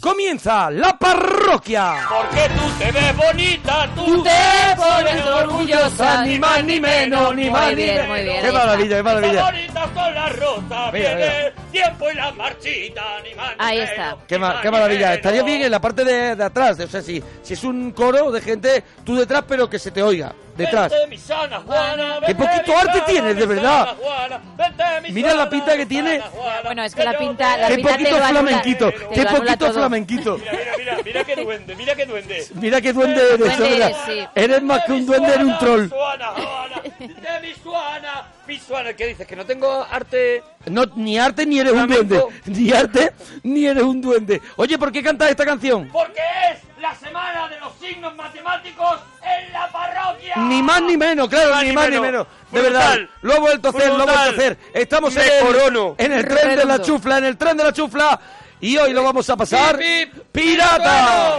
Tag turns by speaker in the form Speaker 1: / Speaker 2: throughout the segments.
Speaker 1: Comienza la parroquia.
Speaker 2: Porque tú te ves bonita, tú,
Speaker 3: Tú te pones orgullosa, ni más ni menos, ni más
Speaker 2: Muy
Speaker 3: ni
Speaker 2: bien,
Speaker 3: menos.
Speaker 2: muy bien.
Speaker 1: Qué maravilla, qué
Speaker 2: Está
Speaker 1: maravilla.
Speaker 2: bonita con la rosa,
Speaker 1: Mira,
Speaker 2: viene
Speaker 1: mira.
Speaker 2: el tiempo y la marchita, ni más ni
Speaker 3: Ahí
Speaker 2: menos,
Speaker 3: está.
Speaker 1: Qué,
Speaker 2: ni
Speaker 1: ma-
Speaker 2: más
Speaker 1: qué
Speaker 2: ni
Speaker 1: maravilla.
Speaker 2: menos.
Speaker 1: Estaría bien en la parte de, de atrás. O sea, si, si es un coro de gente, tú detrás, pero que se te oiga. Detrás.
Speaker 2: Vente, mi sana Juana,
Speaker 1: Qué
Speaker 2: vente,
Speaker 1: poquito
Speaker 2: mi
Speaker 1: arte
Speaker 2: sana,
Speaker 1: tienes, de
Speaker 2: mi
Speaker 1: verdad.
Speaker 2: sana Juana, vente, mi
Speaker 1: Mira la
Speaker 2: sana,
Speaker 1: pinta que
Speaker 2: mi
Speaker 1: tiene.
Speaker 2: sana Juana,
Speaker 3: Bueno, es que la
Speaker 2: yo
Speaker 3: pinta-
Speaker 2: te-
Speaker 3: la
Speaker 1: Qué
Speaker 3: pinta
Speaker 1: poquito
Speaker 3: te lo anula,
Speaker 1: flamenquito.
Speaker 3: te lo
Speaker 1: Qué
Speaker 3: anula
Speaker 1: poquito
Speaker 3: todo.
Speaker 1: flamenquito.
Speaker 2: Mira, mira, mira, mira qué duende, mira qué duende.
Speaker 1: Mira qué duende eres,
Speaker 3: Duende
Speaker 1: Sandra.
Speaker 3: eres, sí.
Speaker 1: Eres más que un
Speaker 2: Mi
Speaker 1: duende, eres un
Speaker 2: Suana,
Speaker 1: troll.
Speaker 2: mi Suana, Juana, de mi Suana, mi Suana. ¿Qué dices? ¿Que no tengo arte?
Speaker 1: No, ni arte ni eres un
Speaker 2: Flamenco.
Speaker 1: duende. Ni arte ni eres un duende. Oye, ¿por qué cantas esta canción?
Speaker 2: Porque es la semana de los signos matemáticos en la parroquia.
Speaker 1: Ni más ni menos, claro, ni, más ni menos. De verdad,
Speaker 2: Brutal.
Speaker 1: lo he vuelto a hacer, lo he vuelto a
Speaker 2: Brutal.
Speaker 1: hacer. Estamos
Speaker 2: Me
Speaker 1: en el,
Speaker 2: corono.
Speaker 1: en el tren
Speaker 3: Redondo.
Speaker 1: de la chufla, en el tren de la chufla. Y hoy lo vamos a pasar.
Speaker 2: Pip, pip,
Speaker 1: ¡Pirata!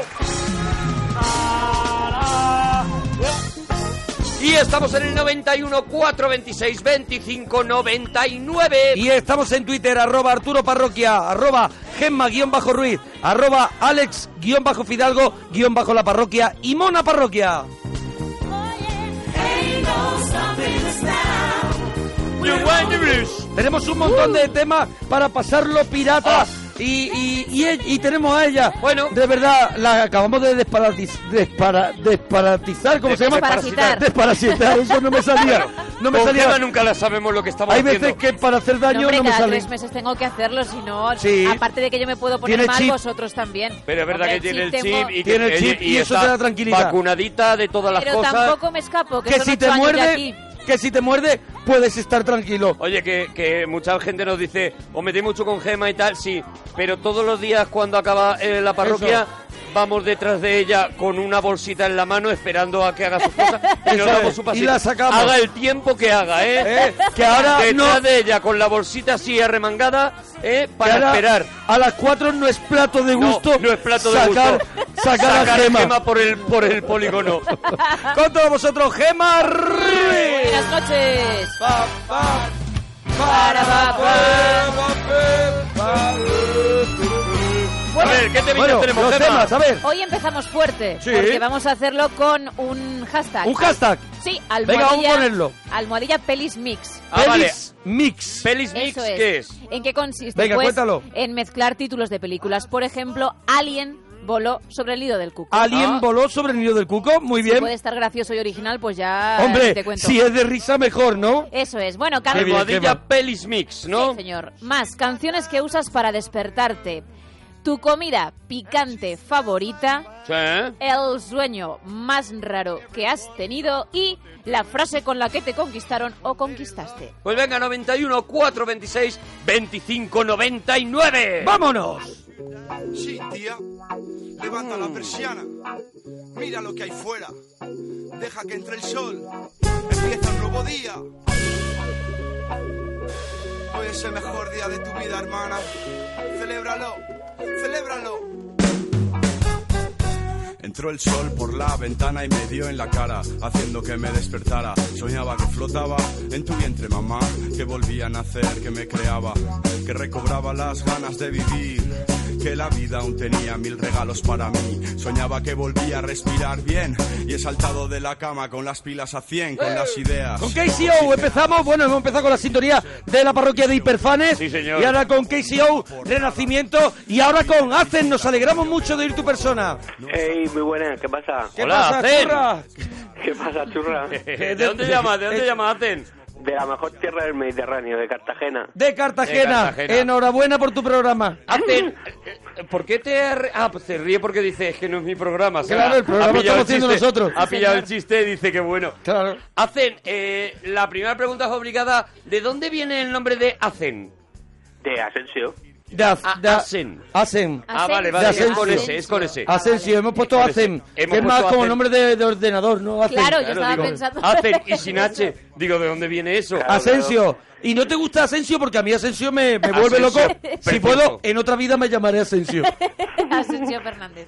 Speaker 2: Y estamos en el 91 4 26 25 99.
Speaker 1: Y estamos en Twitter, arroba Arturo Parroquia, arroba Gemma-Ruiz, arroba Alex-Fidalgo-La Parroquia y Mona Parroquia. Tenemos un montón de temas para pasarlo pirata. Y, y, y e- y tenemos a ella.
Speaker 2: Ah. Bueno.
Speaker 1: de verdad, la acabamos de desparatiz, despara- desparatizar. ¿Cómo se llama?
Speaker 3: Desparasitar.
Speaker 1: Desparasitar, eso no me salía. No me
Speaker 2: Con Gemma
Speaker 1: salía.
Speaker 2: nunca la sabemos lo que estamos
Speaker 1: Hay
Speaker 2: haciendo.
Speaker 1: veces que para hacer daño
Speaker 3: No, hombre,
Speaker 1: no me
Speaker 3: cada
Speaker 1: sale.
Speaker 3: tres meses tengo que hacerlo, si no,
Speaker 1: Sí.
Speaker 3: aparte de que yo me puedo poner
Speaker 1: Tiene
Speaker 3: mal,
Speaker 1: chip.
Speaker 3: vosotros también.
Speaker 2: Pero es verdad que
Speaker 3: Hombre,
Speaker 2: tiene el chip
Speaker 3: tengo-
Speaker 2: y que-
Speaker 1: Tiene el chip y eso
Speaker 2: está
Speaker 1: te da tranquilidad.
Speaker 2: Vacunadita de todas las
Speaker 3: Pero
Speaker 2: cosas.
Speaker 3: tampoco me escapo, que,
Speaker 1: Que
Speaker 3: son
Speaker 1: si
Speaker 3: ocho
Speaker 1: te
Speaker 3: años ya
Speaker 1: muerde,
Speaker 3: aquí.
Speaker 1: que si te muerde, puedes estar tranquilo.
Speaker 2: Oye, que, que mucha gente nos dice, os metéis mucho con Gema y tal, sí, pero todos los días cuando acaba eh, la parroquia vamos detrás de ella con una bolsita en la mano esperando a que haga sus cosas y
Speaker 1: Eso
Speaker 2: nos damos
Speaker 1: es,
Speaker 2: su
Speaker 1: y
Speaker 2: pasito.
Speaker 1: la sacamos.
Speaker 2: Haga el tiempo que haga, ¿eh?
Speaker 1: Eh, que ahora
Speaker 2: detrás
Speaker 1: no-
Speaker 2: de ella con la bolsita así arremangada, ¿eh? Para
Speaker 1: Que ahora
Speaker 2: esperar.
Speaker 1: A las cuatro no es plato de
Speaker 2: No,
Speaker 1: gusto.
Speaker 2: no es plato de
Speaker 1: sacar,
Speaker 2: gusto.
Speaker 1: Sacar, a Gema.
Speaker 2: Gema por el, por el polígono. Ah.
Speaker 1: Con todos vosotros, Gema Ruiz.
Speaker 3: Buenas noches.
Speaker 1: Pa, pa,
Speaker 3: Para, pa,
Speaker 2: a ver, ¿qué te
Speaker 1: Bueno,
Speaker 2: tenemos,
Speaker 1: los
Speaker 2: Gema?
Speaker 1: temas, a ver.
Speaker 3: Hoy empezamos fuerte,
Speaker 1: Sí.
Speaker 3: porque vamos a hacerlo con un hashtag.
Speaker 1: Un hashtag.
Speaker 3: Sí,
Speaker 1: Venga,
Speaker 3: almohadilla.
Speaker 1: vamos a ponerlo.
Speaker 3: Almohadilla pelis mix.
Speaker 2: Ah, vale.
Speaker 1: Pelis Mix.
Speaker 2: Pelis Mix,
Speaker 3: Eso es.
Speaker 2: ¿qué es?
Speaker 3: ¿En qué consiste?
Speaker 1: Venga,
Speaker 3: Pues,
Speaker 1: cuéntalo.
Speaker 3: En mezclar títulos de películas. Por ejemplo, Alien voló sobre el nido del cuco.
Speaker 1: Alguien
Speaker 2: Ah.
Speaker 1: voló sobre el nido del cuco. Muy
Speaker 3: Si
Speaker 1: bien.
Speaker 3: puede estar gracioso y original, pues ya te
Speaker 1: Hombre,
Speaker 3: cuento.
Speaker 1: si es de risa, mejor, ¿no?
Speaker 3: Eso es. Bueno,
Speaker 1: Qué bien,
Speaker 3: cambio.
Speaker 1: Gema.
Speaker 2: Almohadilla Pelis Mix, ¿no?
Speaker 3: Sí, señor. Más canciones que usas para despertarte. Tu comida picante favorita,
Speaker 2: Sí.
Speaker 3: el sueño más raro que has tenido y la frase con la que te conquistaron o conquistaste.
Speaker 2: Pues venga, 91, 4, 26, 25, 99.
Speaker 1: ¡Vámonos!
Speaker 4: Sí, tía. Levanta la persiana. Mira lo que hay fuera. Deja que entre el sol. Empieza un nuevo día. Hoy es el mejor día de tu vida, hermana. Celébralo. Celébralo. Entró el sol por la ventana y me dio en la cara, haciendo que me despertara. Soñaba que flotaba en tu vientre, mamá, que volvía a nacer, que me creaba, que recobraba las ganas de vivir, que la vida aún tenía mil regalos para mí. Soñaba que volvía a respirar bien y he saltado de la cama con las pilas a 100, con las ideas.
Speaker 1: Con KCO empezamos, bueno, hemos empezado con la sintonía de la parroquia de Hiperfanes
Speaker 2: Sí, señor.
Speaker 1: y ahora con KCO, Renacimiento y ahora con Hacen, nos alegramos mucho de ir tu persona.
Speaker 5: Ey, muy buena, ¿qué pasa?
Speaker 1: ¿Qué
Speaker 2: Hola,
Speaker 1: pasa,
Speaker 2: Hacen.
Speaker 1: churra?
Speaker 5: ¿Qué pasa, churra?
Speaker 2: ¿De dónde llamas? ¿De dónde llamas, Aten?
Speaker 5: De la mejor tierra del Mediterráneo, de Cartagena.
Speaker 1: De Cartagena.
Speaker 2: De Cartagena.
Speaker 1: enhorabuena por tu programa.
Speaker 2: Aten, eh, eh, ¿por qué te... arre- Ah, pues se ríe porque dice, es que no es mi programa. ¿sabes?
Speaker 1: Claro, el
Speaker 2: Ha
Speaker 1: programa lo
Speaker 2: pillado
Speaker 1: estamos haciendo
Speaker 2: el chiste,
Speaker 1: nosotros.
Speaker 2: Ha
Speaker 1: Sí,
Speaker 2: pillado el
Speaker 3: señor.
Speaker 2: chiste y dice que bueno.
Speaker 1: Claro.
Speaker 2: Hacen, eh, la primera pregunta es obligada. ¿De dónde viene el nombre de Hacen?
Speaker 5: De Asensio.
Speaker 1: De, Az-
Speaker 2: A-
Speaker 1: de-
Speaker 2: Asen.
Speaker 1: Asen.
Speaker 2: Ah, vale,
Speaker 1: De
Speaker 2: vale, es
Speaker 1: Asensio.
Speaker 2: con ese, es con ese.
Speaker 3: Ah,
Speaker 1: Asensio,
Speaker 3: vale.
Speaker 1: hemos puesto
Speaker 2: Parece-
Speaker 1: Hacen,
Speaker 2: hemos
Speaker 1: que es más
Speaker 2: puesto
Speaker 1: como
Speaker 2: Hacen.
Speaker 1: nombre de, de ordenador, ¿no? Hacen.
Speaker 3: Claro, yo
Speaker 2: Claro,
Speaker 3: estaba
Speaker 2: digo,
Speaker 3: pensando.
Speaker 2: Hacen y sin H. Digo, ¿de dónde viene eso?
Speaker 5: Claro.
Speaker 1: Asensio. Y no te gusta Asensio porque a mí Asensio me, me vuelve
Speaker 2: Asensio,
Speaker 1: loco. Si
Speaker 2: perfecto.
Speaker 1: puedo, en otra vida me llamaré Asensio.
Speaker 3: Asunción Fernández.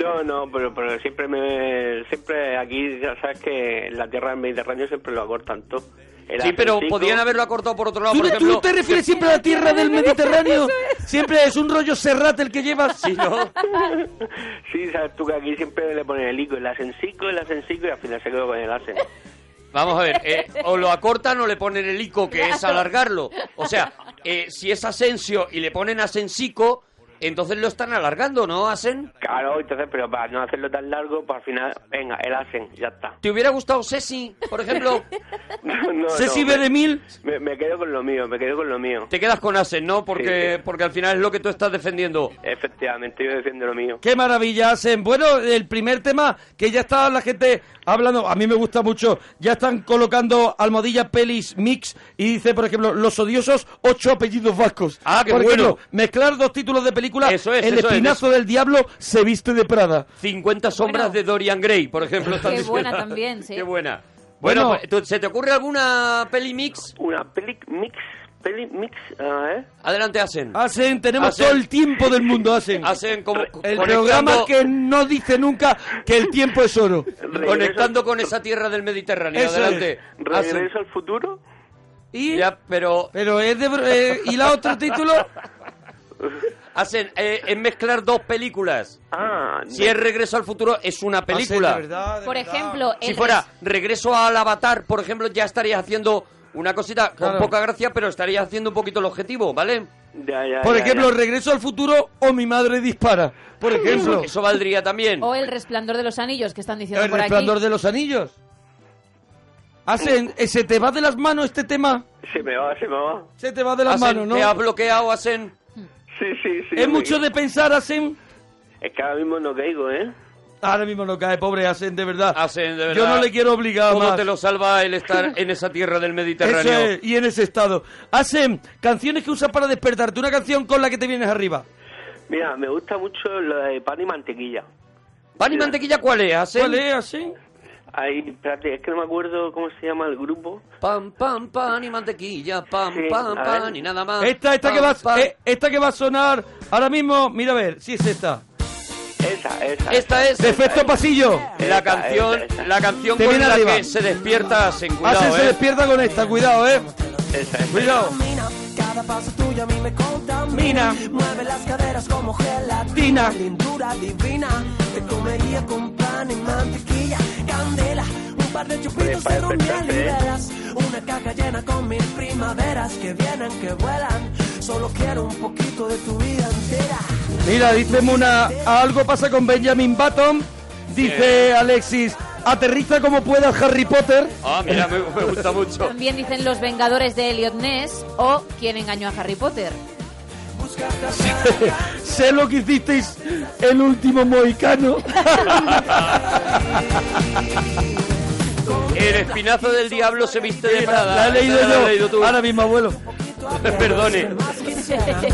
Speaker 5: No, no, pero, pero siempre me. Siempre aquí, ya sabes que la tierra del Mediterráneo siempre lo acortan todo. El
Speaker 2: Sí, pero
Speaker 5: Atlántico-
Speaker 2: podían haberlo acortado por otro lado,
Speaker 1: ¿Tú,
Speaker 2: por
Speaker 1: tú
Speaker 2: ejemplo.
Speaker 1: te refieres siempre a la tierra del Mediterráneo? Siempre es un rollo serrat el que llevas.
Speaker 2: Sí, ¿no?
Speaker 5: Sí, sabes tú que aquí siempre le ponen el ico, el asensico, el asensico y al final se quedó con el asen.
Speaker 2: Vamos a ver, eh, o lo acortan o le ponen el ico, que es alargarlo. O sea, eh, si es Asensio y le ponen Asensico, entonces lo están alargando, ¿no, Asen?
Speaker 5: Claro, entonces, pero para no hacerlo tan largo, pues al final, venga, el asen, ya está.
Speaker 2: ¿Te hubiera gustado Ceci, por ejemplo?
Speaker 5: No, no,
Speaker 1: Ceci
Speaker 5: no, me-
Speaker 1: Beremil.
Speaker 5: me, me quedo con lo mío, me quedo con lo mío.
Speaker 2: Te quedas con Asen, ¿no? Porque,
Speaker 5: Sí, sí.
Speaker 2: porque al final es lo que tú estás defendiendo.
Speaker 5: Efectivamente, yo defiendo lo mío.
Speaker 1: Qué maravilla hacen. Bueno, el primer tema que ya está la gente hablando, a mí me gusta mucho. Ya están colocando almohadilla pelis mix y dice, por ejemplo, los odiosos ocho apellidos vascos.
Speaker 2: Ah, qué
Speaker 1: por
Speaker 2: bueno.
Speaker 1: ejemplo, mezclar dos títulos de película.
Speaker 2: Eso es,
Speaker 1: el
Speaker 2: eso es,
Speaker 1: espinazo del diablo se viste de Prada.
Speaker 2: 50 sombras
Speaker 3: Bueno.
Speaker 2: de Dorian Gray, por ejemplo. están
Speaker 3: Qué buena
Speaker 2: diciendo.
Speaker 3: también, sí.
Speaker 2: Qué buena.
Speaker 1: Bueno.
Speaker 2: Bueno, pues, ¿tú- ¿se te ocurre alguna peli mix?
Speaker 5: Una peli mix, peli mix, ah, ¿eh? a ver.
Speaker 2: Adelante, Asen.
Speaker 1: Hacen, tenemos
Speaker 2: Hacen.
Speaker 1: todo el tiempo del mundo, hacen.
Speaker 2: Asen como
Speaker 1: El
Speaker 2: conectando-
Speaker 1: programa que no dice nunca que el tiempo es oro.
Speaker 2: conectando con esa tierra del Mediterráneo.
Speaker 1: Eso es.
Speaker 2: Adelante. Asen.
Speaker 5: ¿Regreso al futuro?
Speaker 1: Y,
Speaker 2: Ya, pero
Speaker 1: pero es de, bro- eh, y la otro título,
Speaker 2: hacen eh, es mezclar dos películas.
Speaker 5: Ah,
Speaker 2: Si es Regreso al futuro es una película.
Speaker 1: Hacen, de verdad, de
Speaker 3: Por
Speaker 1: verdad.
Speaker 3: ejemplo, el
Speaker 2: si fuera
Speaker 3: res-
Speaker 2: Regreso al Avatar, por ejemplo, ya estarías haciendo una cosita
Speaker 1: Claro.
Speaker 2: con poca gracia, pero estarías haciendo un poquito el objetivo, ¿vale?
Speaker 5: ya, ya,
Speaker 1: Por
Speaker 5: ya,
Speaker 1: ejemplo,
Speaker 5: ya.
Speaker 1: regreso al futuro o mi madre dispara. Por ejemplo,
Speaker 2: Ah, Eso valdría también.
Speaker 3: o el resplandor de los anillos que están diciendo
Speaker 1: el
Speaker 3: por
Speaker 1: resplandor
Speaker 3: aquí.
Speaker 1: de los anillos. Hacen, eh, se te va de las manos este tema.
Speaker 5: Se me va, se me va.
Speaker 1: Se te va de las
Speaker 2: Hacen,
Speaker 1: manos,
Speaker 2: Te has
Speaker 1: ¿no?
Speaker 2: bloqueado, Asen.
Speaker 5: Sí, sí, sí.
Speaker 1: Es
Speaker 5: me-
Speaker 1: mucho de pensar, hacen.
Speaker 5: Es que ahora mismo no caigo, ¿eh?
Speaker 1: Ahora mismo no cae, pobre, hacen de verdad.
Speaker 2: Hacen, de verdad.
Speaker 1: Yo no le quiero obligar
Speaker 2: ¿Cómo
Speaker 1: más.
Speaker 2: te lo salva el estar en esa tierra del
Speaker 1: Eso
Speaker 2: Mediterráneo?
Speaker 1: es, y en ese estado. Hacen canciones que usas para despertarte. Una canción con la que te vienes arriba.
Speaker 5: Mira, me gusta mucho lo de pan y mantequilla.
Speaker 2: ¿Pan y mantequilla cuál es, Asen?
Speaker 1: ¿Cuál es, Asen?
Speaker 5: Ahí, espérate, es que no me acuerdo cómo se llama el grupo.
Speaker 2: Pam, pam, pan y mantequilla, pam,
Speaker 5: Sí,
Speaker 2: pam,
Speaker 5: a
Speaker 2: pan
Speaker 5: ver.
Speaker 2: y nada más.
Speaker 1: Esta, esta,
Speaker 2: Pam,
Speaker 1: que va,
Speaker 2: pam.
Speaker 1: eh, esta que va a sonar ahora mismo. Mira a ver, si es esta.
Speaker 5: Esa, esa.
Speaker 2: Esta es
Speaker 1: Defecto pasillo.
Speaker 2: La
Speaker 5: Esa,
Speaker 2: canción,
Speaker 5: esa, esa.
Speaker 2: la canción
Speaker 1: Te
Speaker 2: con
Speaker 1: viene
Speaker 2: la
Speaker 1: arriba.
Speaker 2: que se despierta sin cuidado,
Speaker 1: Hacen se
Speaker 2: ¿eh?
Speaker 1: despierta con esta, cuidado, eh.
Speaker 5: Esa, esa.
Speaker 1: Cuidado.
Speaker 6: Mina, Cada paso tuyo a mí me contamina.
Speaker 1: Mina.
Speaker 6: Mueve las caderas como
Speaker 1: Tina.
Speaker 6: gelatina. Lindura divina. Te comería con pan y mantequilla. Candela. Un par de chupitos
Speaker 5: para
Speaker 6: de ron miel
Speaker 5: despertarte, ¿eh?
Speaker 6: liberas. Una caja llena con mil primaveras que vienen, que vuelan. Solo quiero un poquito de tu vida entera.
Speaker 1: Mira, dice Muna, algo pasa con Benjamin Button. Dice Alexis, aterriza como puedas Harry Potter.
Speaker 2: Ah, mira, me, me gusta mucho.
Speaker 3: También dicen los Vengadores de Elliot Ness o quién engañó a Harry Potter.
Speaker 1: Sé lo que hicisteis el último mohicano.
Speaker 2: El espinazo del diablo se viste de Prada.
Speaker 1: la he leído
Speaker 2: Esa la
Speaker 1: yo. Ah,
Speaker 2: has leído tú.
Speaker 1: Ahora mismo, abuelo.
Speaker 2: Perdone.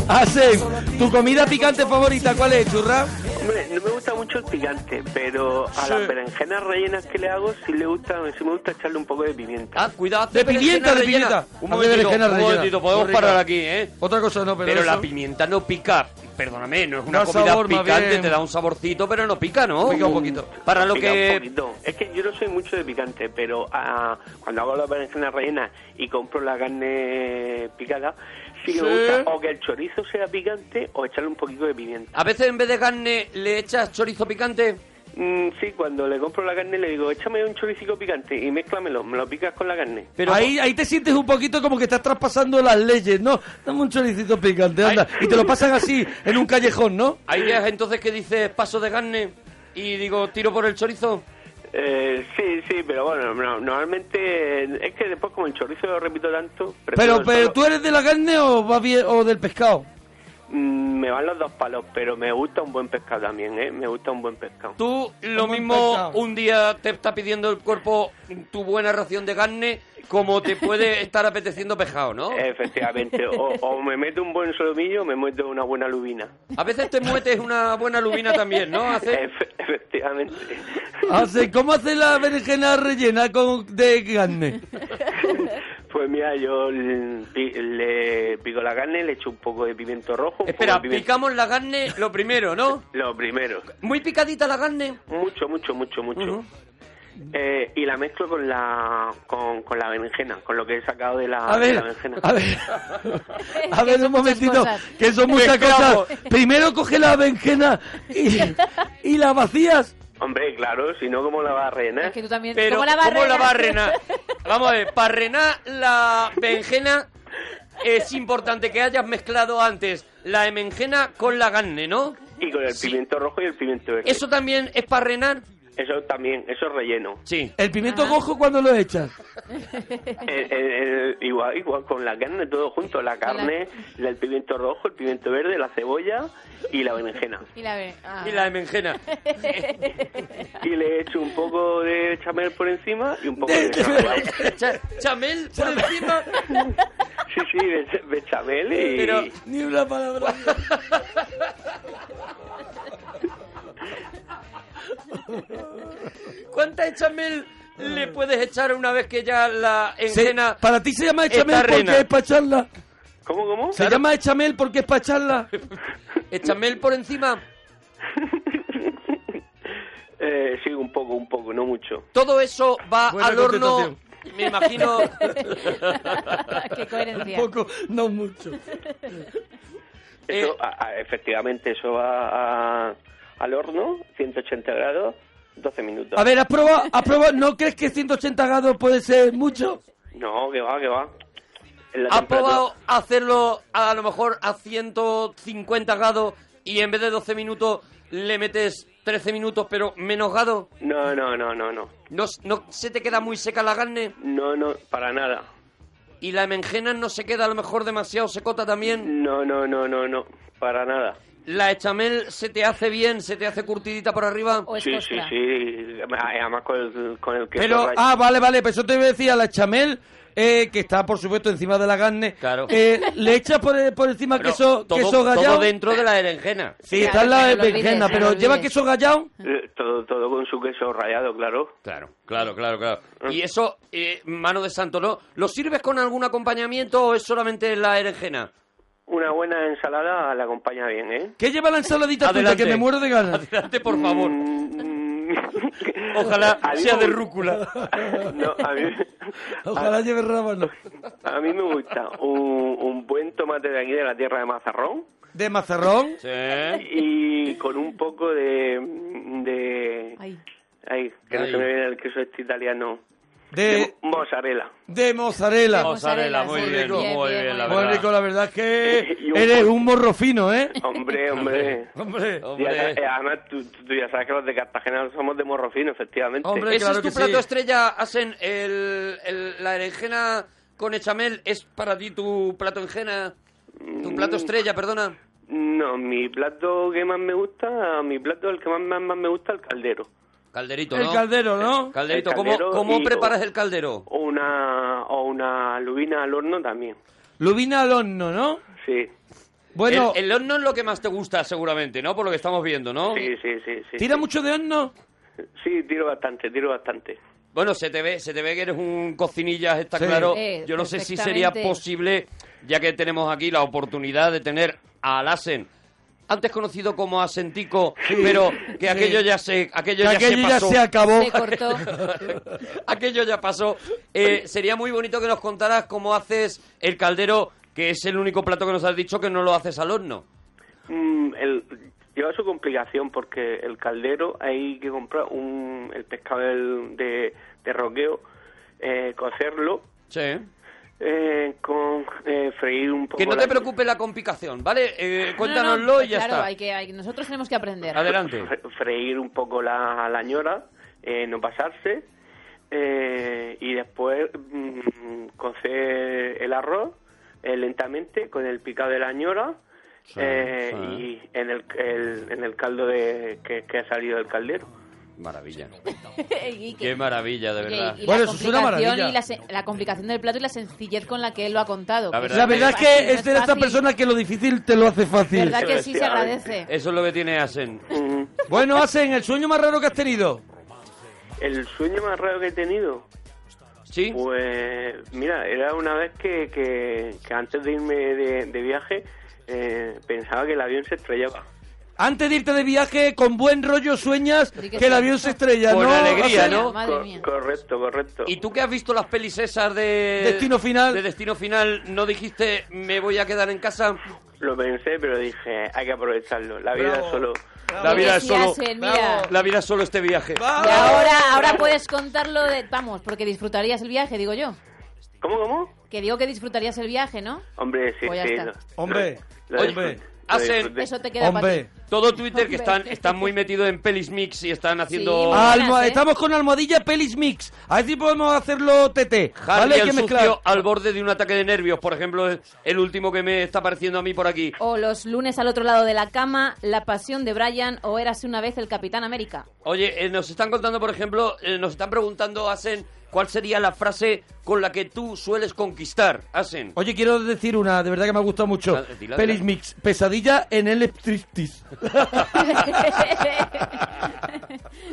Speaker 1: Hacen, tu comida picante favorita, ¿cuál es, churra?
Speaker 5: Hombre, no me gusta mucho el picante, pero a las berenjenas rellenas que le hago sí, le gusta, sí me gusta echarle un poco de pimienta.
Speaker 2: Ah, cuidado.
Speaker 1: De pimienta, de
Speaker 2: rellena.
Speaker 1: pimienta.
Speaker 2: Un
Speaker 1: Hace
Speaker 2: momentito,
Speaker 1: berenjena
Speaker 2: un
Speaker 1: rellena.
Speaker 2: momentito. Podemos
Speaker 1: Muy rica.
Speaker 2: parar aquí, ¿eh?
Speaker 1: Otra cosa no, pero,
Speaker 2: Pero la
Speaker 1: eso-
Speaker 2: pimienta no pica. Perdóname, no es una
Speaker 1: Da
Speaker 2: comida
Speaker 1: sabor, más
Speaker 2: picante,
Speaker 1: bien.
Speaker 2: te da un saborcito, pero no pica, ¿no?
Speaker 1: Pica un poquito.
Speaker 2: Para lo
Speaker 5: Pica un
Speaker 2: que...
Speaker 5: poquito. Es que yo no soy mucho de picante, pero ah, cuando hago las berenjenas rellenas y compro la carne picada, sí que me
Speaker 1: Sí.
Speaker 5: gusta o que el chorizo sea picante o echarle un poquito de pimienta.
Speaker 2: A veces en vez de carne le echas chorizo picante.
Speaker 5: Mm, sí, cuando le compro la carne le digo, échame un choricico picante y mézclamelo, me lo picas con la carne.
Speaker 2: Pero
Speaker 1: ahí, ahí te sientes un poquito como que estás traspasando las leyes, ¿no? Dame un choricito picante, anda. Y te lo pasan así, en un callejón, ¿no?
Speaker 2: Hay días entonces que dices paso de carne y digo tiro por el chorizo.
Speaker 5: Eh, sí, sí, pero bueno, no- normalmente eh, es que después como el chorizo lo repito tanto... prefiero
Speaker 1: Pero, pero
Speaker 5: solo-
Speaker 1: tú eres de la carne o, vas bien, o del pescado?
Speaker 5: Mm, me van los dos palos, pero me gusta un buen pescado también, ¿eh? Me gusta un buen pescado.
Speaker 2: Tú lo
Speaker 1: Como un
Speaker 2: mismo
Speaker 1: pescado.
Speaker 2: un día te está pidiendo el cuerpo tu buena ración de carne como te puede estar apeteciendo pescado, ¿no?
Speaker 5: Efectivamente, o, o me meto un buen solomillo o me meto una buena lubina.
Speaker 2: A veces te muetes una buena lubina también, ¿no? Hace-
Speaker 5: Efe- efectivamente.
Speaker 1: Hace- ¿Cómo hace la berenjena rellena con, de carne?
Speaker 5: Pues mira, yo l- pi- le pico la carne, le echo un poco de pimiento rojo. un
Speaker 2: Espera,
Speaker 5: poco de pimiento-
Speaker 2: picamos la carne lo primero, ¿no?
Speaker 5: Lo primero.
Speaker 2: Muy picadita la carne.
Speaker 5: Mucho, mucho, mucho, mucho.
Speaker 2: Ujú.
Speaker 5: Eh, y la mezclo con la con, con la berenjena, con lo que he sacado de la,
Speaker 1: A
Speaker 5: de
Speaker 1: ver,
Speaker 5: la berenjena.
Speaker 1: a ver, a
Speaker 3: Que
Speaker 1: ver un
Speaker 3: son muchas
Speaker 1: momentito,
Speaker 3: cosas.
Speaker 1: que son muchas
Speaker 2: Mezclamos.
Speaker 1: cosas. Primero coge la berenjena y, y la vacías.
Speaker 5: Hombre, claro, si no, ¿cómo la vas a rellenar?
Speaker 3: Es que tú también.
Speaker 2: Pero,
Speaker 3: ¿Cómo la barrena?
Speaker 2: va a renar? Vamos a ver, para renar la berenjena es importante que hayas mezclado antes la berenjena con la carne, ¿no?
Speaker 5: Y con el pimiento rojo y el pimiento verde.
Speaker 2: ¿Eso también es para renar?
Speaker 5: Eso también, eso es relleno.
Speaker 2: Sí.
Speaker 1: El pimiento cojo cuando lo echas.
Speaker 5: El- el- el- Eh, igual, igual, con la carne, todo junto. La
Speaker 3: Con la-
Speaker 5: carne, la- el pimiento rojo, el pimiento verde, la cebolla y la berenjena.
Speaker 3: Y la ve. ah.
Speaker 2: Y la berenjena.
Speaker 5: Y le echo un poco de chamel por encima y un poco
Speaker 1: De-
Speaker 5: de... bechamel.
Speaker 2: Cha- chamel por encima.
Speaker 5: Sí, sí, de, de chamel y...
Speaker 2: Pero-
Speaker 1: Ni una palabra.
Speaker 2: ¿Cuánta chamel le puedes echar una vez que ya la
Speaker 1: Se-
Speaker 2: berenjena...
Speaker 1: para ti se llama echamel
Speaker 2: Está
Speaker 1: porque
Speaker 2: rena.
Speaker 1: es para echarla.
Speaker 5: ¿Cómo, cómo?
Speaker 1: Se llama echamel porque es para echarla.
Speaker 2: chamel por encima?
Speaker 5: Eh, sí, un poco, un poco, no mucho.
Speaker 2: Todo eso va
Speaker 1: Buena
Speaker 2: al horno,
Speaker 1: contestación.
Speaker 2: me imagino...
Speaker 3: Ah, Qué coherencia.
Speaker 1: Poco, no mucho.
Speaker 5: Eso,
Speaker 2: Eh.
Speaker 5: a- a- efectivamente, eso va a- al horno, 180 grados, 12 minutos.
Speaker 1: A ver, has probado, has probado, ¿no crees que 180 grados puede ser mucho?
Speaker 5: No, que va, que va. En la
Speaker 2: ¿Has
Speaker 5: temperatura-
Speaker 2: probado hacerlo a lo mejor a 150 grados y en vez de 12 minutos le metes 13 minutos pero menos grados?
Speaker 5: No, no, no, no, no.
Speaker 2: ¿No, no se te queda muy seca la carne?
Speaker 5: No, no, para nada.
Speaker 2: ¿Y la menjena no se queda a lo mejor demasiado secota también?
Speaker 5: No, no, no, no, no, para nada.
Speaker 2: ¿La echamel se te hace bien? ¿Se te hace curtidita por arriba?
Speaker 3: O es
Speaker 5: Sí, sí,
Speaker 3: costra.
Speaker 5: sí. Además con el, con el queso
Speaker 1: Pero,
Speaker 5: rallado.
Speaker 1: ah, vale, vale, pues eso te decía la chamel, eh, que está por supuesto encima de la carne.
Speaker 2: Claro.
Speaker 1: Eh, le echas por, por encima
Speaker 2: Bueno,
Speaker 1: queso,
Speaker 2: todo,
Speaker 1: queso
Speaker 2: todo
Speaker 1: gallado.
Speaker 2: dentro de la berenjena.
Speaker 1: Sí,
Speaker 3: Claro,
Speaker 1: está en la
Speaker 3: que no lo
Speaker 1: berenjena,
Speaker 3: olvides, no
Speaker 1: pero
Speaker 3: lo
Speaker 1: lleva
Speaker 3: olvides.
Speaker 1: queso gallado.
Speaker 5: Eh, Todo, todo con su queso rallado, claro.
Speaker 2: Claro, claro, claro, claro.
Speaker 5: Ah.
Speaker 2: Y eso, eh, mano de santo, ¿no? ¿Lo sirves con algún acompañamiento o es solamente la berenjena?
Speaker 5: Una buena ensalada la acompaña bien, ¿eh?
Speaker 1: ¿Qué lleva la ensaladita tuya?
Speaker 2: Adelante.
Speaker 1: Que me muero de ganas.
Speaker 2: Adelante, por favor.
Speaker 5: Mm, mm.
Speaker 2: Ojalá
Speaker 5: A mí
Speaker 2: sea
Speaker 5: me
Speaker 2: de
Speaker 5: gu-
Speaker 2: rúcula.
Speaker 5: No, a mí,
Speaker 1: Ojalá lleve rábano.
Speaker 5: a, a mí me gusta un, un buen tomate de aquí de la tierra de Mazarrón
Speaker 1: De mazarrón.
Speaker 2: Sí.
Speaker 5: y con un poco de... de
Speaker 3: Ay.
Speaker 5: ay, que no
Speaker 2: Ay.
Speaker 5: se me viene el queso este italiano.
Speaker 1: De,
Speaker 5: Mo- mozzarella.
Speaker 1: de mozzarella.
Speaker 3: Vamos. Mozzarella,
Speaker 2: muy
Speaker 1: sí,
Speaker 2: bien,
Speaker 1: bien, bien,
Speaker 2: muy bien,
Speaker 3: bien,
Speaker 2: la
Speaker 3: muy
Speaker 1: Muy
Speaker 2: verdad.
Speaker 1: rico, la verdad es que
Speaker 5: Y un-
Speaker 1: eres un morro fino, ¿eh?
Speaker 5: Hombre, hombre.
Speaker 1: Hombre.
Speaker 5: Ya sabes- eh,
Speaker 2: Hombre,
Speaker 5: además, tú, tú- tú ya sabes que los de Cartagena somos de morro fino, efectivamente.
Speaker 1: Hombre,
Speaker 2: ¿ese
Speaker 1: claro
Speaker 2: es tu
Speaker 1: que sí.
Speaker 2: plato estrella, Asen? El, el- la berenjena con echamel es para ti tu plato enjena,
Speaker 5: Mm.
Speaker 2: tu plato estrella, perdona.
Speaker 5: No, mi plato que más me gusta, mi plato el que más, más, más me gusta, el caldero.
Speaker 2: Calderito, ¿no?
Speaker 1: El caldero, ¿no?
Speaker 2: Calderito,
Speaker 5: El
Speaker 2: ¿cómo,
Speaker 5: caldero
Speaker 2: cómo
Speaker 5: y-
Speaker 2: preparas el caldero?
Speaker 5: O una, o una lubina al horno también.
Speaker 1: Lubina al horno, ¿no?
Speaker 5: Sí,
Speaker 1: Bueno,
Speaker 2: el, el horno es lo que más te gusta, seguramente, ¿no? Por lo que estamos viendo, ¿no?
Speaker 5: sí, sí, sí. sí
Speaker 1: ¿tira
Speaker 5: sí.
Speaker 1: mucho de horno?
Speaker 5: Sí, tiro bastante, tiro bastante.
Speaker 2: Bueno, se te ve, se te ve que eres un cocinillas, está
Speaker 1: Sí.
Speaker 2: claro.
Speaker 3: Eh,
Speaker 2: Yo no sé si sería
Speaker 3: perfectamente.
Speaker 2: posible, ya que tenemos aquí la oportunidad de tener a Alasen, antes conocido como Asentico, pero que aquello ya se, aquello ya
Speaker 1: Que aquello
Speaker 2: se
Speaker 1: ya
Speaker 2: pasó.
Speaker 1: se acabó.
Speaker 3: Se cortó.
Speaker 2: aquello ya pasó. Eh, sería muy bonito que nos contaras cómo haces el caldero, que es el único plato que nos has dicho que no lo haces al horno.
Speaker 5: Mm, el, lleva su complicación porque el caldero hay que comprar un, el pescado del- de, de roqueo, eh, cocerlo,
Speaker 2: Sí.
Speaker 5: eh, con eh, freír un poco.
Speaker 2: Que no
Speaker 5: la-
Speaker 2: te preocupe la complicación, ¿vale? Eh, cuéntanoslo
Speaker 3: No, no, no,
Speaker 2: y ya
Speaker 3: claro,
Speaker 2: está.
Speaker 3: Hay que, hay- nosotros tenemos que aprender.
Speaker 2: Adelante.
Speaker 5: fre- freír un poco la, la ñora, eh, no pasarse, eh, y después mm, cocer el arroz eh, lentamente con el picado de la ñora eh, y en el, el- en el caldo de, que, que ha salido del caldero.
Speaker 2: Maravilla.
Speaker 3: Y que-
Speaker 2: Qué maravilla, de
Speaker 3: Oye,
Speaker 2: verdad.
Speaker 3: y
Speaker 1: Bueno,
Speaker 3: la
Speaker 1: eso es una
Speaker 3: complicación
Speaker 1: maravilla.
Speaker 3: Y la, se- la complicación del plato y la sencillez con la que él lo ha contado.
Speaker 2: La
Speaker 3: Pues
Speaker 1: La verdad es
Speaker 3: fácil,
Speaker 1: que
Speaker 3: no
Speaker 1: es de estas
Speaker 3: fácil.
Speaker 1: personas que lo difícil te lo hace fácil.
Speaker 3: verdad que sí se agradece.
Speaker 2: Eso es lo que tiene Asen.
Speaker 5: Mm,
Speaker 1: Bueno, hacen el sueño más raro que has tenido.
Speaker 5: el sueño más raro que he tenido.
Speaker 2: Sí.
Speaker 5: Pues mira, era una vez que, que- que antes de irme de, de viaje eh, pensaba que el avión se estrellaba.
Speaker 1: Antes de irte de viaje, con buen rollo sueñas
Speaker 3: Di que
Speaker 1: que el
Speaker 3: sí.
Speaker 1: avión se estrella,
Speaker 2: Con
Speaker 1: ¿no?
Speaker 2: alegría, ¿no?
Speaker 3: Madre
Speaker 5: Co-
Speaker 3: mía.
Speaker 5: correcto, correcto.
Speaker 2: ¿Y tú que has visto las pelis esas de...
Speaker 1: Destino Final.
Speaker 2: De Destino Final, ¿no dijiste me voy a quedar en casa?
Speaker 5: Lo pensé, pero dije, hay que aprovecharlo. La vida
Speaker 1: Bravo.
Speaker 5: es solo.
Speaker 2: La vida es
Speaker 3: Eres
Speaker 2: solo...
Speaker 3: Yasen, mira.
Speaker 2: La vida es solo este viaje.
Speaker 3: Y ahora, ahora puedes contarlo de... Vamos, porque disfrutarías el viaje, digo yo.
Speaker 5: ¿Cómo, cómo?
Speaker 3: Que digo que disfrutarías el viaje, ¿no?
Speaker 5: Hombre, sí,
Speaker 3: Pues ya
Speaker 5: sí.
Speaker 3: está.
Speaker 5: lo-
Speaker 1: Hombre,
Speaker 5: lo
Speaker 1: hombre,
Speaker 5: disfruté, lo
Speaker 2: hacen-
Speaker 5: disfruté.
Speaker 3: Eso te queda para ti.
Speaker 1: hombre.
Speaker 2: Todo Twitter que están, están muy metidos en pelis mix y están haciendo...
Speaker 3: muy-
Speaker 1: Almo-
Speaker 3: buenas, ¿eh?
Speaker 1: Estamos con almohadilla Pelis Mix. A ver si podemos hacerlo TT.
Speaker 2: Harry
Speaker 1: ¿Vale? Hay
Speaker 2: el
Speaker 1: que
Speaker 2: sucio
Speaker 1: mezclar.
Speaker 2: al borde de un ataque de nervios, por ejemplo, es el último que me está apareciendo a mí por aquí.
Speaker 3: O los lunes al otro lado de la cama, La pasión de Brian o Érase una vez el Capitán América.
Speaker 2: Oye, eh, nos están contando, por ejemplo, eh, nos están preguntando, Asen, ¿cuál sería la frase con la que tú sueles conquistar, Asen?
Speaker 1: Oye, quiero decir una, de verdad que me ha gustado mucho.
Speaker 2: Dila, dila.
Speaker 1: Pelis Mix, pesadilla en el striptease.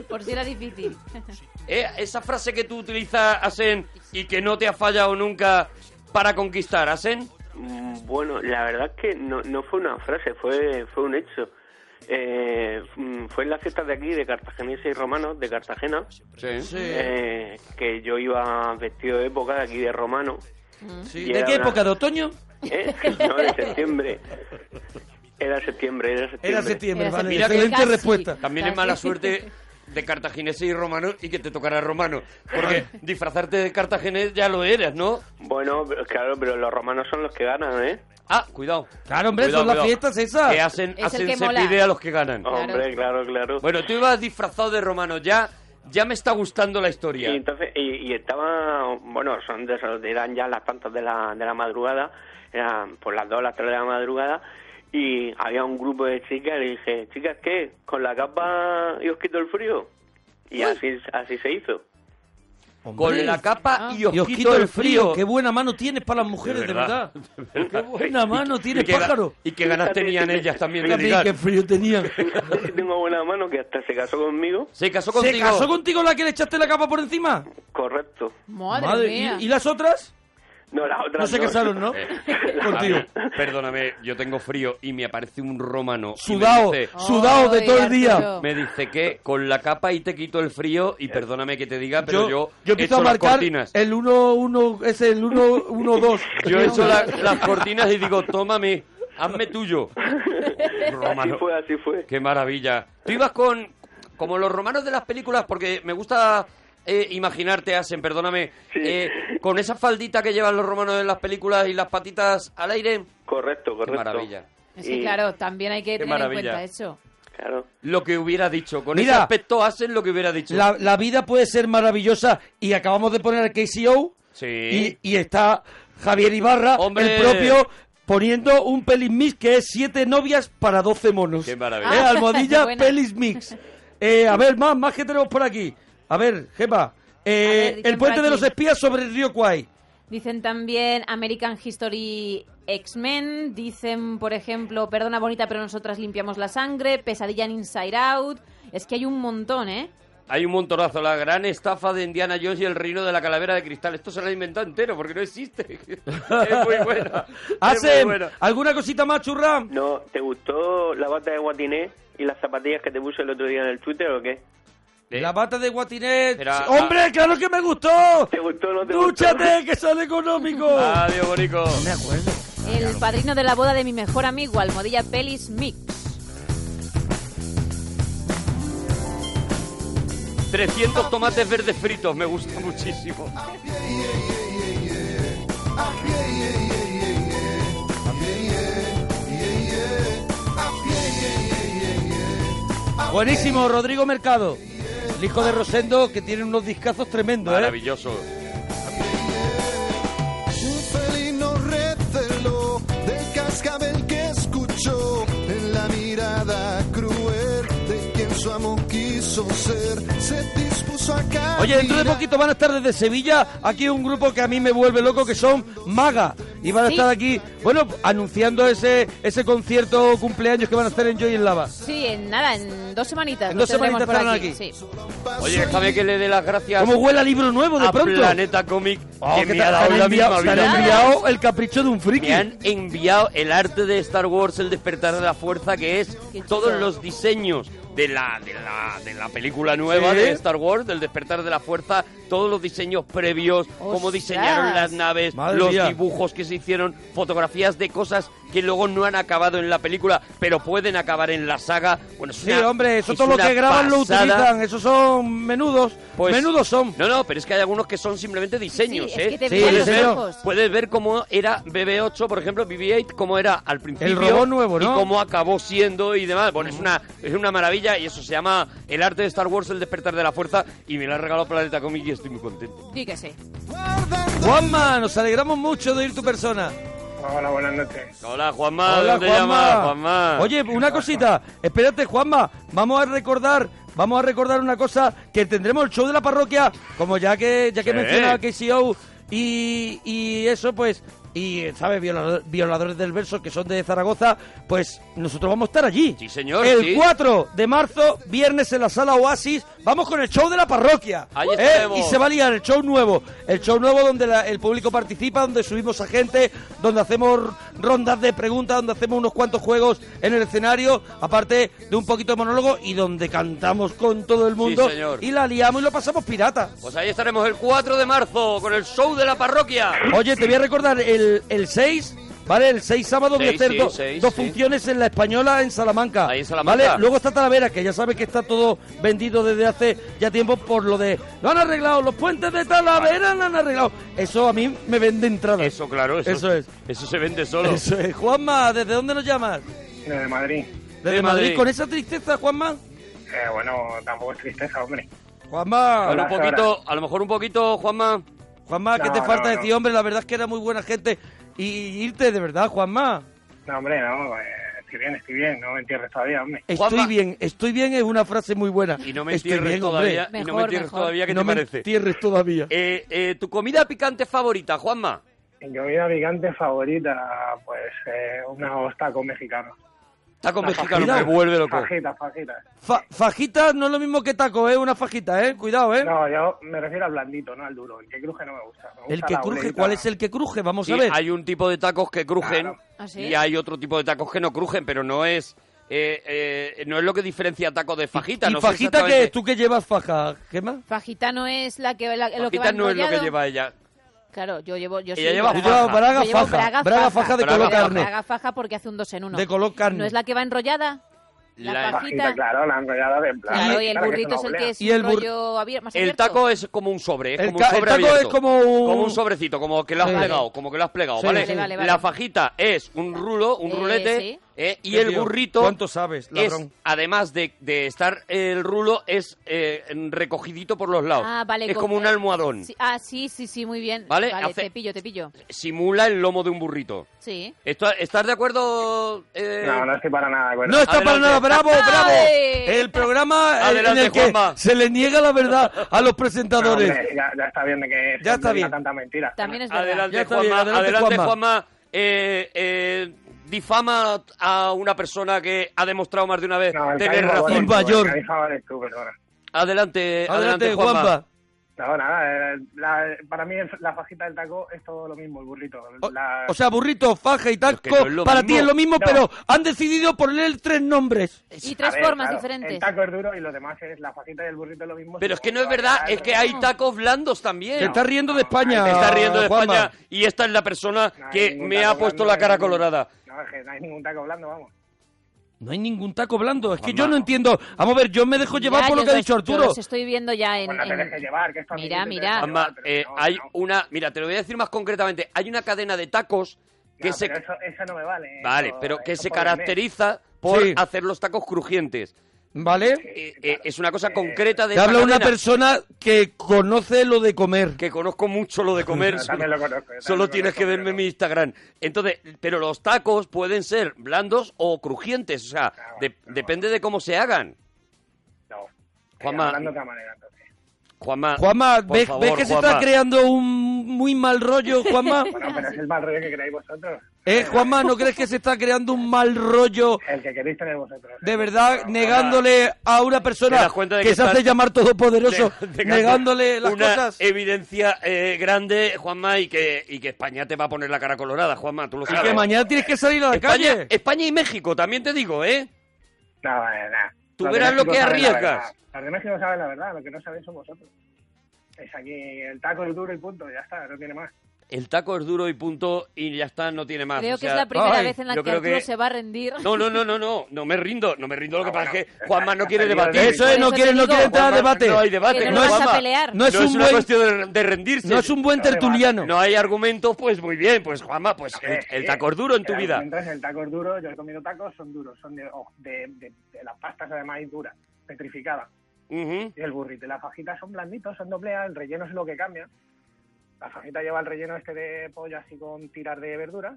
Speaker 3: Por si era difícil.
Speaker 2: Eh, Esa frase que tú utilizas, Asen, y que no te ha fallado nunca para conquistar, Asen.
Speaker 5: Mm, Bueno, la verdad es que no, no fue una frase, fue, fue un hecho. Eh, mm, fue en las fiestas de aquí, de cartageneses y romanos, de Cartagena,
Speaker 2: Sí.
Speaker 5: eh, que yo iba vestido de época de aquí de romano.
Speaker 1: Sí,
Speaker 5: Y
Speaker 1: ¿De
Speaker 5: era
Speaker 1: qué
Speaker 5: una-
Speaker 1: época? ¿De otoño?
Speaker 5: ¿eh? No, de septiembre. Era septiembre, era septiembre.
Speaker 1: Era septiembre,
Speaker 3: Era
Speaker 1: vale.
Speaker 3: septiembre.
Speaker 1: Excelente
Speaker 3: Casi.
Speaker 1: respuesta.
Speaker 2: También es
Speaker 3: Casi.
Speaker 2: mala suerte de cartagineses y romanos y que te tocará romano. Porque disfrazarte de cartaginés ya lo eres, ¿no?
Speaker 5: Bueno, pero- claro, pero los romanos son los que ganan, ¿eh?
Speaker 2: Ah, cuidado.
Speaker 1: Claro, hombre,
Speaker 2: Cuidado,
Speaker 1: son las
Speaker 2: cuidado.
Speaker 1: fiestas esas.
Speaker 2: Que hacen,
Speaker 3: Es el
Speaker 2: hacen
Speaker 3: que
Speaker 2: se
Speaker 3: mola.
Speaker 2: pide a los que ganan.
Speaker 3: Claro.
Speaker 5: Hombre, claro, claro.
Speaker 2: Bueno, tú ibas disfrazado de romano ya. Ya me está gustando la historia.
Speaker 5: Y entonces, y, y estaba, bueno, son de esos- eran ya las tantas de la, de la madrugada, eran por las dos, las tres de la madrugada, y había un grupo de chicas, y le dije, chicas, ¿qué? ¿Con la capa y os quito el frío? Y así, así se hizo.
Speaker 1: Hombre.
Speaker 2: Con la capa y os,
Speaker 1: Y os
Speaker 2: quito,
Speaker 1: quito el frío. Qué buena mano tienes para las mujeres, de verdad.
Speaker 2: verdad,
Speaker 1: Qué buena mano tienes,
Speaker 2: y que, ga-
Speaker 1: pájaro.
Speaker 2: Y que ganas tenían ellas también de
Speaker 1: También
Speaker 2: ligar.
Speaker 1: qué frío tenían.
Speaker 5: Fíjate si tengo buena mano que hasta se casó conmigo,
Speaker 2: Se casó contigo.
Speaker 1: ¿Se casó contigo la que le echaste la capa por encima?
Speaker 5: correcto.
Speaker 3: Madre, mía.
Speaker 1: ¿Y, y las otras?
Speaker 5: No, la otra
Speaker 1: No se casaron, ¿no?
Speaker 2: Eh,
Speaker 1: Contigo.
Speaker 2: a ver, Perdóname, yo tengo frío y me aparece un romano. y me
Speaker 1: Sudado,
Speaker 2: dice-
Speaker 1: sudado de
Speaker 3: Ay,
Speaker 1: todo el día.
Speaker 3: Arturo.
Speaker 2: Me dice que con la capa y te quito el frío y perdóname que te diga, pero
Speaker 1: Yo,
Speaker 2: yo,
Speaker 1: yo empiezo
Speaker 2: echo
Speaker 1: a
Speaker 2: las
Speaker 1: marcar
Speaker 2: cortinas.
Speaker 1: el 1-1, es el 1-1-2.
Speaker 2: Yo echo la- las cortinas y digo, tómame, hazme tuyo.
Speaker 5: Así
Speaker 2: Romano.
Speaker 5: fue, así fue.
Speaker 2: Qué maravilla. Tú ibas con. Como los romanos de las películas, porque me gusta eh, imaginarte, Asen, perdóname. eh, con esa faldita que llevan los romanos en las películas y las patitas al aire.
Speaker 5: Correcto, correcto.
Speaker 2: maravilla.
Speaker 3: Es que
Speaker 5: Y-
Speaker 3: claro, también hay que
Speaker 2: Qué
Speaker 3: tener en
Speaker 2: maravilla.
Speaker 3: cuenta eso.
Speaker 5: Claro.
Speaker 2: Lo que hubiera dicho. Con
Speaker 1: Mira.
Speaker 2: ese aspecto, Asen, lo que hubiera dicho.
Speaker 1: La, la vida puede ser maravillosa y acabamos de poner al KCO
Speaker 2: Sí.
Speaker 1: y, y está Javier Ibarra,
Speaker 2: Hombre.
Speaker 1: el propio, poniendo un pelis mix que es siete novias para 12 monos.
Speaker 2: Qué maravilla.
Speaker 1: Eh,
Speaker 3: Ah, qué
Speaker 1: Almohadilla
Speaker 3: buena.
Speaker 1: pelis mix. Eh, a ver, más, más que tenemos por aquí. A ver, Gemma. eh,
Speaker 3: A ver, dicen
Speaker 1: el puente
Speaker 3: por
Speaker 1: de
Speaker 3: aquí.
Speaker 1: los espías sobre el río Kwai.
Speaker 3: Dicen también American History X-Men. Dicen, por ejemplo, Perdona Bonita, pero nosotras limpiamos la sangre. Pesadilla en Inside Out. Es que hay un montón, ¿eh?
Speaker 2: Hay un montonazo. La gran estafa de Indiana Jones y el reino de la calavera de cristal. Esto se lo ha inventado entero porque no existe. es muy buena. Es muy
Speaker 1: Hacen
Speaker 2: buena.
Speaker 1: alguna cosita más, churra.
Speaker 5: No, ¿te gustó la bata de guatiné y las zapatillas que te puse el otro día en el Twitter o qué?
Speaker 2: Eh,
Speaker 1: La bata de guatinet.
Speaker 2: Era-
Speaker 1: ¡Hombre, claro que me gustó!
Speaker 5: ¿Te gustó o no te
Speaker 1: ¡Dúchate, que sale económico!
Speaker 2: Adiós, Bonico.
Speaker 1: Ah,
Speaker 3: El padrino de la boda de mi mejor amigo, Almodilla Pelis Mix.
Speaker 2: 300 tomates verdes fritos. Me gusta muchísimo.
Speaker 1: Buenísimo, Rodrigo Mercado. El hijo de Rosendo, que tiene unos discazos tremendos, ¿eh?
Speaker 2: Maravilloso.
Speaker 7: Un felino recelo del cascabel que escuchó en la mirada cruel de quien su amo quiso ser. Se dispuso a
Speaker 1: Oye, dentro de
Speaker 7: caminar.
Speaker 1: poquito van a estar desde Sevilla aquí un grupo que a mí me vuelve loco, que son Maga. Y van a
Speaker 3: Sí.
Speaker 1: estar aquí, bueno, anunciando ese ese concierto cumpleaños que van a hacer en Joy en Lava.
Speaker 3: Sí, en nada, en dos semanitas.
Speaker 1: En
Speaker 3: lo
Speaker 1: dos
Speaker 3: tendremos
Speaker 1: semanitas
Speaker 3: por
Speaker 1: estarán
Speaker 3: aquí.
Speaker 1: aquí.
Speaker 3: sí.
Speaker 2: Oye, déjame que le dé las gracias
Speaker 1: Como huela libro nuevo de
Speaker 2: a
Speaker 1: pronto.
Speaker 2: Planeta Comic
Speaker 1: Oh,
Speaker 2: que
Speaker 1: que
Speaker 2: me
Speaker 1: te-
Speaker 2: ha
Speaker 1: te
Speaker 2: dado
Speaker 1: han
Speaker 2: la
Speaker 1: enviado-
Speaker 2: misma
Speaker 1: te han
Speaker 2: vida.
Speaker 1: enviado el capricho de un friki.
Speaker 2: Me han enviado el arte de Star Wars, el despertar de la fuerza, que es
Speaker 3: Qué
Speaker 2: todos
Speaker 3: chulo.
Speaker 2: los diseños de la, de la, de la película nueva
Speaker 1: Sí.
Speaker 2: de Star Wars, del despertar de la fuerza, todos los diseños previos, cómo
Speaker 3: Ostras.
Speaker 2: diseñaron las naves,
Speaker 1: Madre
Speaker 2: los
Speaker 1: mía.
Speaker 2: dibujos que se hicieron, fotografías de cosas que luego no han acabado en la película, pero pueden acabar en la saga. Bueno, es
Speaker 1: Sí,
Speaker 2: una-
Speaker 1: hombre, eso
Speaker 2: es
Speaker 1: todo lo
Speaker 2: una
Speaker 1: que graban lo
Speaker 2: pasada.
Speaker 1: utilizan. Esos son menudos.
Speaker 2: Pues-
Speaker 1: menudos son.
Speaker 2: No, no, pero es que hay algunos que son simplemente diseños,
Speaker 3: Sí,
Speaker 2: ¿eh?
Speaker 3: es que te
Speaker 1: Sí,
Speaker 3: brillan los
Speaker 1: diseño.
Speaker 3: ojos.
Speaker 2: Puedes ver cómo era BB8, por ejemplo, BB8, cómo era al principio.
Speaker 1: El robot nuevo, ¿no?
Speaker 2: Y cómo acabó siendo y demás. Bueno, es una, es una maravilla y eso se llama El arte de Star Wars, el despertar de la fuerza. Y me lo ha regalado Planeta Comic y estoy muy contento.
Speaker 3: Sí que sí.
Speaker 1: Juanma, nos alegramos mucho de ir tu persona.
Speaker 8: Hola, buenas noches.
Speaker 2: Hola, Juanma.
Speaker 1: Hola,
Speaker 2: ¿dónde llamas, Juanma?
Speaker 1: Oye, una cosita. Espérate, Juanma. Vamos a recordar, vamos a recordar una cosa que tendremos el show de la parroquia, como ya que ya que
Speaker 2: Sí.
Speaker 1: mencionaba KCO y, y eso pues y sabes Violador- violadores del verso que son de Zaragoza, pues nosotros vamos a estar allí.
Speaker 2: Sí, señor,
Speaker 1: El
Speaker 2: sí.
Speaker 1: 4 de marzo, viernes en la sala Oasis, vamos con el show de la parroquia.
Speaker 2: Ahí
Speaker 1: ¿eh?
Speaker 2: estaremos.
Speaker 1: Y se va a liar el show nuevo. El show nuevo donde la- el público participa, donde subimos a gente, donde hacemos rondas de preguntas, donde hacemos unos cuantos juegos en el escenario, aparte de un poquito de monólogo y donde cantamos con todo el mundo.
Speaker 2: señor.
Speaker 1: Y la liamos y lo pasamos pirata.
Speaker 2: Pues ahí estaremos el 4 de marzo con el show de la parroquia.
Speaker 1: Oye, te voy a recordar el, el 6, ¿vale? El 6 sábado voy a
Speaker 2: Seis,
Speaker 1: hacer
Speaker 2: sí,
Speaker 1: do-
Speaker 2: seis,
Speaker 1: dos
Speaker 2: sí.
Speaker 1: funciones en la Española en Salamanca.
Speaker 2: Ahí en Salamanca.
Speaker 1: ¿Vale? Luego está Talavera, que ya sabes que está todo vendido desde hace ya tiempo por lo de... Lo han arreglado, los puentes de Talavera lo han arreglado. Eso a mí me vende entradas.
Speaker 2: Eso, claro, eso,
Speaker 1: Eso es.
Speaker 2: Eso se vende solo.
Speaker 1: Eso es. Juanma, ¿desde dónde nos llamas?
Speaker 8: Desde Madrid.
Speaker 1: Desde
Speaker 2: De
Speaker 1: Madrid.
Speaker 2: Madrid.
Speaker 1: ¿Con esa tristeza, Juanma?
Speaker 8: Eh, bueno, tampoco es tristeza, hombre.
Speaker 1: Juanma...
Speaker 2: Bueno,
Speaker 8: Hola.
Speaker 2: un poquito, a lo mejor un poquito, Juanma.
Speaker 1: Juanma, ¿qué
Speaker 8: No,
Speaker 1: te
Speaker 8: no,
Speaker 1: falta
Speaker 8: no.
Speaker 1: decir? Hombre, la verdad es que era muy buena gente. Y y irte, de verdad, Juanma.
Speaker 8: No, hombre, no. eh, estoy bien, estoy bien. No me entierres todavía, hombre.
Speaker 1: Estoy
Speaker 2: Juanma.
Speaker 1: bien, estoy bien es una frase muy buena.
Speaker 2: Y no me
Speaker 1: Estoy
Speaker 2: entierres
Speaker 1: bien, hombre.
Speaker 2: todavía. y no me
Speaker 3: Mejor,
Speaker 2: entierres
Speaker 3: mejor.
Speaker 2: todavía, ¿qué
Speaker 1: no
Speaker 2: te
Speaker 1: me
Speaker 2: parece?
Speaker 1: entierres todavía.
Speaker 2: Eh, eh, ¿Tu comida picante favorita, Juanma?
Speaker 8: Mi comida picante favorita, pues eh, unos tacos mexicanos.
Speaker 2: Taco
Speaker 8: Una
Speaker 2: mexicano
Speaker 8: fajita.
Speaker 2: me vuelve loco.
Speaker 8: Fajitas, fajitas.
Speaker 1: Fa- fajita no es lo mismo que taco, ¿eh? Una fajita, ¿eh? Cuidado, ¿eh?
Speaker 8: No, yo me refiero al blandito, no al duro. El que cruje no me gusta. Me
Speaker 1: el
Speaker 8: gusta
Speaker 1: que
Speaker 8: la
Speaker 1: cruje,
Speaker 8: bolita.
Speaker 1: ¿cuál es el que cruje? Vamos
Speaker 2: Sí,
Speaker 1: a ver.
Speaker 2: hay un tipo de tacos que crujen
Speaker 8: Claro.
Speaker 3: ¿Ah, sí?
Speaker 2: y hay otro tipo de tacos que no crujen, pero no es eh, eh, no es lo que diferencia taco de fajita.
Speaker 1: ¿Y
Speaker 2: no sé
Speaker 1: fajita qué
Speaker 2: exactamente.
Speaker 1: es? ¿Tú que llevas faja, Gemma?
Speaker 3: Fajita no es la que la- lo que va
Speaker 2: Fajita no es lo que
Speaker 3: enrollado.
Speaker 2: lleva ella.
Speaker 3: Claro, yo llevo yo
Speaker 2: Ella
Speaker 3: sí,
Speaker 2: lleva
Speaker 1: Yo
Speaker 2: faja.
Speaker 1: llevo braga
Speaker 3: Yo llevo
Speaker 1: faja. Braga, faja de
Speaker 2: Braga
Speaker 1: color
Speaker 2: faja.
Speaker 1: carne.
Speaker 3: Braga faja porque hace un dos en uno.
Speaker 1: De color carne.
Speaker 3: ¿No es la que va enrollada? La,
Speaker 2: La-
Speaker 3: fajita.
Speaker 8: Fajita, claro, la enrollada de plan.
Speaker 3: Claro, y el
Speaker 8: Claro,
Speaker 3: burrito es
Speaker 8: una
Speaker 3: el que
Speaker 8: oblea.
Speaker 3: es
Speaker 1: Y el
Speaker 3: un
Speaker 1: bur-
Speaker 3: rollo abier- más
Speaker 2: El
Speaker 3: abierto.
Speaker 2: taco es como un sobre, es
Speaker 1: El
Speaker 2: como
Speaker 1: ca-
Speaker 2: un
Speaker 1: el
Speaker 2: sobre
Speaker 1: taco
Speaker 2: abierto.
Speaker 1: es como un-
Speaker 2: Como sobrecito, como que lo has
Speaker 1: Sí.
Speaker 2: plegado, como que lo has plegado,
Speaker 1: Sí,
Speaker 2: ¿vale?
Speaker 1: Vale,
Speaker 3: vale, vale.
Speaker 2: La fajita es un rulo, un
Speaker 3: Eh,
Speaker 2: rulete,
Speaker 3: sí.
Speaker 2: eh, y
Speaker 1: Qué
Speaker 2: el
Speaker 1: tío,
Speaker 2: burrito...
Speaker 1: ¿cuánto sabes,
Speaker 2: es,
Speaker 1: ladrón?
Speaker 2: además de, de estar el rulo, es eh, recogidito por los lados.
Speaker 3: Ah, vale.
Speaker 2: Es
Speaker 3: con-
Speaker 2: como un almohadón.
Speaker 3: Sí, ah, sí, sí, sí, muy bien.
Speaker 2: Vale,
Speaker 3: vale
Speaker 2: hace-
Speaker 3: te pillo, te pillo.
Speaker 2: Simula el lomo de un burrito.
Speaker 3: Sí.
Speaker 2: Esto- ¿Estás de acuerdo? eh?
Speaker 8: No, no estoy para nada de acuerdo.
Speaker 1: No está para
Speaker 2: Adelante.
Speaker 1: nada, bravo, bravo.
Speaker 3: ¡Ay!
Speaker 1: El programa eh,
Speaker 2: Adelante,
Speaker 1: en el que
Speaker 2: Juanma.
Speaker 1: se le niega la verdad a los presentadores.
Speaker 8: No, hombre, ya, ya está bien de que
Speaker 1: Ya
Speaker 8: diga
Speaker 1: está bien.
Speaker 8: tanta mentira.
Speaker 3: También es verdad.
Speaker 2: Adelante,
Speaker 1: Ya está
Speaker 2: Juanma.
Speaker 1: bien, adelante,
Speaker 2: adelante,
Speaker 1: Juanma.
Speaker 2: Juanma. Eh, eh, difama a una persona que ha demostrado más de una vez
Speaker 8: No, el
Speaker 2: tener
Speaker 8: califa
Speaker 2: razón. Eh,
Speaker 8: eres tú,
Speaker 1: Iba yo.
Speaker 8: el califa eres tú, perdona.
Speaker 2: Adelante,
Speaker 1: Adelante, Juanpa.
Speaker 8: No, nada, eh, la- para mí el- la fajita del taco es todo lo mismo, el burrito.
Speaker 1: O,
Speaker 8: La-
Speaker 1: o sea, burrito, faja y taco,
Speaker 2: que no es lo
Speaker 1: para ti
Speaker 2: mismo.
Speaker 1: es lo mismo,
Speaker 8: No.
Speaker 1: pero han decidido ponerle tres nombres.
Speaker 3: Y
Speaker 8: a
Speaker 3: tres
Speaker 8: ver,
Speaker 3: formas
Speaker 8: claro, El
Speaker 3: diferentes.
Speaker 8: taco es duro y los demás es la fajita y el burrito es lo mismo.
Speaker 2: Pero es que no es
Speaker 8: Vale,
Speaker 2: verdad,
Speaker 8: vale,
Speaker 2: es que
Speaker 8: vale.
Speaker 2: hay tacos blandos también.
Speaker 1: Te estás riendo de España.
Speaker 2: Te estás riendo de
Speaker 1: Juanma.
Speaker 2: España y esta es la persona
Speaker 8: No hay
Speaker 2: que
Speaker 8: ningún
Speaker 2: me
Speaker 8: taco
Speaker 2: ha puesto
Speaker 8: blando,
Speaker 2: la cara
Speaker 8: no hay ningún-
Speaker 2: colorada.
Speaker 8: No, es que no hay ningún taco blando, vamos.
Speaker 1: No hay ningún taco blando. Es que yo no entiendo. Vamos a ver, yo me dejo llevar
Speaker 3: Ya,
Speaker 1: por lo
Speaker 3: yo
Speaker 1: que ha
Speaker 3: los-
Speaker 1: dicho
Speaker 3: Yo
Speaker 1: Arturo.
Speaker 3: los estoy viendo ya en...
Speaker 8: Bueno,
Speaker 3: en-
Speaker 8: te dejes llevar, que esto a mí
Speaker 3: Mira,
Speaker 8: sí te
Speaker 3: mira.
Speaker 8: deja
Speaker 3: Juanma,
Speaker 2: Además,
Speaker 8: llevar, pero
Speaker 2: eh,
Speaker 8: no,
Speaker 2: hay
Speaker 8: no.
Speaker 2: una... Mira, te lo voy a decir más concretamente. Hay una cadena de tacos que
Speaker 8: No,
Speaker 2: se...
Speaker 8: pero eso, eso no me vale. ¿eh?
Speaker 2: Vale,
Speaker 8: eso-
Speaker 2: pero que
Speaker 8: eso
Speaker 2: se
Speaker 8: por el mes.
Speaker 2: caracteriza por
Speaker 1: Sí.
Speaker 2: hacer los tacos crujientes.
Speaker 1: ¿Vale?
Speaker 2: Eh, eh, es una cosa concreta de...
Speaker 1: Te
Speaker 2: esa
Speaker 1: habla una
Speaker 2: cadena
Speaker 1: persona que conoce lo de comer.
Speaker 2: que conozco mucho lo de comer.
Speaker 8: Yo también lo conozco, yo
Speaker 2: Solo
Speaker 8: también lo
Speaker 2: tienes que
Speaker 8: conozco,
Speaker 2: verme
Speaker 8: pero-
Speaker 2: mi Instagram. Entonces, pero los tacos pueden ser blandos o crujientes. O sea, de- depende de cómo se hagan.
Speaker 8: No.
Speaker 2: Juanma-
Speaker 8: Juanma. Hablando de otra manera, entonces.
Speaker 2: Juanma,
Speaker 1: Juanma,
Speaker 2: por
Speaker 1: ¿ves,
Speaker 2: favor,
Speaker 1: ves que se
Speaker 2: Juanma.
Speaker 1: está creando un muy mal rollo, Juanma?
Speaker 8: Bueno, pero es el mal rollo que queréis vosotros.
Speaker 1: Eh, Juanma, ¿no crees que se está creando un mal rollo
Speaker 8: El que queréis ¿eh? tener vosotros.
Speaker 1: de verdad negándole a una
Speaker 2: ¿Te
Speaker 1: persona
Speaker 2: das cuenta de
Speaker 1: que,
Speaker 2: que
Speaker 1: se hace
Speaker 2: estás
Speaker 1: llamar todopoderoso,
Speaker 2: Te- te canto
Speaker 1: negándole las
Speaker 2: una
Speaker 1: cosas?
Speaker 2: evidencia eh, grande, Juanma, y que, y que España te va a poner la cara colorada, Juanma, tú lo
Speaker 1: Y
Speaker 2: sabes.
Speaker 1: que mañana tienes que salir a la
Speaker 2: España,
Speaker 1: calle.
Speaker 2: España y México, también te digo, ¿eh?
Speaker 8: No, no, no.
Speaker 2: Tú
Speaker 8: Los de
Speaker 2: verás lo
Speaker 8: México
Speaker 2: que
Speaker 8: saben la
Speaker 2: arriesgas.
Speaker 8: verdad. Los de México saben la verdad, lo que no saben son vosotros. Es aquí el taco, el duro y punto, ya está, no tiene más.
Speaker 2: El taco es duro y punto, y ya está, no tiene más.
Speaker 3: Creo
Speaker 2: o
Speaker 3: que
Speaker 2: sea,
Speaker 3: es la primera
Speaker 1: ay,
Speaker 3: vez en la
Speaker 2: yo
Speaker 3: que
Speaker 2: creo
Speaker 3: Arturo
Speaker 2: que-
Speaker 3: se va a rendir.
Speaker 2: No, no, no, no, no, no me rindo, no me rindo. Lo que
Speaker 8: Ah,
Speaker 2: pasa es
Speaker 8: bueno.
Speaker 2: que Juanma no quiere
Speaker 8: Está perdido
Speaker 2: debatir.
Speaker 8: de
Speaker 1: Eso es, no
Speaker 3: Eso te
Speaker 1: quiere, no
Speaker 3: digo.
Speaker 1: quiere entrar a
Speaker 2: Juanma,
Speaker 1: debate.
Speaker 2: No hay debate.
Speaker 3: Que no
Speaker 1: No
Speaker 3: vas
Speaker 1: es,
Speaker 3: a
Speaker 2: Juanma.
Speaker 3: pelear.
Speaker 1: no es un
Speaker 2: una
Speaker 1: buen-
Speaker 2: cuestión de, de rendirse.
Speaker 1: no es un buen tertuliano.
Speaker 2: No hay argumentos, pues muy bien. Pues Juanma, pues
Speaker 8: Eh,
Speaker 2: el, el taco es duro en tu
Speaker 8: El
Speaker 2: vida.
Speaker 8: argumento es el taco es duro, yo he comido tacos, son duros, son de, oh, de, de- de las pastas además y duras, petrificadas.
Speaker 2: Ujú.
Speaker 8: Y el burrito y las fajitas son blanditos, son doble A, el relleno es lo que cambia. La fajita lleva el relleno este de pollo así con tirar de verduras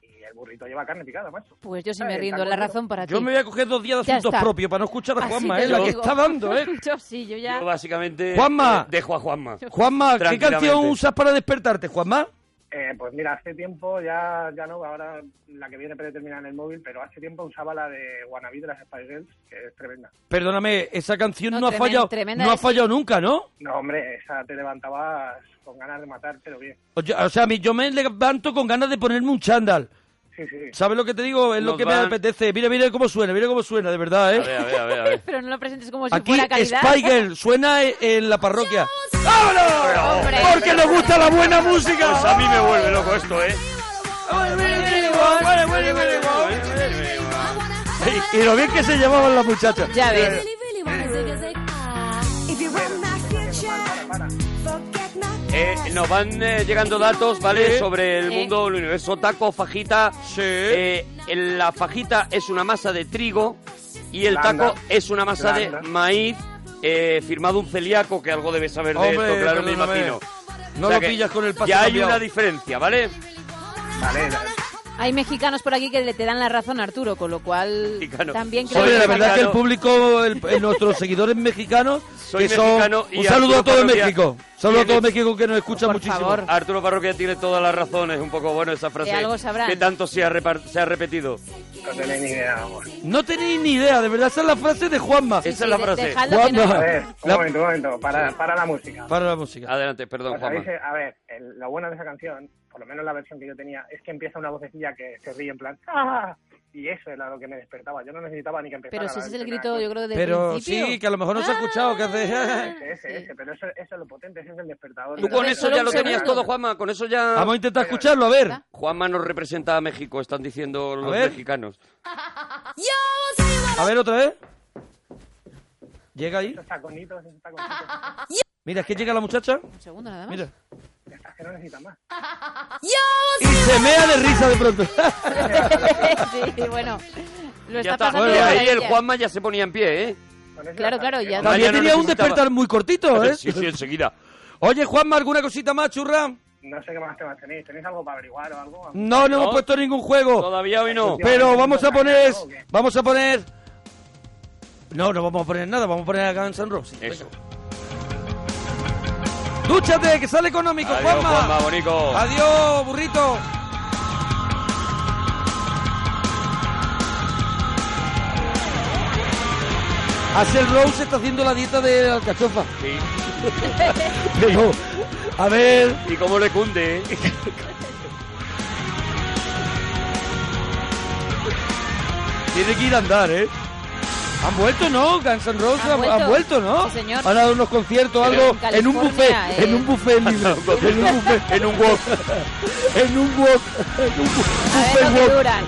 Speaker 8: y el burrito lleva carne picada, macho.
Speaker 3: Pues yo sí
Speaker 8: Ay,
Speaker 3: me
Speaker 8: el
Speaker 3: rindo,
Speaker 8: taco
Speaker 3: la
Speaker 8: duro.
Speaker 3: razón para ti.
Speaker 1: Yo me voy a coger dos días de
Speaker 3: Ya
Speaker 1: asuntos
Speaker 3: está.
Speaker 1: propios para no escuchar a
Speaker 3: Así
Speaker 1: Juanma,
Speaker 3: te
Speaker 1: ¿eh? La
Speaker 3: lo
Speaker 1: que
Speaker 3: digo.
Speaker 1: está dando, ¿eh?
Speaker 3: Yo sí, yo ya.
Speaker 2: Yo básicamente
Speaker 1: Juanma.
Speaker 2: eh, dejo a Juanma.
Speaker 1: Juanma, ¿qué
Speaker 2: Tranquilamente.
Speaker 1: canción usas para despertarte, Juanma?
Speaker 8: Eh, pues mira, hace tiempo ya, ya no, ahora la que viene predeterminada en el móvil, pero hace tiempo usaba la de Wannabe de las Spice Girls, que es tremenda.
Speaker 1: Perdóname, esa canción no,
Speaker 3: No,
Speaker 1: ha
Speaker 3: tremen-
Speaker 1: fallado,
Speaker 3: tremenda
Speaker 1: no ha
Speaker 3: es.
Speaker 1: fallado nunca, ¿no?
Speaker 8: No, hombre, esa te levantabas con ganas de matar, pero bien.
Speaker 1: O, yo- o sea, a mí- yo me levanto con ganas de ponerme un chándal.
Speaker 8: Sí, sí.
Speaker 1: ¿Sabes lo que te digo? Es lo
Speaker 2: Nos
Speaker 1: que
Speaker 2: van-
Speaker 1: me apetece. Mira, mira cómo suena, mira cómo suena, de verdad,
Speaker 2: A ver, a
Speaker 1: ¿eh?
Speaker 2: ver, a ver. a ver.
Speaker 3: Pero no lo presentes como si
Speaker 1: Aquí
Speaker 3: fuera calidad.
Speaker 1: Spiegel suena e- en la parroquia. ¡Vámonos!
Speaker 3: Hombre.
Speaker 1: Porque nos gusta la buena música.
Speaker 2: Pues a mí me vuelve loco esto, ¿eh?
Speaker 1: Y, y lo bien que se llevaban las muchachas.
Speaker 3: Ya ves.
Speaker 2: Eh, nos van eh, llegando datos, ¿vale?
Speaker 1: Sí.
Speaker 2: Sobre el
Speaker 3: Sí.
Speaker 2: mundo, el universo taco, fajita.
Speaker 1: Sí.
Speaker 2: Eh, el- la fajita es una masa de trigo y el
Speaker 8: Blanda.
Speaker 2: taco es una masa de
Speaker 8: Blanda.
Speaker 2: maíz. eh, firmado un celíaco, que algo debe saber de
Speaker 1: Hombre,
Speaker 2: esto, claro, me
Speaker 1: perdóname.
Speaker 2: imagino.
Speaker 1: No
Speaker 2: O sea
Speaker 1: lo
Speaker 2: que
Speaker 1: pillas con el paso
Speaker 2: Ya hay
Speaker 1: cambiado.
Speaker 2: una diferencia, ¿vale?
Speaker 8: Vale, la-
Speaker 3: Hay mexicanos por aquí que le te dan la razón a Arturo, con lo cual
Speaker 2: Mexicano.
Speaker 3: también creo
Speaker 1: Oye,
Speaker 2: Soy
Speaker 3: que
Speaker 1: la
Speaker 2: mexicano.
Speaker 1: verdad es que el público, el- eh, nuestros seguidores mexicanos,
Speaker 2: Soy
Speaker 1: que son-
Speaker 2: mexicano y
Speaker 1: un saludo
Speaker 2: Arturo
Speaker 1: a todo
Speaker 2: Parroquia
Speaker 1: México, saludo a todo
Speaker 2: tiene-
Speaker 1: México que nos escucha
Speaker 3: Por
Speaker 1: muchísimo.
Speaker 3: favor.
Speaker 2: Arturo Parroquia tiene todas las razones, un poco bueno esa frase.
Speaker 3: De algo sabrán.
Speaker 2: Que tanto se ha, repar- se ha repetido.
Speaker 8: no tenéis ni idea, vamos.
Speaker 1: No tenéis ni idea, de verdad esa es la frase de Juanma.
Speaker 2: Esa es la
Speaker 3: de-
Speaker 2: frase.
Speaker 3: dejadlo que no-
Speaker 8: A
Speaker 1: Juanma.
Speaker 8: ver, un
Speaker 1: La-
Speaker 8: momento, un momento, para, para la música.
Speaker 1: Para la música.
Speaker 2: Adelante, perdón,
Speaker 8: O sea,
Speaker 2: Juanma.
Speaker 8: dice, a ver, el- lo bueno de esa canción, por lo menos la versión que yo tenía, es que empieza una vocecilla que se ríe en plan ¡Ah! Y eso era lo que me despertaba. Yo no necesitaba ni que empezara.
Speaker 3: Pero
Speaker 8: la
Speaker 3: si ese es el
Speaker 8: escena.
Speaker 3: grito, yo creo, del
Speaker 1: Pero
Speaker 3: principio. Ah,
Speaker 1: sí, que a lo mejor no se ha escuchado, que hace-
Speaker 8: Ese, ese, ese, pero eso, eso es lo potente, ese es el despertador.
Speaker 2: Tú con eso
Speaker 3: Solo
Speaker 2: ya
Speaker 3: un
Speaker 2: lo tenías
Speaker 3: segundo.
Speaker 2: todo, Juanma. Con eso ya.
Speaker 1: Vamos a intentar escucharlo, a ver.
Speaker 2: Juanma nos representa a México, están diciendo los
Speaker 1: ver.
Speaker 2: mexicanos.
Speaker 1: A ver otra vez. Llega ahí.
Speaker 8: Esos taconitos, esos taconitos.
Speaker 1: Mira, es que llega la muchacha.
Speaker 3: Un segundo nada más.
Speaker 1: Mira.
Speaker 8: Es que no necesitan más.
Speaker 1: Y se mea de risa de pronto.
Speaker 3: sí, bueno.
Speaker 2: Ya
Speaker 3: Lo está
Speaker 2: está.
Speaker 3: pasando
Speaker 2: Bueno,
Speaker 3: de
Speaker 2: ahí el
Speaker 3: maravilla.
Speaker 2: Juanma ya se ponía en pie, ¿eh?
Speaker 8: Con eso ya
Speaker 3: Claro,
Speaker 8: está.
Speaker 3: claro, ya.
Speaker 2: Vaya,
Speaker 1: También
Speaker 2: no
Speaker 1: tenía un
Speaker 2: necesitaba.
Speaker 1: despertar muy cortito, ¿eh?
Speaker 2: Sí, sí, enseguida.
Speaker 1: Oye, Juanma, ¿alguna cosita más, churra?
Speaker 8: No sé qué más temas tenéis. ¿Tenéis algo para averiguar o algo?
Speaker 1: No, no, hemos puesto ningún juego.
Speaker 2: Todavía hoy no.
Speaker 1: Pero vamos a poner. Vamos a poner. No, no vamos a poner nada, vamos a poner a Guns N' Roses.
Speaker 2: Eso.
Speaker 1: ¡Dúchate, que sale económico,
Speaker 2: Adiós,
Speaker 1: Juanma!
Speaker 2: Juanma, bonico.
Speaker 1: ¡Adiós, burrito! Axel Rose está haciendo la dieta de la alcachofa.
Speaker 2: Sí.
Speaker 1: Digo, a ver.
Speaker 2: Y cómo le cunde, ¿eh?
Speaker 1: Tiene que ir a andar, ¿eh? Han vuelto, ¿no? Guns N' Roses
Speaker 3: Han
Speaker 1: han,
Speaker 3: vuelto.
Speaker 1: han vuelto, ¿no?
Speaker 3: Sí, señor.
Speaker 1: Han dado unos conciertos, algo
Speaker 3: En
Speaker 1: en un buffet,
Speaker 3: California, eh.
Speaker 1: en un buffet libre, en un buffet, en un walk, en un walk, en un bu-
Speaker 3: A
Speaker 1: buffet
Speaker 3: ver lo que
Speaker 1: walk.
Speaker 3: duran.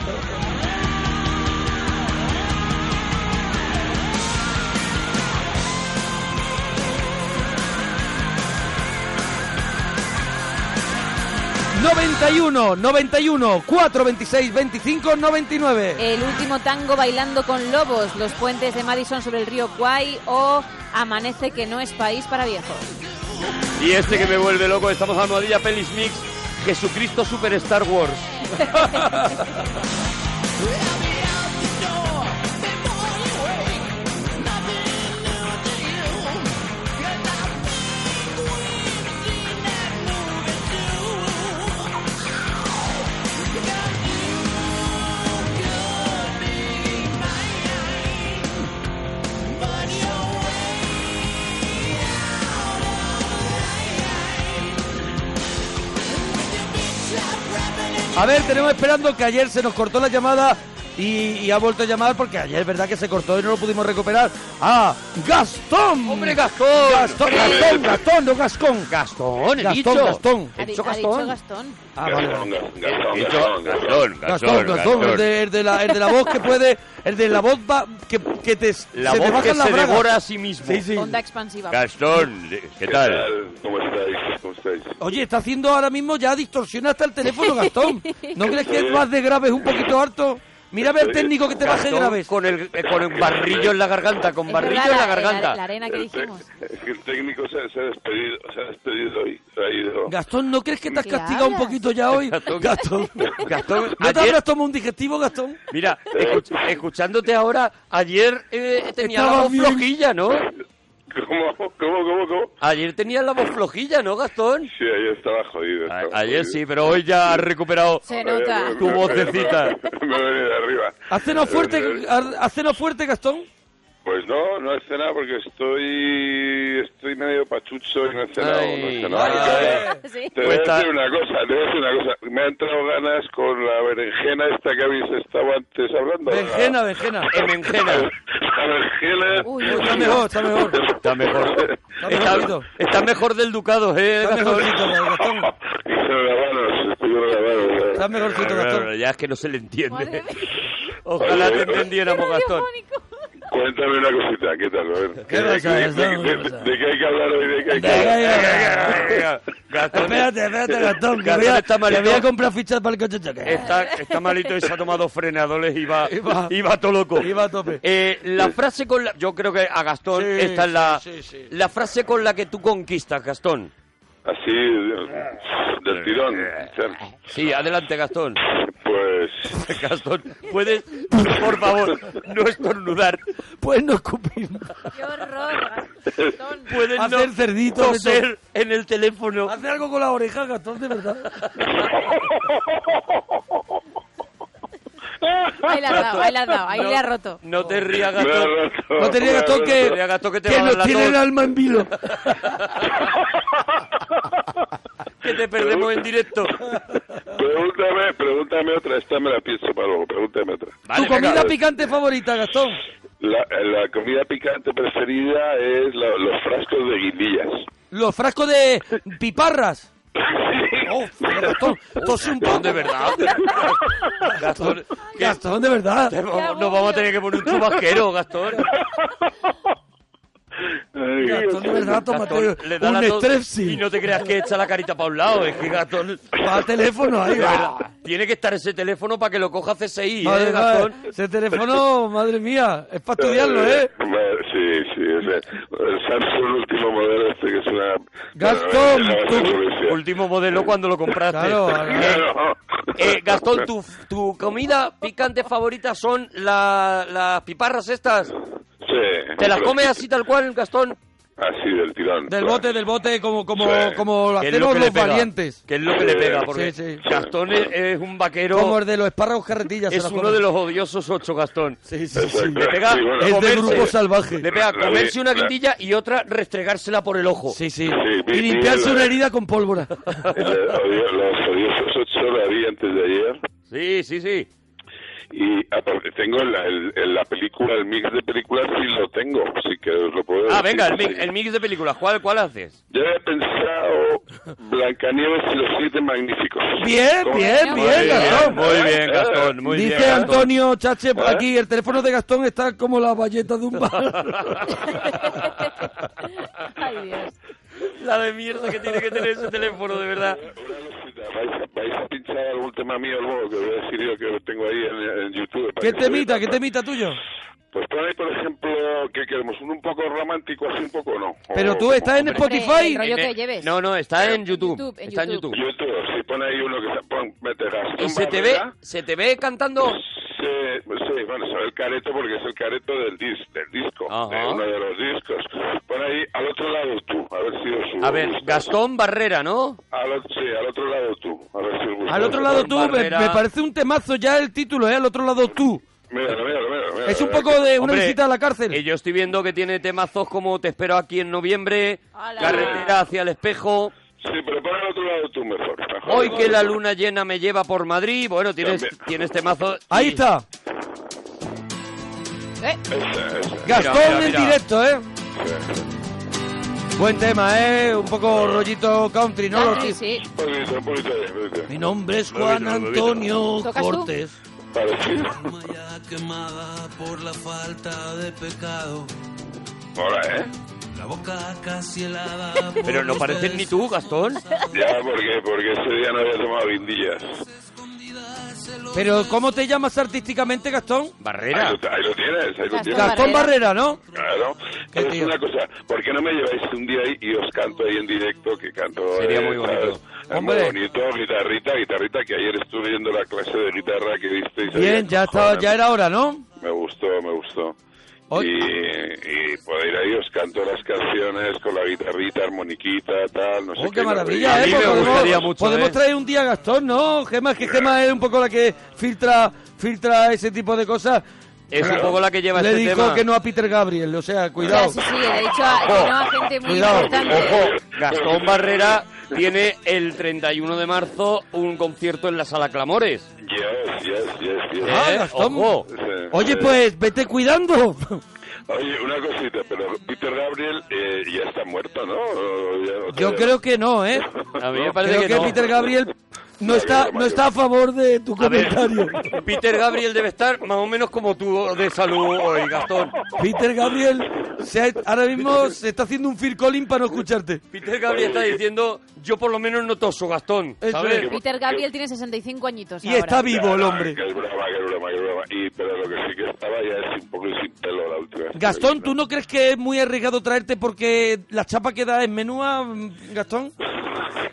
Speaker 1: ¡91! 91, 91, 4, 26, 25, 99.
Speaker 3: El último tango bailando con lobos, los puentes de Madison sobre el río Kwai o Amanece que no es país para viejos.
Speaker 2: Y este que me vuelve loco, estamos a almohadilla Pelis Mix, Jesucristo Super Star Wars.
Speaker 1: A ver, tenemos esperando que ayer se nos cortó la llamada y, y ha vuelto a llamar porque ayer es verdad que se cortó y no lo pudimos recuperar. ¡Ah! ¡Gastón!
Speaker 2: ¡Hombre, Gastón!
Speaker 1: ¡Gastón, Gastón, Gastón, no Gascón! ¡Gastón,
Speaker 2: he
Speaker 1: Gastón,
Speaker 2: dicho.
Speaker 1: Gastón!
Speaker 3: Ha,
Speaker 2: ¿He
Speaker 3: di-
Speaker 2: dicho
Speaker 3: ha dicho
Speaker 2: Gastón?
Speaker 3: Gastón.
Speaker 1: Ah, vale, vale.
Speaker 9: Eh,
Speaker 2: He dicho Gastón,
Speaker 1: Gastón,
Speaker 2: Gastón,
Speaker 1: Gastón, el de, el de la, el de la voz que puede, el de la voz va- que, que te,
Speaker 2: La
Speaker 1: se te
Speaker 2: voz
Speaker 1: bajan
Speaker 2: que
Speaker 1: las
Speaker 2: se
Speaker 1: bragas.
Speaker 2: devora a sí mismo.
Speaker 1: Sí, sí.
Speaker 3: Onda expansiva.
Speaker 2: Gastón, ¿qué tal?
Speaker 9: ¿Cómo estáis? ¿Cómo estáis?
Speaker 1: Oye, está haciendo ahora mismo ya distorsiona hasta el teléfono, Gastón. ¿No crees que vas de graves un poquito harto? Mírame al técnico que te baje
Speaker 2: Gastón
Speaker 1: graves.
Speaker 2: con el eh, con el barrillo en la garganta, con
Speaker 3: Es
Speaker 2: barrillo
Speaker 3: verdad,
Speaker 2: en la
Speaker 3: la- la-
Speaker 2: garganta.
Speaker 3: la arena que
Speaker 9: El te-
Speaker 3: dijimos.
Speaker 9: Es que el técnico se, se ha despedido, se ha despedido hoy. Se ha ido.
Speaker 1: Gastón, ¿no crees que te has
Speaker 3: ¿Qué
Speaker 1: castigado un
Speaker 3: hablas?
Speaker 1: poquito ya hoy?
Speaker 2: Gastón.
Speaker 1: Gastón.
Speaker 2: Gastón,
Speaker 1: ¿No te
Speaker 2: ayer-
Speaker 1: habrás tomado un digestivo, Gastón?
Speaker 2: Mira, escuch- escuchándote ahora, ayer eh, tenía la
Speaker 1: Estaba
Speaker 2: voz
Speaker 1: bien.
Speaker 2: flojilla, ¿no?
Speaker 9: ¿Cómo? ¿Cómo? ¿Cómo? ¿Cómo?
Speaker 2: Ayer tenía la voz flojilla, ¿no, Gastón?
Speaker 9: Sí, ayer estaba jodido.
Speaker 2: A-
Speaker 9: estaba
Speaker 2: ayer
Speaker 9: jodido.
Speaker 2: sí, pero hoy ya has recuperado.
Speaker 3: Se nota.
Speaker 9: Ayer me-
Speaker 2: Tu
Speaker 9: me-
Speaker 2: vocecita.
Speaker 9: Me, me he venido de arriba.
Speaker 1: ¿Has cenado
Speaker 9: Me he
Speaker 1: fuerte,
Speaker 2: Eh,
Speaker 9: venido-
Speaker 1: has cenado fuerte, Gastón?
Speaker 9: Pues no, no he cenado porque estoy, estoy medio pachucho y no he cenado. no he
Speaker 2: Ay, Pues
Speaker 9: cenado.
Speaker 2: ay,
Speaker 1: ay.
Speaker 3: Sí.
Speaker 9: Te voy a
Speaker 2: Cuesta-
Speaker 9: decir una cosa, te voy a decir una cosa. Me han entrado ganas con la berenjena esta que habéis estado antes hablando. la-
Speaker 1: Benjena, Benjena.
Speaker 2: Em, En berenjena.
Speaker 9: La berenjena.
Speaker 3: Uy, uy,
Speaker 1: Está mejor, está mejor.
Speaker 2: Está mejor. Está,
Speaker 1: mejorcito.
Speaker 2: está mejor del Ducado, ¿eh?
Speaker 1: Está
Speaker 2: Gastón?
Speaker 1: mejorcito, Gastón.
Speaker 9: Estoy grabado, estoy grabado.
Speaker 1: Está mejorcito, Gastón.
Speaker 2: Ya es que no se le
Speaker 3: Madre
Speaker 2: entiende.
Speaker 3: mía.
Speaker 2: Ojalá te
Speaker 9: Qué
Speaker 2: entendiéramos, Gastón.
Speaker 3: Radiofónico.
Speaker 9: Cuéntame una cosita, ¿qué tal? A ver.
Speaker 1: ¿Qué pasa,
Speaker 9: de, de,
Speaker 1: Gastón?
Speaker 9: de-
Speaker 1: ¿Qué pasa?
Speaker 9: de qué hay que hablar hoy? ¿De qué hay que
Speaker 1: Venga,
Speaker 9: hablar?
Speaker 1: venga, venga.
Speaker 2: Gastón,
Speaker 1: Espérate, espérate, Gastón. Que voy a,
Speaker 2: está
Speaker 1: que
Speaker 2: malito.
Speaker 1: voy a comprar fichas para el coche de choque.
Speaker 2: Está, está malito y se ha tomado frenadores y va,
Speaker 1: Y
Speaker 2: y
Speaker 1: va-
Speaker 2: va, todo loco.
Speaker 1: y va a tope.
Speaker 2: Eh, la frase con la... Yo creo que a Gastón
Speaker 1: Sí,
Speaker 2: esta es la,
Speaker 1: sí, sí, sí.
Speaker 2: la frase con la que tú conquistas, Gastón.
Speaker 9: Así, de- del tirón. ¿sabes?
Speaker 2: Sí, adelante, Gastón.
Speaker 9: Pues.
Speaker 2: Gastón, puedes, por favor, no estornudar.
Speaker 1: Pues no escupir.
Speaker 3: Qué horror, Gastón.
Speaker 2: Puedes no
Speaker 1: Hacer cerdito,
Speaker 2: toser en el teléfono.
Speaker 1: Hace algo con la oreja, Gastón, de verdad.
Speaker 3: Ahí la has dado, ahí la has dado, ahí
Speaker 2: No,
Speaker 3: le has roto.
Speaker 2: No te rías,
Speaker 9: me ha
Speaker 2: Gastón.
Speaker 9: roto,
Speaker 1: No tenía
Speaker 9: me ha
Speaker 1: Gastón
Speaker 9: roto.
Speaker 1: que,
Speaker 2: Tenía Gastón que te
Speaker 1: que
Speaker 2: va a dar
Speaker 1: nos
Speaker 2: la
Speaker 1: tiene
Speaker 2: tos.
Speaker 1: el alma en vilo.
Speaker 2: Que te perdemos en directo.
Speaker 9: Pregúntame, pregúntame otra, esta me la pienso para luego, pregúntame otra.
Speaker 2: Vale,
Speaker 1: ¿Tu comida
Speaker 2: venga.
Speaker 1: picante favorita, Gastón?
Speaker 9: La, la comida picante preferida es la- los frascos de guindillas.
Speaker 1: Los frascos de piparras. Oh, pero Gastón, tose un poco.
Speaker 2: Gastón, de verdad. Gastón, que-
Speaker 1: Gastón, de verdad.
Speaker 2: vamos- nos vamos a tener que poner un chubasquero, Gastón.
Speaker 9: Ay,
Speaker 1: Gastón, de verdad, tómate
Speaker 2: Gastón, le da la
Speaker 1: un
Speaker 2: tos
Speaker 1: strepsil.
Speaker 2: y no te creas que echa la carita para un lado. Es que Gastón,
Speaker 1: Va al teléfono, ahí
Speaker 2: de verdad,
Speaker 1: va.
Speaker 2: tiene que estar ese teléfono para que lo coja CSI,
Speaker 1: Madre
Speaker 2: ¿eh,
Speaker 1: mía,
Speaker 2: Gastón?
Speaker 1: ese teléfono, madre mía, es para estudiarlo, ¿eh?
Speaker 9: Bueno, Sí, sí, es el Samsung último modelo este que es una...
Speaker 1: Gastón,
Speaker 9: una- una
Speaker 1: tú-
Speaker 9: revolución.
Speaker 2: Último modelo cuando lo compraste.
Speaker 1: Claro, ahora-
Speaker 9: Claro.
Speaker 2: Eh, Gastón, tu, tu comida picante favorita son la- las piparras estas.
Speaker 9: Sí.
Speaker 2: ¿Te las comes así tal cual, Gastón?
Speaker 9: Así del tirón.
Speaker 1: Del bote, del bote, como, como,
Speaker 9: Sí.
Speaker 1: como lo
Speaker 2: Que es lo
Speaker 1: hacemos
Speaker 2: que le
Speaker 1: los
Speaker 2: pega,
Speaker 1: valientes.
Speaker 2: Que es lo que le pega, porque
Speaker 1: Sí, sí.
Speaker 2: Gastón es, es un
Speaker 1: Como
Speaker 2: vaquero,
Speaker 1: el de los espárragos carretillas.
Speaker 2: es
Speaker 1: se la
Speaker 2: uno
Speaker 1: comen.
Speaker 2: de los odiosos ocho, Gastón.
Speaker 1: Sí, sí, sí.
Speaker 9: Exacto.
Speaker 2: Le pega,
Speaker 9: Sí, bueno.
Speaker 1: Es de
Speaker 2: comerse-
Speaker 1: grupo salvaje.
Speaker 2: Le pega
Speaker 9: La- la-
Speaker 2: comerse una
Speaker 9: la-
Speaker 2: guindilla y otra restregársela por el ojo.
Speaker 1: Sí, sí.
Speaker 9: mi-
Speaker 1: Y limpiarse
Speaker 9: mi-
Speaker 1: una herida con pólvora.
Speaker 2: Pues
Speaker 9: El- el odio- Los odiosos ocho la vi antes de ayer.
Speaker 2: sí, sí. sí.
Speaker 9: Y aparte, tengo la, el- el- la película, el mix de películas, sí lo tengo, así que os lo puedo
Speaker 2: Ah,
Speaker 9: decir.
Speaker 2: venga, el mix,
Speaker 9: Sí.
Speaker 2: el mix de películas. ¿Cuál, cuál haces?
Speaker 9: Yo había pensado Blancanieves y los siete magníficos.
Speaker 1: Bien,
Speaker 9: ¿Cómo?
Speaker 1: bien,
Speaker 3: Muy
Speaker 1: bien,
Speaker 3: bien,
Speaker 1: Gastón.
Speaker 2: Muy bien, Gastón. Muy
Speaker 1: Dice
Speaker 2: bien, Gastón.
Speaker 1: Antonio Chache aquí, el teléfono de Gastón está como la valleta de un bar.
Speaker 3: Ay, Dios.
Speaker 2: La de mierda que tiene que tener ese teléfono, de verdad.
Speaker 9: Una cosita, ¿Vais a, vais a pinchar algún tema mío luego que voy a decir yo que lo tengo ahí en, en YouTube? para
Speaker 1: ¿Qué
Speaker 9: que lo
Speaker 1: temita, qué
Speaker 9: veáis?
Speaker 1: temita tuyo?
Speaker 9: Pues pon ahí, por ejemplo, que queremos un, un poco romántico, así un poco no.
Speaker 1: Pero
Speaker 9: O-
Speaker 1: tú estás en
Speaker 3: Hombre,
Speaker 1: Spotify.
Speaker 3: el rollo
Speaker 2: En-
Speaker 3: que lleves.
Speaker 2: No, no, está en YouTube.
Speaker 3: YouTube, en
Speaker 2: está
Speaker 3: YouTube.
Speaker 2: en YouTube.
Speaker 9: YouTube, si pone ahí uno que se pon, mete Gastón
Speaker 2: ¿Y se te ve,
Speaker 9: Barrera,
Speaker 2: se te ve cantando?
Speaker 9: se- sí, bueno, se ve el careto porque es el careto del, dis- del disco,
Speaker 2: Ajá.
Speaker 9: de uno de los discos. Pon ahí al otro lado tú, a ver si os
Speaker 2: A ver,
Speaker 9: gusta.
Speaker 2: Gastón Barrera, ¿no?
Speaker 9: Al, o- sí, al otro lado tú, a ver si os gusta.
Speaker 1: Al otro lado tú, me,
Speaker 2: Pues Barrera.
Speaker 1: me parece un temazo ya el título, ¿eh? Al otro lado tú.
Speaker 9: Míralo, míralo, míralo, míralo.
Speaker 1: Es un poco de una
Speaker 2: Hombre,
Speaker 1: visita a la
Speaker 2: eh,
Speaker 1: cárcel.
Speaker 2: yo estoy viendo que tiene temazos como Te espero aquí en noviembre,
Speaker 3: Ala.
Speaker 2: Carretera hacia el espejo.
Speaker 9: Sí, prepara el otro lado tú mejor. mejor.
Speaker 2: Hoy que la luna llena me lleva por Madrid, bueno, tienes,
Speaker 9: También.
Speaker 2: tienes temazo.
Speaker 1: Ahí
Speaker 2: y-
Speaker 1: está.
Speaker 9: Esa, esa.
Speaker 1: Gastón
Speaker 2: mira,
Speaker 1: en
Speaker 2: mira.
Speaker 1: directo, ¿eh?
Speaker 9: Sí.
Speaker 1: Buen tema, ¿eh? Un poco rollito country, ¿no? Los
Speaker 3: Sí,
Speaker 1: chis-
Speaker 3: sí.
Speaker 9: Un poquito, un poquito de- de-
Speaker 1: Mi
Speaker 9: de-
Speaker 1: nombre es
Speaker 9: Lo he
Speaker 1: Juan
Speaker 9: visto, lo he visto.
Speaker 1: Antonio
Speaker 3: ¿Tocas tú?
Speaker 1: Cortés.
Speaker 9: Parecido.
Speaker 6: alma ya quemada por la falta de pecado,
Speaker 9: Hola, ¿eh?
Speaker 6: la boca casi helada. por
Speaker 2: Pero no
Speaker 6: los
Speaker 2: pareces ni
Speaker 6: besos
Speaker 2: tú, Gastón.
Speaker 9: Ya, porque, porque ese día no había tomado vindillas.
Speaker 1: Pero ¿cómo te llamas artísticamente, Gastón?
Speaker 2: Barrera.
Speaker 9: Ahí lo, ahí lo tienes, ahí lo
Speaker 3: Gastón
Speaker 9: tienes.
Speaker 1: Gastón Barrera, ¿no?
Speaker 9: Claro.
Speaker 1: Qué
Speaker 9: Es
Speaker 1: tío.
Speaker 9: una cosa, ¿por qué no me lleváis un día ahí y os canto ahí en directo? Que canto.
Speaker 2: Sería
Speaker 9: eh,
Speaker 2: muy bonito.
Speaker 9: ¿sabes? Es
Speaker 1: Hombre.
Speaker 9: muy bonito, guitarrita, guitarrita, que ayer estuve viendo la clase de guitarra que disteis.
Speaker 1: Bien,
Speaker 9: ayer.
Speaker 1: ya, estaba,
Speaker 9: Joder,
Speaker 1: ya era hora, ¿no?
Speaker 9: Me gustó, me gustó.
Speaker 1: Hoy-
Speaker 9: Y, y poder ir ahí, os canto las canciones con la guitarrita, armoniquita, tal, no sé
Speaker 1: Oh,
Speaker 9: qué.
Speaker 1: qué
Speaker 9: no
Speaker 1: maravilla, ¿eh?
Speaker 9: sé
Speaker 2: A mí
Speaker 9: qué.
Speaker 2: me
Speaker 1: Podemos-
Speaker 2: gustaría mucho,
Speaker 1: Podemos
Speaker 2: ¿eh?
Speaker 1: traer un día a Gastón, ¿no? Gema, que Gema es un poco la que filtra filtra ese tipo de cosas.
Speaker 2: Es un poco la que lleva
Speaker 1: Le
Speaker 2: este
Speaker 1: dijo
Speaker 2: tema.
Speaker 1: que no a Peter Gabriel, o sea,
Speaker 3: Ya,
Speaker 1: cuidado.
Speaker 3: sí, sí, de hecho, a- que no a gente
Speaker 6: Este
Speaker 3: muy
Speaker 1: Cuidado.
Speaker 3: importante.
Speaker 2: Ojo, Gastón Barrera tiene el 31 de marzo un concierto en la Sala Clamores.
Speaker 9: Yes, yes, yes, yes.
Speaker 1: Ah,
Speaker 2: ¿eh?
Speaker 1: Gastón.
Speaker 2: Ojo.
Speaker 9: Sí,
Speaker 1: Oye,
Speaker 9: sí.
Speaker 1: pues vete cuidando.
Speaker 9: Oye, una cosita, pero Peter Gabriel eh, ya está muerto, ¿no? O ya- o
Speaker 1: Yo
Speaker 9: todavía-
Speaker 1: creo que no, ¿eh?
Speaker 2: A mí me parece
Speaker 1: Creo que
Speaker 2: no.
Speaker 1: Peter Gabriel no
Speaker 9: No,
Speaker 1: está
Speaker 9: yo no,
Speaker 1: no está a favor de tu
Speaker 2: A ver,
Speaker 1: comentario.
Speaker 2: Peter Gabriel debe estar más o menos como tú de salud hoy, Gastón.
Speaker 1: Peter Gabriel se ha- ahora mismo se está haciendo un Phil Collins para no escucharte.
Speaker 2: Peter Gabriel está diciendo, yo por lo menos no toso, Gastón.
Speaker 1: Eso
Speaker 2: ¿Sabes?
Speaker 1: es.
Speaker 3: Peter Gabriel tiene 65 añitos
Speaker 1: Y
Speaker 3: ahora.
Speaker 1: está vivo el
Speaker 9: Ah,
Speaker 1: hombre.
Speaker 9: Que es broma, que es broma, que es broma. Y, pero lo que sí que estaba ya es un poco sin pelo la última. vez que
Speaker 1: Gastón,
Speaker 9: lo
Speaker 1: ¿tú
Speaker 9: vi,
Speaker 1: no crees que es muy arriesgado traerte porque la chapa que da es menúa, mm, Gastón?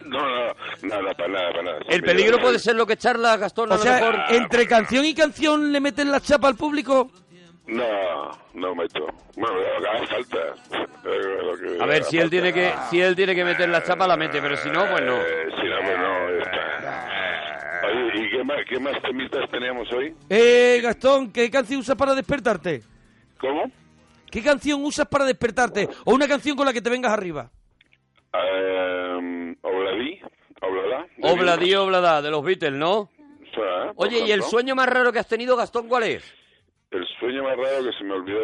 Speaker 9: No, no, nada, para nada, para nada.
Speaker 2: El peligro puede ser lo que charla Gastón a
Speaker 1: O
Speaker 2: lo
Speaker 1: sea,
Speaker 2: mejor.
Speaker 1: entre canción y canción le meten la chapa al público.
Speaker 9: No, no meto. Bueno, lo que haga falta. Lo que
Speaker 2: A ver, si
Speaker 9: haga
Speaker 2: él tiene
Speaker 9: falta.
Speaker 2: que, si él tiene que meter la chapa, la mete, pero si no, pues no.
Speaker 9: Eh, si no, pues no, ya está. Oye, ¿y qué más, qué más temitas teníamos hoy?
Speaker 1: Eh, Gastón, ¿qué canción usas para despertarte?
Speaker 9: ¿Cómo?
Speaker 1: ¿Qué canción usas para despertarte? O una canción con la que te vengas arriba.
Speaker 9: Eh, Obladí, Oblada.
Speaker 2: Obladí, oblada, de los Beatles, ¿no? Oye, ¿y el sueño más raro que has tenido, Gastón, cuál es?
Speaker 9: El sueño más raro que se me olvidó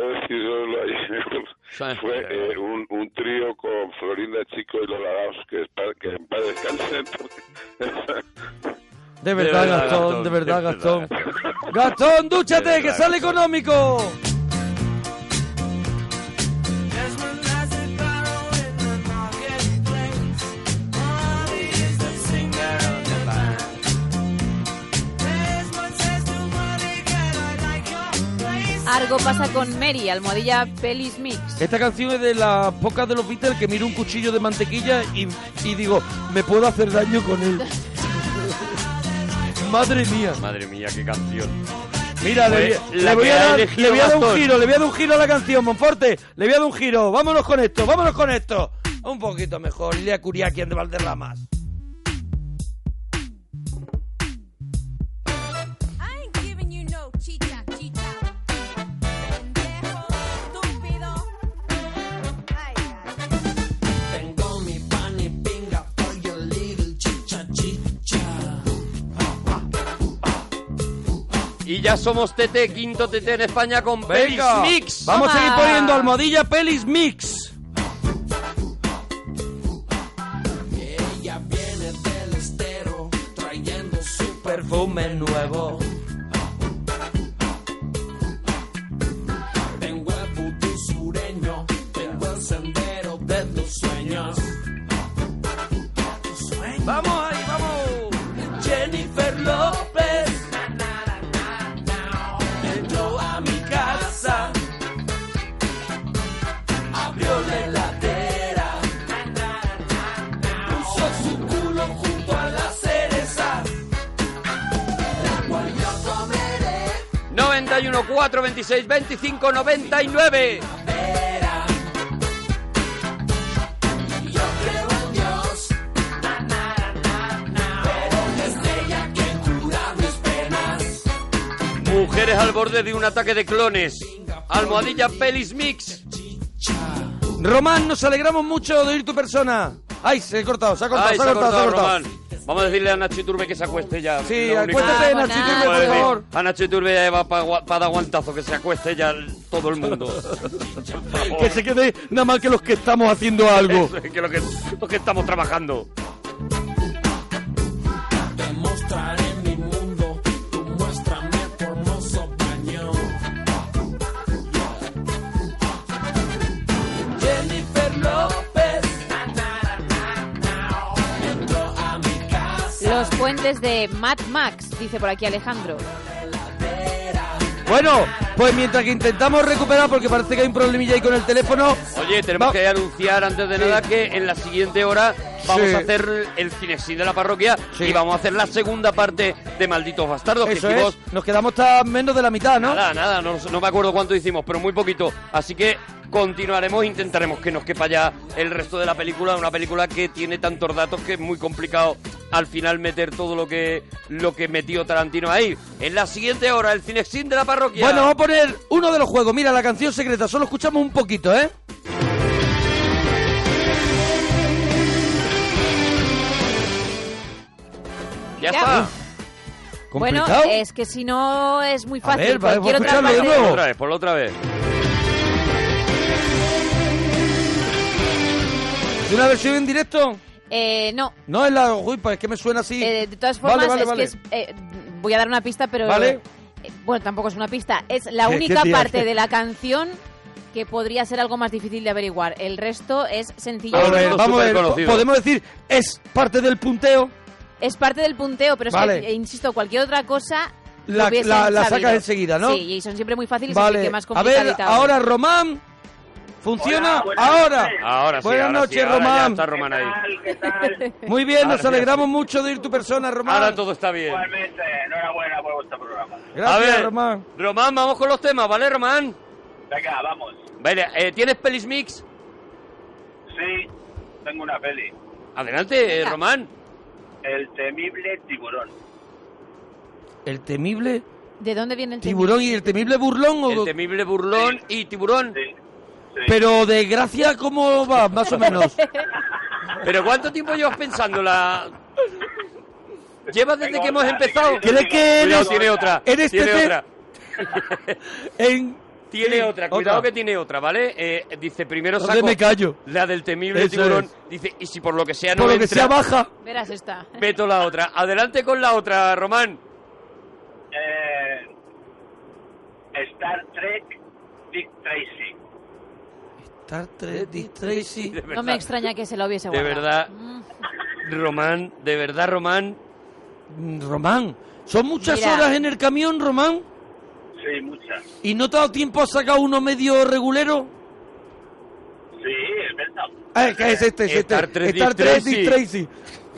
Speaker 9: decirlo ayer fue eh, un, un trío con Florinda Chico y Lola Daos, que, es pa- que en paz descansen.
Speaker 1: De verdad,
Speaker 2: verdad,
Speaker 1: Gastón,
Speaker 2: Gastón,
Speaker 1: de verdad,
Speaker 2: de
Speaker 1: Gastón.
Speaker 2: verdad,
Speaker 1: Gastón, dúchate,
Speaker 2: De
Speaker 1: que
Speaker 2: verdad,
Speaker 1: sale económico.
Speaker 3: Algo pasa con Mary, almohadilla Pelis Mix.
Speaker 1: Esta canción es de las pocas de los Beatles que miro un cuchillo de mantequilla y, y digo, me puedo hacer daño con él. Madre mía.
Speaker 2: Madre mía, qué canción.
Speaker 1: Mira, le,
Speaker 2: Pues,
Speaker 1: le
Speaker 2: la
Speaker 1: voy
Speaker 2: que
Speaker 1: a
Speaker 2: ha
Speaker 1: dar,
Speaker 2: elegido
Speaker 1: le voy a dar un
Speaker 2: Gastón.
Speaker 1: giro, le voy a dar un giro a la canción, Monforte. Le voy a dar un giro. Vámonos con esto, vámonos con esto. Un poquito mejor. Lea Curiaquian de
Speaker 10: I
Speaker 1: Valderramas.
Speaker 10: ain't giving you no chicha, chicha. Pendejo, estúpido. Ay, ay.
Speaker 6: Tengo mi pan y pinga for your little chicha chicha.
Speaker 2: Y ya somos TT, quinto TT en España con Pelis
Speaker 1: Venga,
Speaker 2: Mix.
Speaker 1: vamos a
Speaker 3: Toma.
Speaker 1: seguir poniendo almohadilla pelis mix.
Speaker 6: Ella viene del estero trayendo su
Speaker 1: Perfume nuevo.
Speaker 6: Tengo el vudú sureño, tengo el sendero de tus sueños.
Speaker 1: Vamos ahí, vamos.
Speaker 6: Jennifer López, entró a mi casa, abrió la heladera, puso su culo junto a la cereza, la cual yo comeré.
Speaker 2: 91, 4, 26, 25, 99.
Speaker 6: Yo creo en Dios, pero una estrella que cura mis penas.
Speaker 2: Mujeres al borde de un ataque de clones. Almohadilla Pelis Mix.
Speaker 1: Román, nos alegramos mucho de oír tu persona. ¡Ay, se ha cortado, se ha cortado,
Speaker 2: Ay,
Speaker 1: se ha cortado, se ha cortado!
Speaker 2: Román. Vamos a decirle a Nacho Iturbe que se acueste ya.
Speaker 1: Sí,
Speaker 2: Lo único-
Speaker 1: acuéstate, Ah, Nacho Iturbe, por
Speaker 2: Joder,
Speaker 1: favor.
Speaker 2: A Nacho Iturbe ya va para dar guantazo, que se acueste ya el- todo el mundo.
Speaker 1: Que se quede nada más que los que estamos haciendo algo.
Speaker 2: Eso es que lo que, lo que estamos trabajando.
Speaker 6: Te mostraré mi mundo, tú muéstrame tu hermoso pañón. Jennifer López entró a mi casa.
Speaker 3: Los puentes de Mad Max, dice por aquí Alejandro.
Speaker 1: Bueno, pues mientras que intentamos recuperar, porque parece que hay un problemilla ahí con el teléfono.
Speaker 2: Oye, tenemos que anunciar antes de nada que en la siguiente hora vamos
Speaker 1: Sí.
Speaker 2: a hacer el cinesí de la parroquia y vamos a hacer la segunda parte de Malditos Bastardos.
Speaker 1: Eso
Speaker 2: que hicimos
Speaker 1: es, nos quedamos hasta menos de la mitad, ¿no?
Speaker 2: Nada, nada, no, no me acuerdo cuánto hicimos, pero muy poquito. Así que continuaremos, intentaremos que nos quepa ya el resto de la película, una película que tiene tantos datos que es muy complicado al final meter todo lo que lo que metió Tarantino ahí. En la siguiente hora, el Cinexin de la parroquia.
Speaker 1: Bueno, vamos a poner uno de los juegos. Mira, la canción secreta, solo escuchamos un poquito, ¿eh?
Speaker 2: ya
Speaker 3: Ya.
Speaker 2: está.
Speaker 3: Bueno,
Speaker 2: ¿Complicado?
Speaker 3: es que si no es muy fácil.
Speaker 2: ver, vale,
Speaker 1: pues
Speaker 3: Cualquier
Speaker 2: voy a escucharlo
Speaker 3: otra
Speaker 2: de
Speaker 3: parte-
Speaker 2: nuevo. Otra vez, por otra vez.
Speaker 1: ¿De una versión en directo?
Speaker 3: Eh, no,
Speaker 1: No, es la... Uy, pues es que me suena así.
Speaker 3: eh, de todas formas,
Speaker 1: Vale, vale,
Speaker 3: es
Speaker 1: vale.
Speaker 3: que es- eh, voy a dar una pista, pero...
Speaker 1: Vale.
Speaker 3: eh, bueno, tampoco es una pista. Es la
Speaker 1: ¿Qué- qué
Speaker 3: única
Speaker 1: tía?
Speaker 3: parte de la canción que podría ser algo más difícil de averiguar. El resto es sencillo.
Speaker 1: A ver, eh, vamos a ver, po- podemos decir, es parte del punteo,
Speaker 3: Es parte del punteo, pero es
Speaker 1: Vale.
Speaker 3: que, eh, insisto, cualquier otra cosa... lo
Speaker 1: la,
Speaker 3: hubiesen
Speaker 1: la- la
Speaker 3: sabido.
Speaker 1: sacas enseguida, ¿no?
Speaker 3: Sí, y son siempre muy fáciles, así
Speaker 1: vale,
Speaker 3: que más
Speaker 1: a ver,
Speaker 3: complicadita.
Speaker 1: ahora Román, ¿funciona?
Speaker 3: Hola, buenas
Speaker 1: ahora.
Speaker 3: noches.
Speaker 2: Ahora sí,
Speaker 1: buenas
Speaker 2: ahora sí,
Speaker 1: noches,
Speaker 2: ahora
Speaker 1: Román.
Speaker 2: ya está Román ahí.
Speaker 1: Muy bien,
Speaker 2: Ahora
Speaker 1: nos
Speaker 2: sí,
Speaker 1: alegramos mucho de ir tu persona, Román.
Speaker 2: Ahora todo está bien.
Speaker 8: Igualmente, enhorabuena por vuestro programa.
Speaker 1: Gracias,
Speaker 2: a ver,
Speaker 1: Román.
Speaker 2: Román, vamos con los temas, ¿vale, Román?
Speaker 8: Venga, vamos.
Speaker 2: Vale, eh, ¿tienes pelis mix?
Speaker 8: Sí, tengo una peli.
Speaker 2: Adelante, eh, Román.
Speaker 8: El temible tiburón.
Speaker 1: El temible
Speaker 3: ¿De dónde viene el
Speaker 1: tiburón y el temible burlón. o-
Speaker 2: El temible burlón y tiburón.
Speaker 1: Pero de gracia, ¿cómo va? Más o menos.
Speaker 2: ¿Pero cuánto tiempo llevas pensando la...? ¿Llevas desde que hemos empezado?
Speaker 1: ¿Crees que este
Speaker 2: Cuidado,
Speaker 1: eres-
Speaker 2: tiene otra,
Speaker 1: eres
Speaker 2: tiene
Speaker 1: Tete?
Speaker 2: otra.
Speaker 1: En-
Speaker 2: Tiene
Speaker 1: Sí,
Speaker 2: otra, cuidado
Speaker 1: otra.
Speaker 2: que tiene otra, ¿vale? Eh, dice, primero
Speaker 1: Entonces
Speaker 2: saco
Speaker 1: me callo.
Speaker 2: la del temible
Speaker 1: Eso
Speaker 2: tiburón.
Speaker 1: es.
Speaker 2: Dice, y si por lo que sea no
Speaker 1: Por lo que
Speaker 2: entra,
Speaker 1: sea baja.
Speaker 3: Verás esta.
Speaker 2: meto la otra. Adelante con la otra, Román.
Speaker 8: Eh, Star Trek Dick Tracy.
Speaker 1: Star Trek, Dick Tracy.
Speaker 3: No me extraña que se lo hubiese
Speaker 2: De
Speaker 3: guardado. Mm.
Speaker 2: verdad, Román, de verdad, Román.
Speaker 1: Mm, Román, son muchas
Speaker 3: Mira.
Speaker 1: horas en el camión, Román,
Speaker 8: Sí, muchas.
Speaker 1: y no te ha dado tiempo a sacar uno medio regulero.
Speaker 8: Sí, es verdad.
Speaker 1: Ah, que es este, es este.
Speaker 2: Star Trek Dick
Speaker 1: Star Trek Dick
Speaker 2: Tracy.
Speaker 1: Tracy.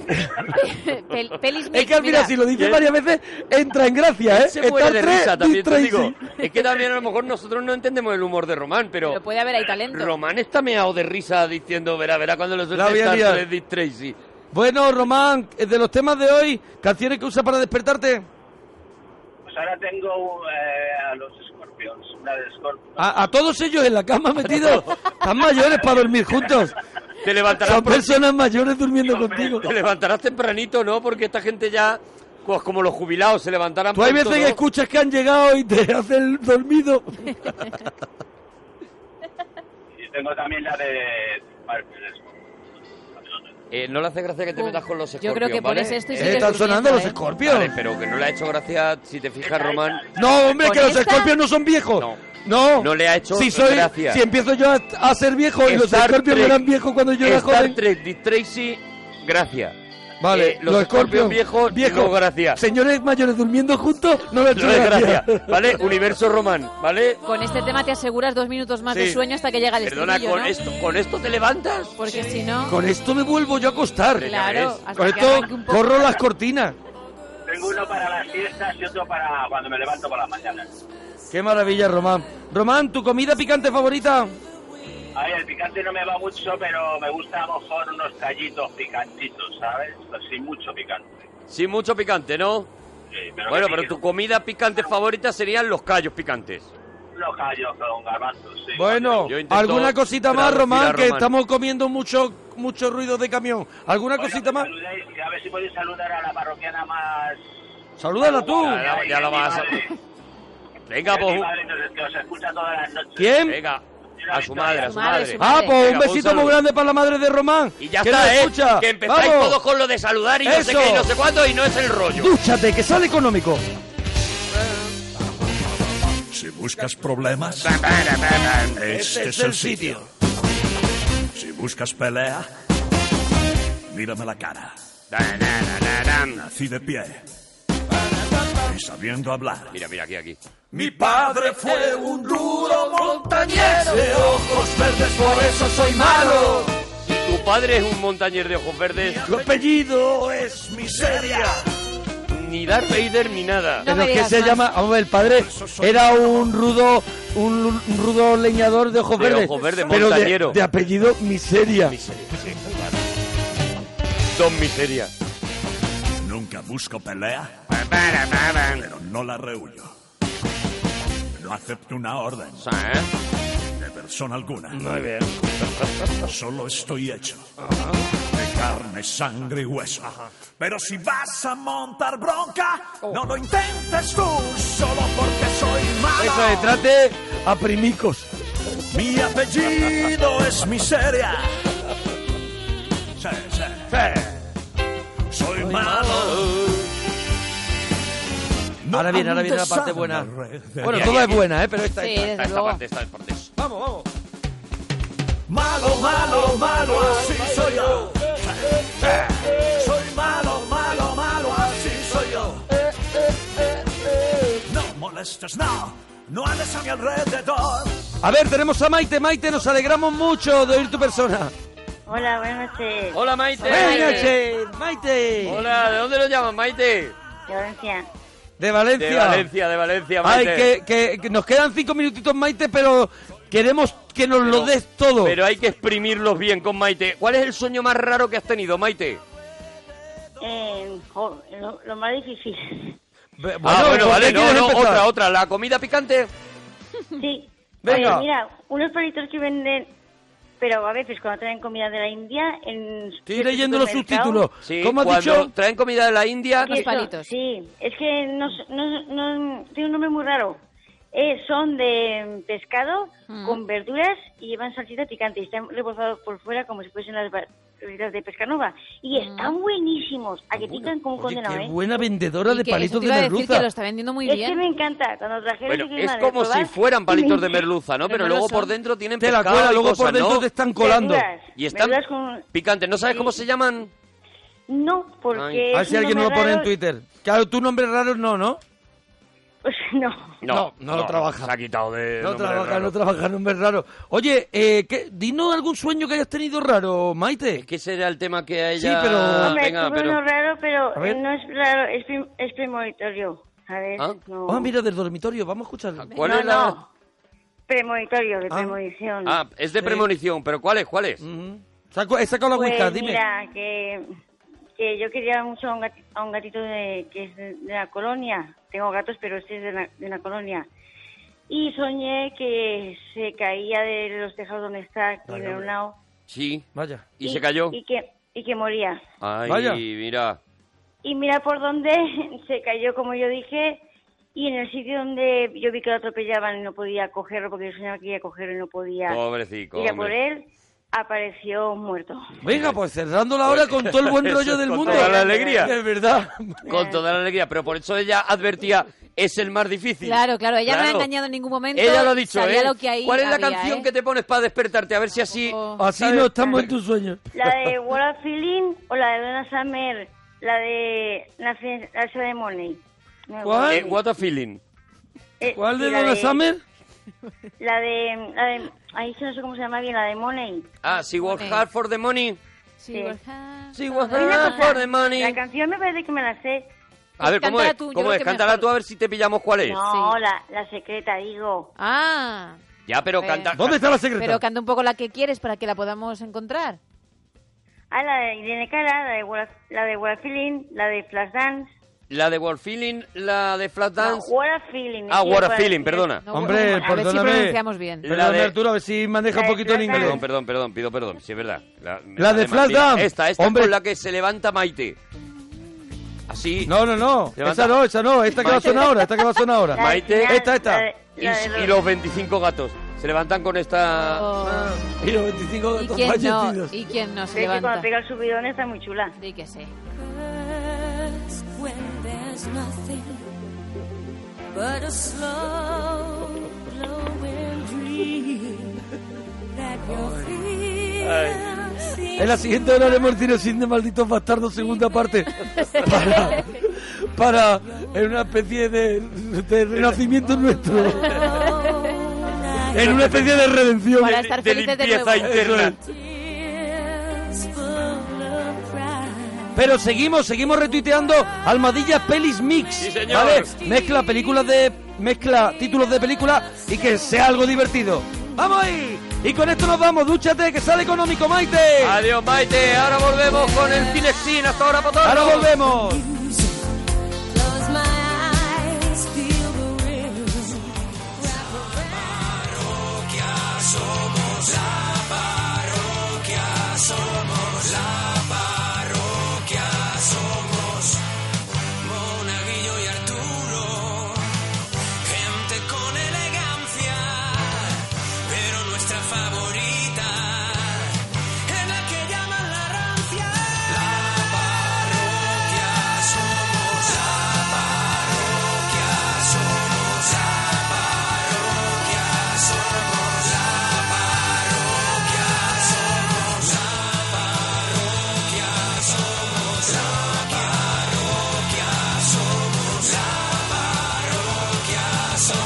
Speaker 3: Pel- pelis
Speaker 1: Es
Speaker 3: mix,
Speaker 1: que al
Speaker 3: mira.
Speaker 1: final, si lo dices varias veces, entra en gracia, ¿eh?
Speaker 2: Se muere de
Speaker 1: Trek
Speaker 2: risa,
Speaker 1: Dick
Speaker 2: también te
Speaker 1: Tracy.
Speaker 2: digo. Es que también a lo mejor nosotros no entendemos el humor de Román, pero
Speaker 3: Pero puede haber ahí talento.
Speaker 2: Román está meado de risa diciendo, verá, verá, cuando lo
Speaker 1: La voy a
Speaker 2: suelte Star
Speaker 1: liar.
Speaker 2: Trek Dick Tracy.
Speaker 1: Bueno, Román, eh, de los temas de hoy, canciones que usas para despertarte.
Speaker 8: Pues ahora tengo eh, a los Scorpions, una de Scorpions.
Speaker 1: A, a todos ellos en la cama metidos. Están mayores para dormir juntos.
Speaker 2: Te levantarás,
Speaker 1: Son
Speaker 2: pro-
Speaker 1: personas mayores durmiendo contigo.
Speaker 2: te levantarás tempranito, ¿no? Porque esta gente ya, pues como los jubilados, se levantarán
Speaker 1: Tú hay
Speaker 2: pronto,
Speaker 1: veces que
Speaker 2: ¿no?
Speaker 1: escuchas que han llegado y te hacen dormido.
Speaker 8: Y tengo también la de Marvel.
Speaker 2: Eh, no le hace gracia que te
Speaker 3: Uh,
Speaker 2: metas con los
Speaker 3: yo creo
Speaker 2: escorpios,
Speaker 3: que por eso estoy Eh, sigues
Speaker 1: están sonando durmiendo, los ¿eh? Scorpions.
Speaker 2: Vale, pero que no le ha hecho gracia, si te fijas, Román...
Speaker 1: No, hombre,
Speaker 3: ¿Con
Speaker 1: que los
Speaker 3: esta?
Speaker 1: escorpios no son viejos.
Speaker 2: No.
Speaker 1: No.
Speaker 2: No le ha hecho
Speaker 1: si soy,
Speaker 2: gracia.
Speaker 1: Si empiezo yo a, a ser viejo y los
Speaker 2: Star
Speaker 1: escorpios no
Speaker 2: Trek.
Speaker 1: eran viejos cuando yo era
Speaker 2: Star
Speaker 1: joven.
Speaker 2: Trek Dick Tracy, gracias.
Speaker 1: Vale,
Speaker 2: Eh, los Scorpions viejos, no gracias.
Speaker 1: Señores mayores durmiendo juntos, no les
Speaker 2: No es gracia, ¿vale? Universo Román, ¿vale?
Speaker 3: Con este tema te aseguras dos minutos más de
Speaker 2: Sí.
Speaker 3: sueño hasta que llega el
Speaker 2: Perdona,
Speaker 3: estribillo,
Speaker 2: con
Speaker 3: ¿no?
Speaker 2: esto, con esto te levantas. este-
Speaker 3: Porque si no...
Speaker 1: Con esto me vuelvo yo a acostar.
Speaker 3: Claro, hasta
Speaker 1: Con
Speaker 3: que
Speaker 1: esto
Speaker 3: arranque un poco.
Speaker 1: corro las cortinas.
Speaker 8: Tengo uno para las fiestas y otro para cuando me levanto por las mañanas.
Speaker 1: Qué maravilla, Román. Román, ¿tu comida picante favorita?
Speaker 8: A ver, el picante no me va mucho, pero me gusta a lo mejor unos callitos picantitos, ¿sabes? Sin mucho picante.
Speaker 2: Sin mucho picante, ¿no?
Speaker 8: Sí, pero
Speaker 2: Bueno,
Speaker 8: que
Speaker 2: pero tu
Speaker 8: piquen.
Speaker 2: comida picante favorita serían los callos picantes.
Speaker 8: Los callos con garbanzos, sí.
Speaker 1: Bueno,
Speaker 2: Yo intento
Speaker 1: ¿alguna cosita más,
Speaker 2: traducir a
Speaker 1: Román? Que
Speaker 2: Román.
Speaker 1: estamos comiendo mucho mucho ruido de camión. ¿Alguna cosita más?
Speaker 2: pues,
Speaker 11: a ver si podéis saludar a la parroquiana más.
Speaker 1: Salúdala tú.
Speaker 2: Ya, ya lo vas a... Venga,
Speaker 11: que es mi
Speaker 2: pues...
Speaker 11: madre, entonces, que os escucha todas las noches.
Speaker 1: ¿Quién?
Speaker 2: Venga, a su madre, a su madre.
Speaker 1: Ah, pues
Speaker 2: Venga,
Speaker 1: un besito
Speaker 2: saludo.
Speaker 1: muy grande para la madre de Román.
Speaker 2: Y ya
Speaker 1: que
Speaker 2: está,
Speaker 1: nos
Speaker 2: ¿eh?
Speaker 1: escucha.
Speaker 2: Que empezáis
Speaker 1: ¡Vamos!
Speaker 2: todos con lo de saludar y no sé
Speaker 1: Eso.
Speaker 2: qué y no sé cuándo y no es el rollo.
Speaker 1: Dúchate, que sale económico.
Speaker 12: Si buscas problemas, este es el sitio. Si buscas pelea, mírame la cara. Nací de pie y sabiendo hablar.
Speaker 2: Mira, mira, aquí, aquí.
Speaker 12: Mi padre fue un duro montañés de ojos verdes, por eso soy malo.
Speaker 2: Tu padre es un montañer de ojos verdes.
Speaker 1: Tu apellido
Speaker 12: es miseria.
Speaker 2: Ni Darth Vader ni nada.
Speaker 1: Pero es que se llama, vamos a ver, el padre era un rudo, un, un rudo leñador de ojos
Speaker 2: De
Speaker 1: verdes,
Speaker 2: ojos verdes,
Speaker 1: pero de,
Speaker 2: montañero.
Speaker 1: de apellido miseria.
Speaker 2: Don Miseria.
Speaker 12: Nunca busco pelea, pero no la rehuyo. No acepto una orden de persona alguna.
Speaker 2: ¿eh? Muy bien.
Speaker 12: Solo estoy hecho de carne, sangre y hueso. Pero si vas a montar bronca,
Speaker 2: Oh.
Speaker 12: no lo intentes tú solo porque soy malo.
Speaker 1: Eso es, trate a primicos.
Speaker 12: Mi apellido es miseria. Sí, sí. Soy malo.
Speaker 1: ahora viene, ahora viene la
Speaker 12: antes
Speaker 1: parte
Speaker 12: sana
Speaker 1: buena.
Speaker 12: la red.
Speaker 1: Bueno,
Speaker 12: Aquí,
Speaker 1: toda
Speaker 12: aquí,
Speaker 1: es buena,
Speaker 12: aquí.
Speaker 1: ¿eh? Pero esta,
Speaker 12: Sí,
Speaker 1: esta,
Speaker 12: desde
Speaker 1: esta
Speaker 12: luego.
Speaker 1: parte, esta parte. Vamos, vamos.
Speaker 12: Malo, malo, malo, así soy yo. Soy malo, malo, malo, así soy yo. No molestes, no, no andes a mi alrededor.
Speaker 1: A ver, tenemos a Maite. Maite, nos alegramos mucho de oír tu persona.
Speaker 13: Hola, buenas noches.
Speaker 2: Hola, Maite.
Speaker 1: Buenas noches, Maite.
Speaker 2: Hola, ¿de dónde nos llamas, Maite?
Speaker 13: De Valencia.
Speaker 1: De Valencia.
Speaker 2: De Valencia, de Valencia,
Speaker 1: Ay,
Speaker 2: Maite.
Speaker 1: que, que- que nos quedan cinco minutitos, Maite, pero queremos que nos lo des todo.
Speaker 2: Pero hay que exprimirlos bien con Maite. ¿Cuál es el sueño más raro que has tenido, Maite?
Speaker 13: Eh, jo, lo, lo más difícil.
Speaker 1: Bueno,
Speaker 2: ah, bueno,
Speaker 1: ¿por
Speaker 2: vale,
Speaker 1: qué
Speaker 2: no,
Speaker 1: quieres
Speaker 2: no,
Speaker 1: empezar?
Speaker 2: otra, otra. La comida picante.
Speaker 13: Sí.
Speaker 2: Venga.
Speaker 13: Oye, mira, unos perritos que venden, pero a veces cuando traen comida de la India en...
Speaker 1: Estoy leyendo los subtítulos.
Speaker 2: Sí,
Speaker 1: ¿Cómo has
Speaker 2: cuando
Speaker 1: dicho?
Speaker 2: traen comida de la India.
Speaker 13: Los palitos. Sí, es que no, s- no, s- no- tiene un nombre muy raro. Eh, son de pescado con verduras y llevan salsita picante. Y están reforzados por fuera como si fuesen las ba- barritas de pescanova. Y están buenísimos. A que pican como condenado,
Speaker 1: Qué
Speaker 13: ¿eh?
Speaker 1: buena vendedora de palitos de merluza.
Speaker 13: vendiendo muy
Speaker 3: bien.
Speaker 13: Es que me encanta. Cuando trajeron
Speaker 2: Bueno,
Speaker 13: que mi
Speaker 2: es
Speaker 13: madre
Speaker 2: como
Speaker 13: probara,
Speaker 2: si fueran palitos de
Speaker 13: me-
Speaker 2: merluza, ¿no? Pero,
Speaker 13: Pero no lo
Speaker 2: luego por
Speaker 13: son.
Speaker 2: dentro tienen
Speaker 1: Te la
Speaker 2: pescado
Speaker 1: cuela,
Speaker 2: y
Speaker 1: luego
Speaker 2: cosas,
Speaker 1: por dentro
Speaker 2: ¿no?
Speaker 1: te están colando. Verduras,
Speaker 2: Y están
Speaker 13: verduras con-
Speaker 2: picantes. ¿No sabes cómo se llaman?
Speaker 13: No, porque...
Speaker 1: A ver
Speaker 13: es
Speaker 1: si
Speaker 13: un
Speaker 1: Ah, alguien nos lo
Speaker 13: nombre
Speaker 1: pone en
Speaker 13: raro.
Speaker 1: Twitter. Claro, tu nombre raro no, ¿no?
Speaker 13: Pues no.
Speaker 1: No, no lo trabaja.
Speaker 2: Se ha quitado de.
Speaker 1: No
Speaker 2: nombre
Speaker 1: trabaja,
Speaker 2: raro.
Speaker 1: no trabaja, nombre raro. Oye, eh, ¿qué? dinos algún sueño que hayas tenido raro, Maite.
Speaker 2: Que ese era el tema que a ella.
Speaker 1: Sí, pero-
Speaker 13: Hombre,
Speaker 2: Venga,
Speaker 13: tuve uno
Speaker 2: pero.
Speaker 13: raro,
Speaker 1: A
Speaker 13: pero
Speaker 1: ver.
Speaker 13: eh, no es raro, es, prim- es premonitorio. A ver,
Speaker 1: Ah,
Speaker 13: no.
Speaker 1: Ah, mira, del dormitorio, vamos a escucharlo.
Speaker 2: ¿Cuál
Speaker 13: no,
Speaker 2: es la-
Speaker 13: no. Premonitorio, de premonición.
Speaker 2: Ah, es de premonición, pero ¿cuál es? ¿Cuál es?
Speaker 1: Saco, he sacado la
Speaker 13: Pues
Speaker 1: Ouija, dime.
Speaker 13: mira, que, que yo quería mucho a un, gati- a un gatito de, que es de, de la colonia. Tengo gatos, pero este es de la, de la colonia. Y soñé que se caía de los tejados donde está, aquí
Speaker 2: Vaya,
Speaker 13: de un
Speaker 2: hombre.
Speaker 13: lado.
Speaker 2: Sí.
Speaker 1: Vaya.
Speaker 2: ¿Y, se cayó?
Speaker 13: Y que, y que moría.
Speaker 2: Ay,
Speaker 1: Vaya.
Speaker 2: mira.
Speaker 13: Y mira por dónde se cayó, como yo dije, y en el sitio donde yo vi que lo atropellaban y no podía cogerlo, porque yo soñaba que iba a cogerlo y no podía
Speaker 2: Pobrecito.
Speaker 13: ir a por
Speaker 2: hombre.
Speaker 13: él, apareció muerto.
Speaker 1: Venga, pues cerrando la hora con todo el buen
Speaker 2: Eso
Speaker 1: rollo
Speaker 2: es
Speaker 1: del
Speaker 2: con
Speaker 1: mundo.
Speaker 2: toda la alegría.
Speaker 1: De verdad.
Speaker 2: Con toda la alegría, pero por eso ella advertía, es el más difícil.
Speaker 3: Claro, claro, ella no
Speaker 2: Claro.
Speaker 3: me ha engañado en ningún momento.
Speaker 2: Ella lo ha dicho,
Speaker 3: sabía
Speaker 2: ¿eh?
Speaker 3: lo que ahí
Speaker 2: ¿Cuál es la
Speaker 3: había,
Speaker 2: canción
Speaker 3: ¿eh?
Speaker 2: que te pones para despertarte? A ver si así...
Speaker 1: Así
Speaker 2: ¿sabes?
Speaker 1: no estamos en tus sueños.
Speaker 13: La de Wall of Feeling o la de Donna Summer, la de La Fe- la ciudad de Money. No,
Speaker 2: Eh, what a feeling.
Speaker 13: eh,
Speaker 1: ¿Cuál de
Speaker 13: y la
Speaker 1: Donna Summer?
Speaker 13: La de, la de, ahí sí no sé cómo se llama bien, la de Money.
Speaker 2: Ah, she work
Speaker 13: Ok.
Speaker 2: hard for the money.
Speaker 13: Sí.
Speaker 2: She work
Speaker 13: Hay una
Speaker 2: hard
Speaker 13: cosa,
Speaker 2: for the Ah, money.
Speaker 13: La canción me parece que me la sé.
Speaker 2: A ver, ¿cómo es?
Speaker 13: Cántala tú, yo
Speaker 2: ¿Cómo
Speaker 13: creo
Speaker 2: es?
Speaker 13: que
Speaker 2: Cántala
Speaker 13: mejor.
Speaker 2: tú a ver si te pillamos cuál es.
Speaker 13: No, la, la secreta, digo.
Speaker 3: Ah.
Speaker 2: Ya, pero
Speaker 3: Eh.
Speaker 2: canta...
Speaker 1: ¿Dónde está la secreta?
Speaker 3: Pero canta un poco la que quieres para que la podamos encontrar.
Speaker 13: Ah, la de Irene Cara, la de Wall- la de Wall Feeling, la de Flashdance.
Speaker 2: La de World Feeling, la de Flat Dance.
Speaker 13: What a feeling.
Speaker 2: Ah,
Speaker 13: es
Speaker 2: What a
Speaker 13: cierto,
Speaker 2: Feeling,
Speaker 13: es-
Speaker 2: perdona.
Speaker 13: no,
Speaker 1: Hombre,
Speaker 13: bueno,
Speaker 1: perdóname.
Speaker 13: bien.
Speaker 1: Perdóname, Arturo, a ver si maneja un poquito el inglés.
Speaker 2: Perdón, perdón, perdón, pido perdón, sí, es verdad. La, me
Speaker 1: La de
Speaker 2: sale mal. Mira,
Speaker 1: Flashdance,
Speaker 2: Esta, esta
Speaker 1: hombre.
Speaker 2: es con la que se levanta Maite. Así.
Speaker 1: No, no, no.
Speaker 2: Levanta.
Speaker 1: Esa no, esa no. Esta que va a sonar ahora, esta que va a sonar ahora.
Speaker 2: Maite.
Speaker 1: Esta, esta.
Speaker 2: Y, y los 25 gatos. Se levantan con esta...
Speaker 13: Oh.
Speaker 2: Y los 25
Speaker 3: ¿Y
Speaker 2: gatos
Speaker 3: quién no?
Speaker 2: fallecidos.
Speaker 3: ¿Y quién no se
Speaker 13: Pero es que
Speaker 3: levanta?
Speaker 13: cuando pega el subidón está muy chula.
Speaker 3: Sí que sí.
Speaker 12: Pues
Speaker 10: Hurts when there's nothing but a slow blowing dream that your fears seem
Speaker 1: En la siguiente hora haremos el cine sin de malditos bastardos, segunda parte. Para, para en una especie de, de renacimiento nuestro. En una especie de redención.
Speaker 10: Para estar De- de felices de limpieza nuevo. interna.
Speaker 1: Eso es.
Speaker 10: tears full of pride.
Speaker 1: Pero seguimos, seguimos retuiteando Almadillas Pelis Mix.
Speaker 2: señor.
Speaker 1: ¿Vale? Mezcla películas de. Mezcla títulos de películas y que sea algo divertido. ¡Vamos ahí! Y con esto nos vamos, dúchate, que sale económico, Maite.
Speaker 2: Adiós, Maite. Eh, Ahora volvemos con el Cinexin. Hasta ahora, Potorro.
Speaker 1: Ahora volvemos.
Speaker 10: Close my eyes, feel the rhythm.
Speaker 6: parroquia somos la parroquia somos la parroquia somos monaguillo y arturo gente con elegancia pero nuestra favorita es la que llaman la rancia la parroquia somos la parroquia somos la parroquia somos la parroquia somos la parroquia somos la parroquia somos la parroquia somos la parroquia somos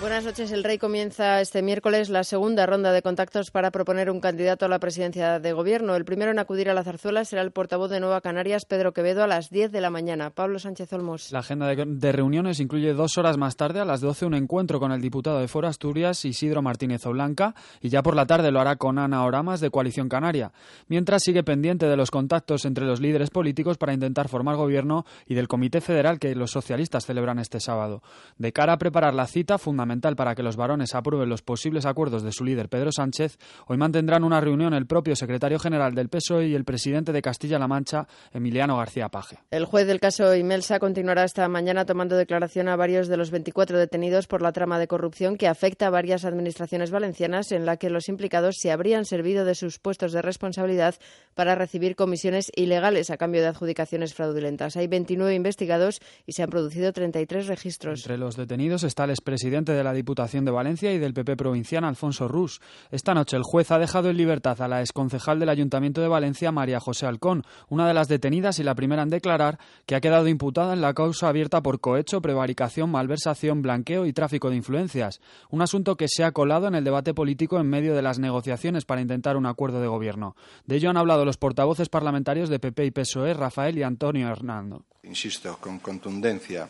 Speaker 14: Buenas noches. El Rey comienza este miércoles la segunda ronda de contactos para proponer un candidato a la presidencia de gobierno. El primero en acudir a la zarzuela será el portavoz de Nueva Canarias, Pedro Quevedo, a las 10 de la mañana. Pablo Sánchez Olmos.
Speaker 15: La agenda de, de reuniones incluye dos horas más tarde, a las 12, un encuentro con el diputado de Foro Asturias, Isidro Martínez Oblanca, y ya por la tarde lo hará con Ana Oramas, de Coalición Canaria, mientras sigue pendiente de los contactos entre los líderes políticos para intentar formar gobierno y del Comité Federal que los socialistas celebran este sábado. De cara a preparar la cita, fundamental para que los varones aprueben los posibles acuerdos de su líder Pedro Sánchez, hoy mantendrán una reunión el propio secretario general del PSOE E y el presidente de Castilla-La Mancha, Emiliano García Paje.
Speaker 14: El juez del caso Imelsa continuará esta mañana tomando declaración a varios de los 24 detenidos por la trama de corrupción que afecta a varias administraciones valencianas en la que los implicados se habrían servido de sus puestos de responsabilidad para recibir comisiones ilegales a cambio de adjudicaciones fraudulentas. Hay 29 investigados y se han producido 33 registros.
Speaker 15: Entre los detenidos está el expresidente de la Diputación de Valencia y del PP provinciano, Alfonso Rus. Esta noche el juez ha dejado en libertad a la exconcejal del Ayuntamiento de Valencia, María José Alcón, una de las detenidas y la primera en declarar, que ha quedado imputada en la causa abierta por cohecho, prevaricación, malversación, blanqueo y tráfico de influencias. Un asunto que se ha colado en el debate político en medio de las negociaciones para intentar un acuerdo de gobierno. De ello han hablado los portavoces parlamentarios de PP y PSOE, E, Rafael y Antonio Hernando.
Speaker 16: insisto, con contundencia.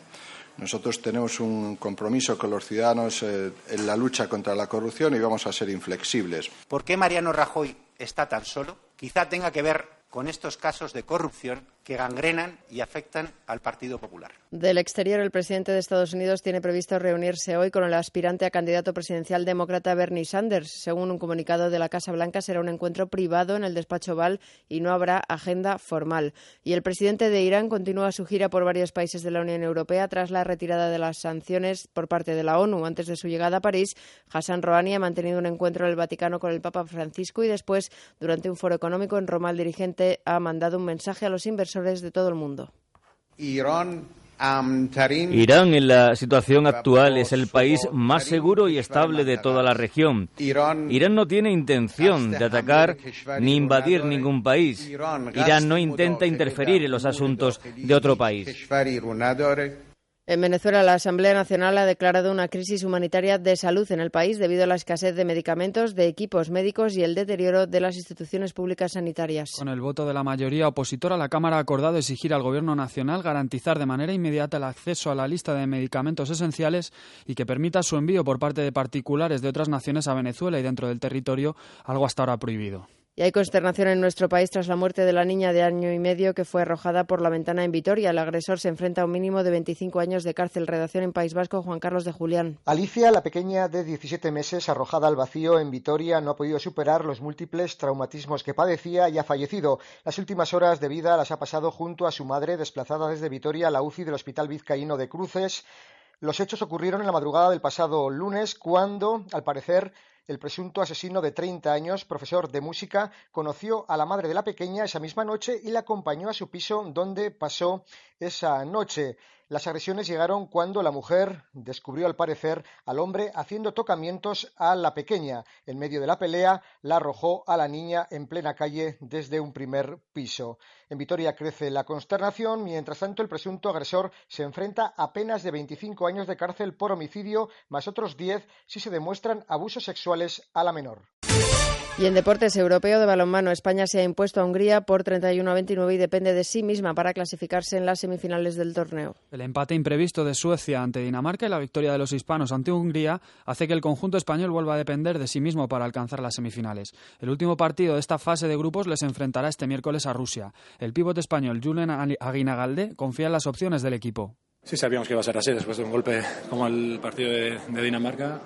Speaker 16: Nosotros tenemos un compromiso con los ciudadanos eh, en la lucha contra la corrupción y vamos a ser inflexibles.
Speaker 17: ¿Por qué Mariano Rajoy está tan solo? Quizá tenga que ver con estos casos de corrupción que gangrenan y afectan al Partido Popular.
Speaker 14: Del exterior, el presidente de Estados Unidos tiene previsto reunirse hoy con el aspirante a candidato presidencial demócrata Bernie Sanders. Según un comunicado de la Casa Blanca, será un encuentro privado en el despacho Oval y no habrá agenda formal. Y el presidente de Irán continúa su gira por varios países de la Unión Europea tras la retirada de las sanciones por parte de la ONU. Antes de su llegada a París, Hassan Rouhani ha mantenido un encuentro en el Vaticano con el Papa Francisco y después, durante un foro económico en Roma, el dirigente ha mandado un mensaje a los inversores de todo el mundo.
Speaker 18: Irán, am, Tarín,
Speaker 19: Irán en la situación actual es el país más seguro y estable de toda la región.
Speaker 18: Irán,
Speaker 19: Irán no tiene intención de atacar ni invadir ningún país. Irán no intenta interferir en los asuntos de otro país.
Speaker 18: Keshvari Runadore.
Speaker 14: En Venezuela, la Asamblea Nacional ha declarado una crisis humanitaria de salud en el país debido a la escasez de medicamentos, de equipos médicos y el deterioro de las instituciones públicas sanitarias.
Speaker 15: Con el voto de la mayoría opositora, la Cámara ha acordado exigir al Gobierno Nacional garantizar de manera inmediata el acceso a la lista de medicamentos esenciales y que permita su envío por parte de particulares de otras naciones a Venezuela y dentro del territorio, algo hasta ahora prohibido.
Speaker 14: Y hay consternación en nuestro país tras la muerte de la niña de año y medio que fue arrojada por la ventana en Vitoria. El agresor se enfrenta a un mínimo de 25 años de cárcel. Redacción en País Vasco, Juan Carlos de Julián.
Speaker 20: Alicia, la pequeña de 17 meses arrojada al vacío en Vitoria, no ha podido superar los múltiples traumatismos que padecía y ha fallecido. Las últimas horas de vida las ha pasado junto a su madre, desplazada desde Vitoria a la UCI del Hospital Vizcaíno de Cruces. Los hechos ocurrieron en la madrugada del pasado lunes, cuando, al parecer, el presunto asesino de 30 años, profesor de música, conoció a la madre de la pequeña esa misma noche y la acompañó a su piso donde pasó esa noche. Las agresiones llegaron cuando la mujer descubrió al parecer al hombre haciendo tocamientos a la pequeña. En medio de la pelea la arrojó a la niña en plena calle desde un primer piso. En Vitoria crece la consternación, mientras tanto el presunto agresor se enfrenta a penas de 25 años de cárcel por homicidio, más otros 10 si se demuestran abusos sexuales a la menor.
Speaker 14: Y en deportes europeo de balonmano, España se ha impuesto a Hungría por 31 a 29 y depende de sí misma para clasificarse en las semifinales del torneo.
Speaker 15: El empate imprevisto de Suecia ante Dinamarca y la victoria de los hispanos ante Hungría hace que el conjunto español vuelva a depender de sí mismo para alcanzar las semifinales. El último partido de esta fase de grupos les enfrentará este miércoles a Rusia. El pívot español Julen Aguinagalde confía en las opciones del equipo.
Speaker 21: Sí, sabíamos que iba a ser así después de un golpe como el partido de, de Dinamarca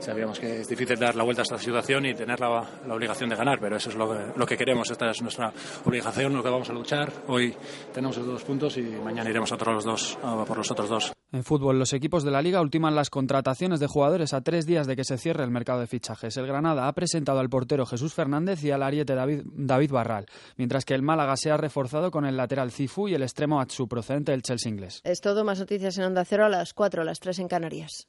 Speaker 21: sabíamos que es difícil dar la vuelta a esta situación y tener la, la obligación de ganar, pero eso es lo que, lo que, queremos, esta es nuestra obligación, lo que vamos a luchar. Hoy tenemos los dos puntos y mañana iremos a, otros dos, a por los otros dos.
Speaker 15: En fútbol, los equipos de la liga ultiman las contrataciones de jugadores a tres días de que se cierre el mercado de fichajes. El Granada ha presentado al portero Jesús Fernández y al ariete David, David Barral, mientras que el Málaga se ha reforzado con el lateral Cifu y el extremo Atsu, procedente del Chelsea inglés.
Speaker 14: Es todo, más noticias en Onda Cero a las 4, a las 3 en Canarias.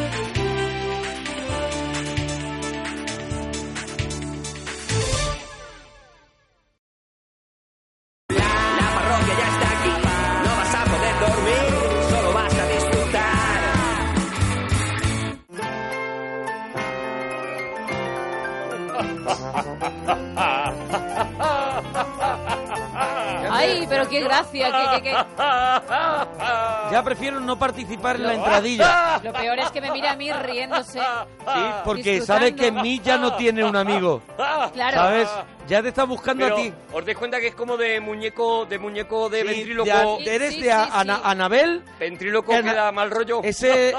Speaker 6: La parroquia ya está aquí, no vas a poder dormir, solo vas a disfrutar.
Speaker 3: Ay, pero qué gracia, qué, qué, qué.
Speaker 1: Ya prefiero no participar en la entradilla.
Speaker 3: Lo peor es que me mira a mí riéndose.
Speaker 1: Sí, porque sabe que en mí ya no tiene un amigo.
Speaker 3: Claro.
Speaker 1: ¿Sabes? Ya te está buscando
Speaker 2: Pero
Speaker 1: a ti.
Speaker 2: os dais cuenta que es como de muñeco de muñeco de
Speaker 1: Sí, de
Speaker 2: ventríloco.
Speaker 1: a- eres de a- Ana- Anabel.
Speaker 2: Ventríloco
Speaker 1: Ana-
Speaker 2: que da mal rollo.
Speaker 1: Ese, el,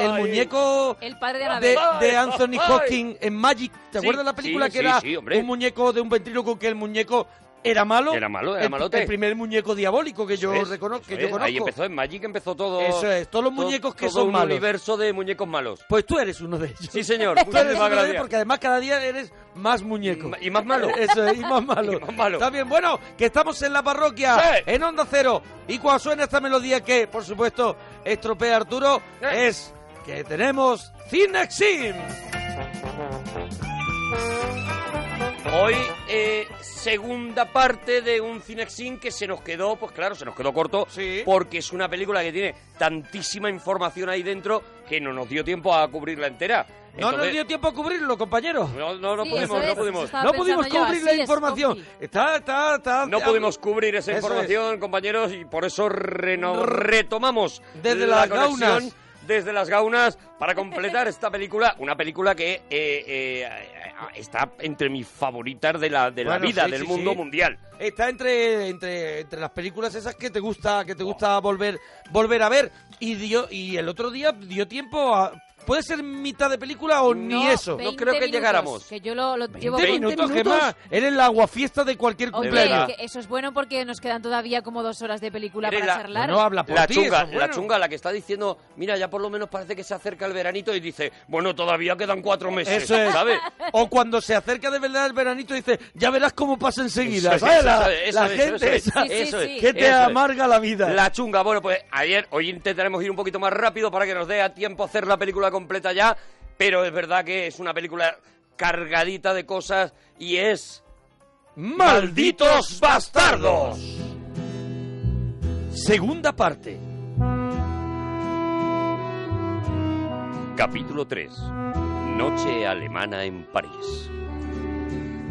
Speaker 1: el
Speaker 2: Ay.
Speaker 1: muñeco
Speaker 3: El padre de
Speaker 1: de,
Speaker 3: Anabel.
Speaker 1: de
Speaker 2: Ay.
Speaker 1: Anthony Hopkins en Magic.
Speaker 2: Sí,
Speaker 1: ¿Te acuerdas la película
Speaker 2: sí,
Speaker 1: que
Speaker 2: sí,
Speaker 1: era
Speaker 2: sí, hombre.
Speaker 1: un muñeco de un ventríloco que el muñeco era malo?
Speaker 2: Era malo, era
Speaker 1: El-
Speaker 2: malote.
Speaker 1: El primer muñeco diabólico que yo,
Speaker 2: Eso es,
Speaker 1: reconozco,
Speaker 2: eso
Speaker 1: que
Speaker 2: es.
Speaker 1: yo conozco.
Speaker 2: Ahí empezó, en Magic empezó todo.
Speaker 1: Eso es, todos los
Speaker 2: to-
Speaker 1: muñecos que
Speaker 2: todo
Speaker 1: son
Speaker 2: un
Speaker 1: malos.
Speaker 2: universo de muñecos malos.
Speaker 1: Pues tú eres uno de ellos.
Speaker 2: Sí, señor.
Speaker 1: Tú eres
Speaker 2: Muchísimas
Speaker 1: uno de ellos
Speaker 2: gracias.
Speaker 1: porque además cada día eres más muñeco.
Speaker 2: Y más malo.
Speaker 1: Eso es, y más malo.
Speaker 2: Y más malo.
Speaker 1: Está bien, bueno, que estamos en la parroquia,
Speaker 2: Sí.
Speaker 1: en Onda Cero. Y cuando suena esta melodía que, por supuesto, estropea Arturo, es que tenemos Cinexim.
Speaker 2: Hoy, eh, segunda parte de un Cinexin que se nos quedó, pues claro, se nos quedó corto, porque es una película que tiene tantísima información ahí dentro que no nos dio tiempo a cubrirla entera.
Speaker 1: No nos dio tiempo a cubrirlo, compañero.
Speaker 2: No, no, no
Speaker 1: Sí,
Speaker 2: pudimos,
Speaker 1: eso es,
Speaker 2: no
Speaker 1: eso
Speaker 2: pudimos.
Speaker 1: estaba No pudimos pensando yo, cubrir la así es, información. Está, está, está.
Speaker 2: No pudimos cubrir esa
Speaker 1: Eso
Speaker 2: información, compañeros, y por eso reno- retomamos
Speaker 1: Desde
Speaker 2: la
Speaker 1: las
Speaker 2: conexión
Speaker 1: gaunas.
Speaker 2: Desde las gaunas para completar esta película, una película que eh, eh, está entre mis favoritas de la, de la
Speaker 1: Bueno,
Speaker 2: vida,
Speaker 1: sí,
Speaker 2: del
Speaker 1: sí,
Speaker 2: mundo
Speaker 1: sí.
Speaker 2: mundial.
Speaker 1: Está entre, entre, entre las películas esas que te gusta, que te gusta volver, volver a ver. Y dio, y el otro día dio tiempo a. ¿Puede ser mitad de película o ni eso?
Speaker 3: 20 minutos, Que yo lo, lo llevo
Speaker 1: 20
Speaker 3: minutos.
Speaker 1: minutos, Gemma. Eres la aguafiesta de cualquier
Speaker 3: Hombre,
Speaker 1: cumpleaños.
Speaker 3: que eso es bueno porque nos quedan todavía como dos horas de película
Speaker 2: Eres
Speaker 3: para
Speaker 2: la-
Speaker 3: charlar.
Speaker 1: No habla por
Speaker 2: la
Speaker 1: ti,
Speaker 2: chunga,
Speaker 1: eso es
Speaker 2: la
Speaker 1: bueno.
Speaker 2: chunga, la que está diciendo, mira, ya por lo menos parece que se acerca el veranito y dice, bueno, todavía quedan cuatro meses,
Speaker 1: Eso es.
Speaker 2: ¿sabes?
Speaker 1: O cuando se acerca de verdad el veranito y dice, ya verás cómo pasa enseguida.
Speaker 2: Eso es,
Speaker 1: ¿Sabes?
Speaker 2: eso
Speaker 1: La,
Speaker 2: es,
Speaker 1: la
Speaker 2: eso es,
Speaker 1: gente
Speaker 2: eso es,
Speaker 1: esa
Speaker 2: eso es,
Speaker 1: que te
Speaker 2: eso es.
Speaker 1: amarga la vida. ¿eh?
Speaker 2: La chunga, bueno, pues ayer, hoy intentaremos ir un poquito más rápido para que nos dé a tiempo a hacer la película completa ya, pero es verdad que es una película cargadita de cosas y es...
Speaker 1: ¡Malditos
Speaker 2: bastardos!
Speaker 1: Segunda parte.
Speaker 2: Capítulo 3. Noche alemana en París.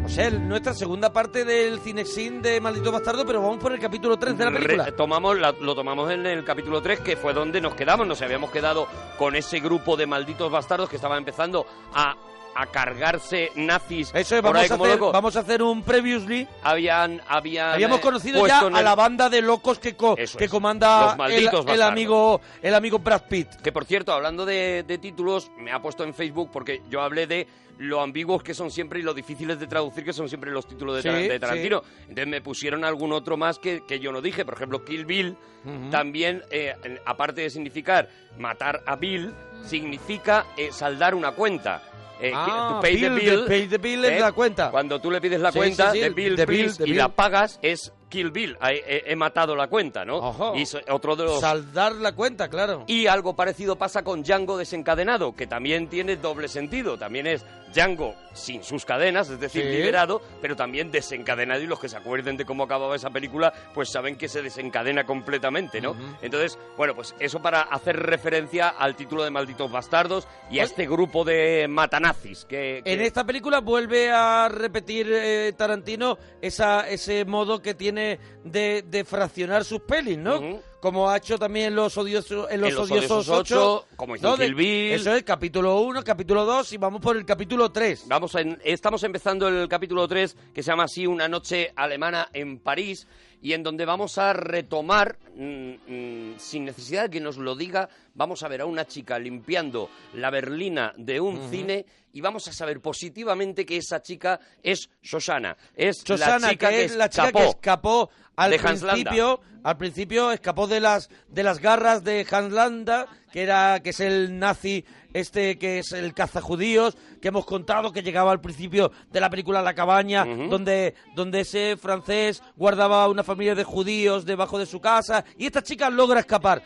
Speaker 1: O sea, el- nuestra segunda parte del Cinexin de Maldito Bastardo, pero vamos por el capítulo 3 de la película.
Speaker 2: Re- tomamos la- lo tomamos en el capítulo 3, que fue donde nos quedamos. Nos habíamos quedado con ese grupo de malditos bastardos que estaba empezando a, a cargarse nazis.
Speaker 1: Eso es,
Speaker 2: por
Speaker 1: vamos,
Speaker 2: ahí
Speaker 1: a
Speaker 2: como
Speaker 1: hacer,
Speaker 2: locos.
Speaker 1: vamos a hacer un previously.
Speaker 2: Habían, habían,
Speaker 1: Habíamos
Speaker 2: eh,
Speaker 1: conocido ya
Speaker 2: puesto en
Speaker 1: a
Speaker 2: el-
Speaker 1: la banda de locos que, co-
Speaker 2: Eso
Speaker 1: que
Speaker 2: es.
Speaker 1: comanda
Speaker 2: Los
Speaker 1: el-
Speaker 2: malditos
Speaker 1: el,
Speaker 2: bastardos.
Speaker 1: amigo el amigo Brad Pitt.
Speaker 2: Que por cierto, hablando de, de títulos, me ha puesto en Facebook porque yo hablé de lo ambiguos que son siempre y lo difíciles de traducir que son siempre los títulos de, Tar-
Speaker 1: Sí,
Speaker 2: de Tarantino. Entonces me pusieron algún otro más que, que yo no dije. Por ejemplo, Kill Bill
Speaker 1: Ujú.
Speaker 2: también, eh, en- aparte de significar matar a Bill, significa eh, saldar una cuenta. Eh,
Speaker 1: Ah,
Speaker 2: que- to pay the
Speaker 1: bill,
Speaker 2: bill, ¿eh?
Speaker 1: the pay the bill es la cuenta.
Speaker 2: Cuando tú le pides la
Speaker 1: Sí,
Speaker 2: cuenta
Speaker 1: sí, sí,
Speaker 2: de Bill,
Speaker 1: the bill,
Speaker 2: please,
Speaker 1: the
Speaker 2: y
Speaker 1: bill.
Speaker 2: la pagas, es Kill Bill. He, he- he matado la cuenta, ¿no?
Speaker 1: Ojo.
Speaker 2: Y so- otro de los
Speaker 1: Saldar la cuenta, claro.
Speaker 2: y algo parecido pasa con Django desencadenado, que también tiene doble sentido. También es Django sin sus cadenas, es decir,
Speaker 1: Sí.
Speaker 2: liberado, pero también desencadenado. Y los que se acuerden de cómo acababa esa película, pues saben que se desencadena completamente, ¿no? Entonces, bueno, pues eso para hacer referencia al título de Malditos Bastardos y a este grupo de matanazis. Que, que-
Speaker 1: En este esta película vuelve a repetir eh, Tarantino esa, ese modo que tiene de, de fraccionar sus pelis, ¿no? Como ha hecho también en Los Odiosos, en los
Speaker 2: En Los
Speaker 1: odiosos
Speaker 2: Odiosos
Speaker 1: 8,
Speaker 2: ocho, como hizo
Speaker 1: ¿no? De-
Speaker 2: Kill Bill.
Speaker 1: Eso es, capítulo 1, capítulo 2 y vamos por el capítulo 3.
Speaker 2: Vamos en- estamos empezando el capítulo 3, que se llama así Una noche alemana en París, y en donde vamos a retomar, mm, mm, sin necesidad de que nos lo diga, vamos a ver a una chica limpiando la berlina de un
Speaker 1: Ujú.
Speaker 2: cine y vamos a saber positivamente que esa chica es Shoshana. Es
Speaker 1: Chosana,
Speaker 2: la chica
Speaker 1: que,
Speaker 2: que,
Speaker 1: es la chica
Speaker 2: escapó.
Speaker 1: que escapó al
Speaker 2: de Hans Landa.
Speaker 1: principio, al principio escapó de las de las garras de Hans Landa, que era que es el nazi este que es el cazajudíos que hemos contado que llegaba al principio de la película La cabaña, donde donde ese francés guardaba una familia de judíos debajo de su casa y esta chica logra escapar.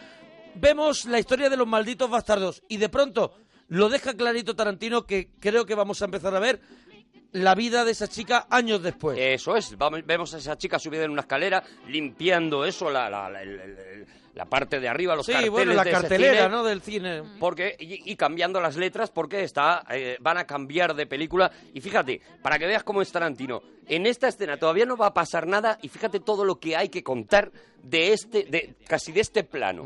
Speaker 1: Vemos la historia de los malditos bastardos y de pronto lo deja clarito Tarantino que creo que vamos a empezar a ver la vida de esa chica años después.
Speaker 2: Eso es, vamos- vemos a esa chica subida en una escalera, limpiando eso, la, la- la- el- el- la parte de arriba, los
Speaker 1: sí,
Speaker 2: carteles
Speaker 1: bueno, la
Speaker 2: de ese
Speaker 1: cartelera,
Speaker 2: cine.
Speaker 1: ¿no? Del cine.
Speaker 2: porque y, y cambiando las letras porque está eh, van a cambiar de película y fíjate para que veas cómo es Tarantino en esta escena todavía no va a pasar nada y fíjate todo lo que hay que contar de este de casi de este plano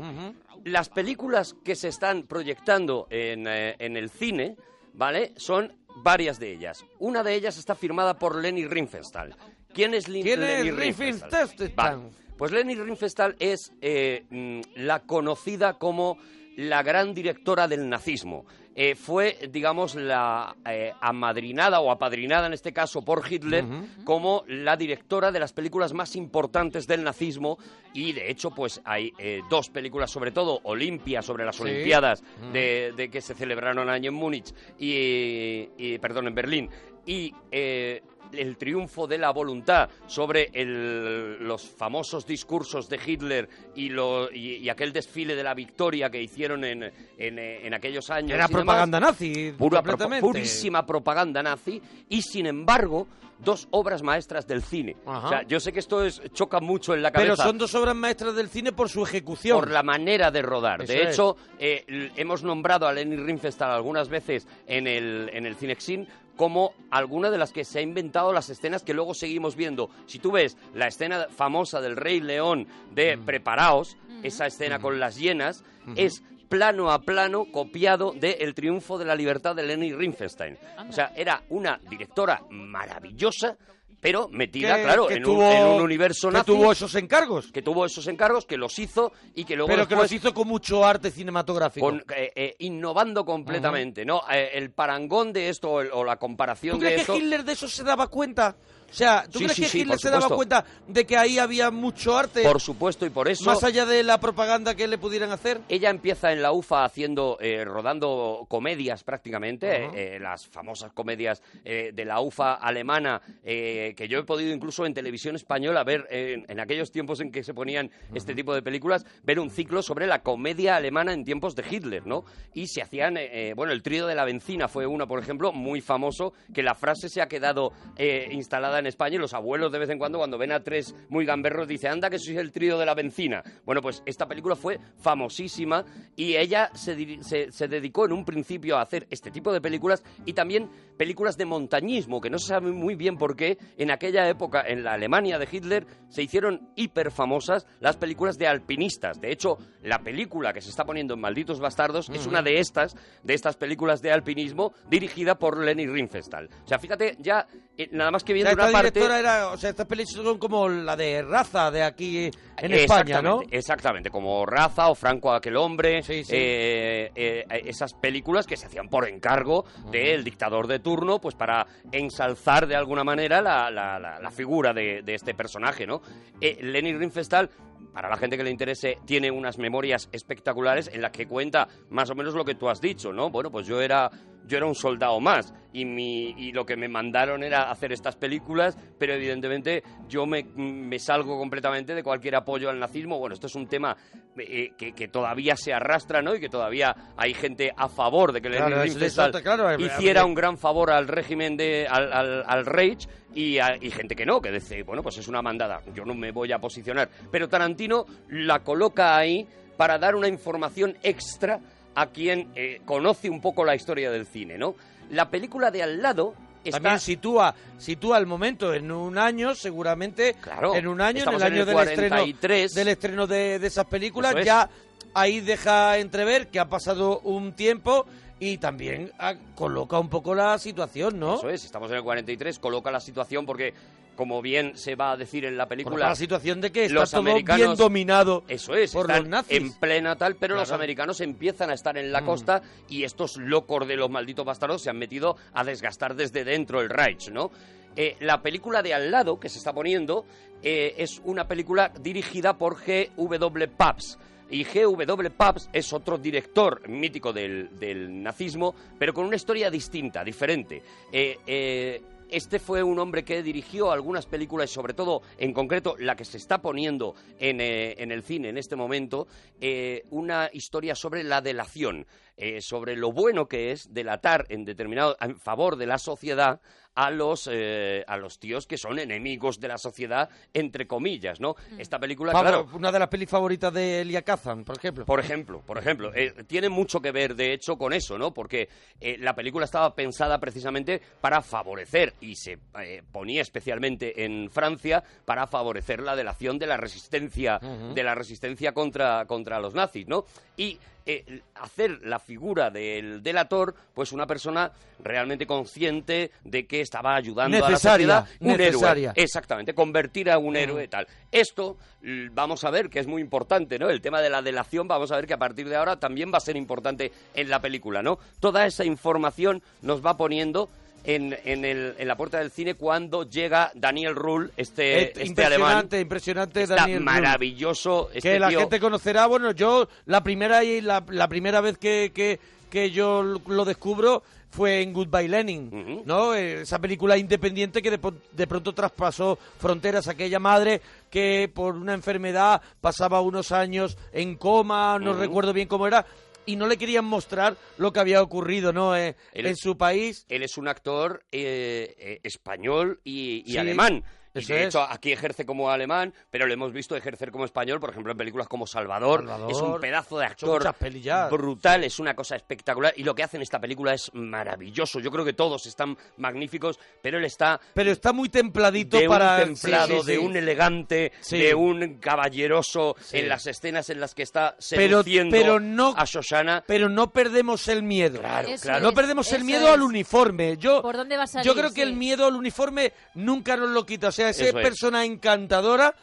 Speaker 2: las películas que se están proyectando en, eh, en el cine vale son varias de ellas una de ellas está firmada por Lenny Riefenstahl quién es Lin-
Speaker 1: ¿Quién es
Speaker 2: Lenny Riefenstahl? Vale. Pues Lenny Riefenstahl es eh, mm, la conocida como la gran directora del nazismo. Eh, fue, digamos, la eh, amadrinada o apadrinada en este caso por Hitler como la directora de las películas más importantes del nazismo y de hecho pues hay eh, dos películas sobre todo, Olimpia sobre las
Speaker 1: Sí.
Speaker 2: Olimpiadas
Speaker 1: Ujú.
Speaker 2: de, de que se celebraron año en Múnich y, y, perdón, en Berlín y eh, el triunfo de la voluntad sobre el- los famosos discursos de Hitler y, lo- y- y aquel desfile de la victoria que hicieron en, en, eh, en aquellos años.
Speaker 1: Era
Speaker 2: y demás.
Speaker 1: propaganda nazi,
Speaker 2: Pura pro-
Speaker 1: completamente.
Speaker 2: purísima propaganda nazi y, sin embargo, dos obras maestras del cine.
Speaker 1: Ajá.
Speaker 2: O sea, yo sé que esto es- choca mucho en la cabeza.
Speaker 1: Pero son dos obras maestras del cine por su ejecución.
Speaker 2: Por la manera de rodar.
Speaker 1: Eso
Speaker 2: de
Speaker 1: es.
Speaker 2: hecho, eh, l- hemos nombrado a Lenny Riefenstahl algunas veces en el, en el Cinexin como alguna de las que se ha inventado las escenas que luego seguimos viendo. Si tú ves la escena famosa del Rey León de
Speaker 1: Mm.
Speaker 2: Preparaos, esa escena con las hienas, es plano a plano copiado de El triunfo de la libertad de Lenny Riefenstahl. O sea, era una directora maravillosa, pero metida,
Speaker 1: Que-
Speaker 2: claro,
Speaker 1: que
Speaker 2: en,
Speaker 1: tuvo-
Speaker 2: un, en un universo
Speaker 1: que
Speaker 2: nazi
Speaker 1: tuvo esos encargos.
Speaker 2: que tuvo esos encargos, que los hizo y que luego
Speaker 1: pero que
Speaker 2: después
Speaker 1: los hizo con mucho arte cinematográfico.
Speaker 2: con- eh, eh, innovando completamente, ¿no? Eh, el parangón de esto o, el- o la comparación
Speaker 1: ¿Tú crees
Speaker 2: de esto.
Speaker 1: que Hitler de eso se daba cuenta? O sea, ¿tú
Speaker 2: Sí,
Speaker 1: crees
Speaker 2: sí,
Speaker 1: que
Speaker 2: sí,
Speaker 1: Hitler
Speaker 2: por
Speaker 1: se daba
Speaker 2: supuesto.
Speaker 1: cuenta de que ahí había mucho arte?
Speaker 2: Por supuesto, y por eso.
Speaker 1: Más allá de la propaganda que le pudieran hacer.
Speaker 2: Ella empieza en la UFA haciendo, eh, rodando comedias prácticamente, eh,
Speaker 1: Ajá.
Speaker 2: eh, las famosas comedias eh, de la UFA alemana, eh, que yo he podido incluso en televisión española ver, eh, en, en aquellos tiempos en que se ponían este tipo de películas, ver un ciclo sobre la comedia alemana en tiempos de Hitler, ¿no? Y se hacían, eh, eh, bueno, el trío de la bencina fue una, por ejemplo, muy famoso, que la frase se ha quedado eh, instalada en en España y los abuelos de vez en cuando cuando ven a tres muy gamberros dice anda que sois el trío de la bencina. Bueno, pues esta película fue famosísima y ella se, diri- se- se dedicó en un principio a hacer este tipo de películas y también películas de montañismo, que no se sabe muy bien por qué en aquella época en la Alemania de Hitler se hicieron hiper famosas las películas de alpinistas. De hecho, la película que se está poniendo en Malditos Bastardos es
Speaker 1: Ujú.
Speaker 2: una de estas, de estas películas de alpinismo dirigida por Lenny Riefenstahl. O sea, fíjate, ya eh, nada más que
Speaker 1: O
Speaker 2: viendo
Speaker 1: sea, esta
Speaker 2: una parte
Speaker 1: directora era, o sea, estas pelis son como la de raza de aquí eh, en
Speaker 2: Exactamente,
Speaker 1: España, ¿no?
Speaker 2: Exactamente, como Raza o Franco aquel hombre,
Speaker 1: sí.
Speaker 2: eh, eh, esas películas que se hacían por encargo del dictador de turno, pues para ensalzar de alguna manera la, la- la- la figura de, de este personaje, ¿no? Eh, Lenny Riefenstahl para la gente que le interese, tiene unas memorias espectaculares en las que cuenta más o menos lo que tú has dicho, ¿no? Bueno, pues yo era yo era un soldado más y mi y lo que me mandaron era hacer estas películas, pero evidentemente yo me, me salgo completamente de cualquier apoyo al nazismo. Bueno, esto es un tema eh, que, que todavía se arrastra, ¿no? Y que todavía hay gente a favor de que Lenin
Speaker 1: Claro, eso-
Speaker 2: Riefenstahl
Speaker 1: eso- claro, eh,
Speaker 2: hiciera
Speaker 1: eh,
Speaker 2: un gran favor al régimen de al, al, al Reich y, a- y gente que no, que dice, bueno, pues es una mandada, yo no me voy a posicionar. Pero Tarantino la coloca ahí para dar una información extra a quien eh, conoce un poco la historia del cine, ¿no? La película de al lado está...
Speaker 1: También sitúa, sitúa el momento en un año, seguramente,
Speaker 2: Claro,
Speaker 1: en un año, en
Speaker 2: estamos
Speaker 1: el
Speaker 2: en
Speaker 1: año
Speaker 2: el
Speaker 1: del estreno
Speaker 2: 43.
Speaker 1: del estreno de, de esas películas,
Speaker 2: Eso es.
Speaker 1: ya ahí deja entrever que ha pasado un tiempo y también ah, coloca un poco la situación, ¿no?
Speaker 2: Eso es, estamos en el 43, coloca la situación porque, como bien se va a decir en la película...
Speaker 1: Coloca la situación de que está
Speaker 2: los
Speaker 1: todo bien
Speaker 2: americanos-
Speaker 1: dominado
Speaker 2: Eso es,
Speaker 1: por
Speaker 2: están
Speaker 1: los nazis.
Speaker 2: en plena tal, pero los
Speaker 1: Claro.
Speaker 2: americanos empiezan a estar en la
Speaker 1: Mm.
Speaker 2: costa y estos locos de los malditos bastardos se han metido a desgastar desde dentro el Reich, ¿no? Eh, la película de al lado que se está poniendo eh, es una película dirigida por G.W. Pabst. Y G.W. Pabst es otro director mítico del, del nazismo, pero con una historia distinta, diferente. Eh, eh, este fue un hombre que dirigió algunas películas, sobre todo en concreto la que se está poniendo en, eh, en el cine en este momento, eh, una historia sobre la delación, eh, sobre lo bueno que es delatar en determinado en favor de la sociedad a los eh, a los tíos que son enemigos de la sociedad entre comillas, ¿no? Esta película,
Speaker 1: Pablo,
Speaker 2: claro,
Speaker 1: Una de las pelis favoritas de Elia Kazan, por ejemplo.
Speaker 2: por ejemplo, por ejemplo, eh, tiene mucho que ver, de hecho, con eso, ¿no? Porque eh, la película estaba pensada precisamente para favorecer, y se eh, ponía especialmente en Francia, para favorecer la delación de la resistencia,
Speaker 1: Ujú.
Speaker 2: de la resistencia contra, contra los nazis, ¿no? Y eh, hacer la figura del delator, pues una persona realmente consciente de que estaba ayudando a
Speaker 1: Necesaria,
Speaker 2: la sociedad. Un héroe.
Speaker 1: necesaria.
Speaker 2: Exactamente, convertir a
Speaker 1: Mm.
Speaker 2: un héroe tal. Esto l- vamos a ver que es muy importante, ¿no? El tema de la delación, vamos a ver que a partir de ahora también va a ser importante en la película, ¿no? Toda esa información nos va poniendo en, en el- en la puerta del cine cuando llega Daniel Ruhl, este,
Speaker 1: Es
Speaker 2: este alemán.
Speaker 1: Eh, impresionante, impresionante
Speaker 2: Está
Speaker 1: Daniel Blum.
Speaker 2: maravilloso. Este
Speaker 1: que la
Speaker 2: tío.
Speaker 1: gente conocerá, bueno, yo la primera y la, la primera vez que, que, que yo lo descubro fue en Goodbye Lenin, ¿no? Eh, Esa película independiente que de, pon- de pronto traspasó fronteras. Aquella madre que por una enfermedad pasaba unos años en coma, no
Speaker 2: Ujú.
Speaker 1: recuerdo bien cómo era, y no le querían mostrar lo que había ocurrido, ¿no? Eh,
Speaker 2: Él-
Speaker 1: en su país.
Speaker 2: Él es un actor eh, eh, español y, y
Speaker 1: Sí,
Speaker 2: alemán. Y
Speaker 1: eso
Speaker 2: de
Speaker 1: es.
Speaker 2: hecho, aquí ejerce como alemán, pero lo hemos visto ejercer como español, por ejemplo, en películas como Salvador.
Speaker 1: Salvador.
Speaker 2: Es un pedazo de
Speaker 1: Ha hecho muchas
Speaker 2: actor
Speaker 1: pelis ya.
Speaker 2: brutal, es una cosa espectacular. Y lo que hace en esta película es maravilloso. Yo creo que todos están magníficos, pero él está
Speaker 1: Pero está muy templadito
Speaker 2: de
Speaker 1: para...
Speaker 2: un templado,
Speaker 1: Sí, sí, sí.
Speaker 2: de un elegante,
Speaker 1: Sí.
Speaker 2: de un caballeroso
Speaker 1: Sí.
Speaker 2: en las escenas en las que está
Speaker 1: pero,
Speaker 2: seduciendo
Speaker 1: pero no,
Speaker 2: a Shoshana.
Speaker 1: Pero no perdemos el miedo. Claro,
Speaker 6: Eso claro. es,
Speaker 1: No perdemos el
Speaker 6: eso
Speaker 1: miedo
Speaker 6: es.
Speaker 1: al uniforme. Yo,
Speaker 6: ¿Por dónde va a salir?
Speaker 1: yo creo que
Speaker 6: Sí.
Speaker 1: el miedo al uniforme nunca nos lo quita. O sea, esa
Speaker 2: Eso es.
Speaker 1: persona encantadora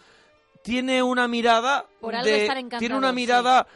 Speaker 1: tiene una mirada.
Speaker 6: Por algo
Speaker 1: de-
Speaker 6: estar encantador,
Speaker 1: tiene una
Speaker 6: sí.
Speaker 1: mirada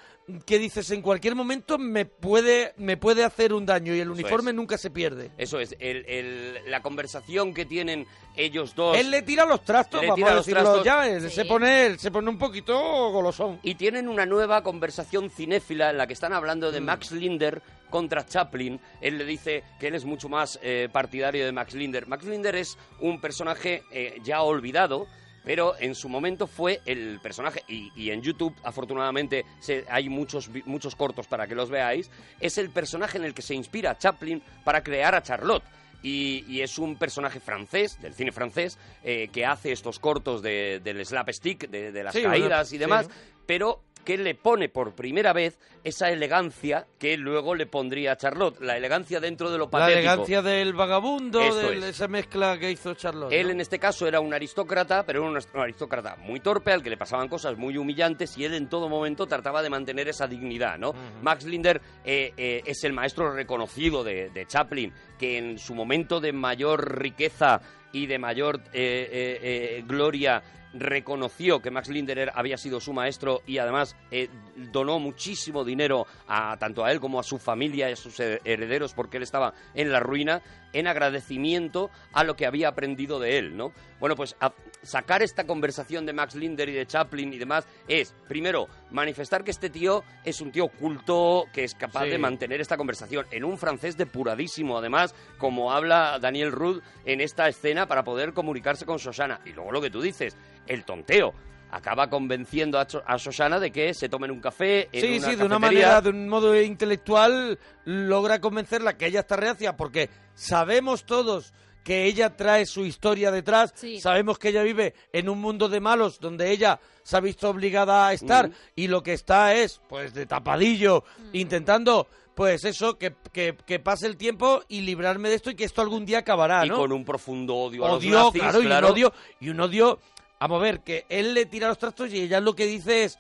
Speaker 1: que dices en cualquier momento me puede, me puede hacer un daño y el uniforme
Speaker 2: es.
Speaker 1: nunca se pierde.
Speaker 2: Eso es, el- el- la conversación que tienen ellos dos.
Speaker 1: Él le tira los trastos,
Speaker 2: Le
Speaker 1: vamos
Speaker 2: tira
Speaker 1: a
Speaker 2: los
Speaker 1: decirlo
Speaker 2: trastos.
Speaker 1: ya. él Se, pone, él se pone un poquito golosón.
Speaker 2: Y tienen una nueva conversación cinéfila en la que están hablando
Speaker 1: Mm.
Speaker 2: de Max Linder contra Chaplin. Él le dice que él es mucho más eh, partidario de Max Linder. Max Linder es un personaje eh, ya olvidado. Pero en su momento fue el personaje, y, y en YouTube afortunadamente se- hay muchos, vi- muchos cortos para que los veáis, es el personaje en el que se inspira Chaplin para crear a Charlotte. y, y es un personaje francés, del cine francés, eh, que hace estos cortos de- del slapstick, de, de las
Speaker 1: Sí,
Speaker 2: caídas
Speaker 1: bueno,
Speaker 2: y demás,
Speaker 1: sí, ¿no?
Speaker 2: pero que le pone por primera vez esa elegancia que luego le pondría a Charlotte, la elegancia dentro de lo
Speaker 1: La
Speaker 2: patético.
Speaker 1: elegancia del vagabundo,
Speaker 2: Esto
Speaker 1: de
Speaker 2: es.
Speaker 1: esa mezcla que hizo Charlotte.
Speaker 2: Él
Speaker 1: ¿no?
Speaker 2: en este caso era un aristócrata, pero era un ast- un aristócrata muy torpe, al que le pasaban cosas muy humillantes y él en todo momento trataba de mantener esa dignidad, ¿no? Max Linder eh, eh, es el maestro reconocido de, de Chaplin, que en su momento de mayor riqueza y de mayor eh, eh, eh, gloria reconoció que Max Linder era- había sido su maestro y además eh, donó muchísimo dinero a tanto a él como a su familia y a sus he- herederos porque él estaba en la ruina en agradecimiento a lo que había aprendido de él, ¿no? Bueno, pues a- sacar esta conversación de Max Linder y de Chaplin y demás es primero manifestar que este tío es un tío culto que es capaz
Speaker 1: Sí.
Speaker 2: de mantener esta conversación en un francés depuradísimo además como habla Daniel Rudd en esta escena para poder comunicarse con Sosana y luego lo que tú dices el tonteo acaba convenciendo a, Cho- a Sosana de que se tomen un café en
Speaker 1: Sí,
Speaker 2: una
Speaker 1: sí, de una
Speaker 2: cafetería.
Speaker 1: manera, de un modo intelectual, logra convencerla que ella está reacia, porque sabemos todos que ella trae su historia detrás,
Speaker 6: Sí.
Speaker 1: sabemos que ella vive en un mundo de malos donde ella se ha visto obligada a estar y lo que está es, pues, de tapadillo, intentando, pues eso, que, que- que pase el tiempo y librarme de esto y que esto algún día acabará,
Speaker 2: y
Speaker 1: ¿no?
Speaker 2: con un profundo odio, a los
Speaker 1: odio,
Speaker 2: nazis,
Speaker 1: claro, y un odio, y un odio, vamos a ver, que él le tira los trastos y ella lo que dice es,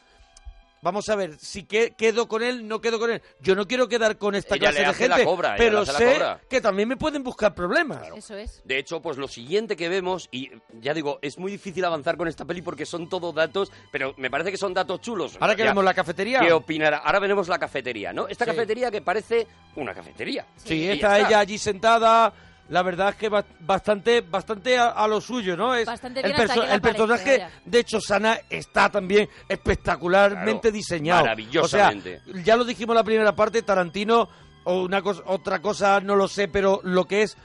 Speaker 1: vamos a ver, si que, quedo con él, no quedo con él, yo no quiero quedar con esta
Speaker 2: Ella
Speaker 1: clase
Speaker 2: le
Speaker 1: de
Speaker 2: hace la
Speaker 1: gente,
Speaker 2: cobra, ella le
Speaker 1: pero
Speaker 2: hace la
Speaker 1: sé
Speaker 2: cobra.
Speaker 1: que también me pueden buscar problemas.
Speaker 5: Eso es.
Speaker 2: De hecho, pues lo siguiente que vemos, y ya digo, es muy difícil avanzar con esta peli porque son todo datos, pero me parece que son datos chulos.
Speaker 1: Ahora que
Speaker 2: Ya,
Speaker 1: vemos la cafetería.
Speaker 2: ¿Qué opinará? Ahora veremos la cafetería, ¿no? Esta
Speaker 1: Sí.
Speaker 2: cafetería que parece una cafetería.
Speaker 1: Sí,
Speaker 2: Y
Speaker 1: está
Speaker 2: ya
Speaker 1: ella allí sentada. La verdad es que ba- bastante, bastante a, a lo suyo, ¿no? Es
Speaker 6: Bastante
Speaker 1: el,
Speaker 6: bien hasta que la
Speaker 1: el personaje
Speaker 6: aparece ella.
Speaker 1: de Chosana está también espectacularmente
Speaker 2: Claro,
Speaker 1: diseñado.
Speaker 2: maravillosamente.
Speaker 1: O sea, ya lo dijimos en la primera parte, Tarantino o una cosa, otra cosa no lo sé, pero lo que es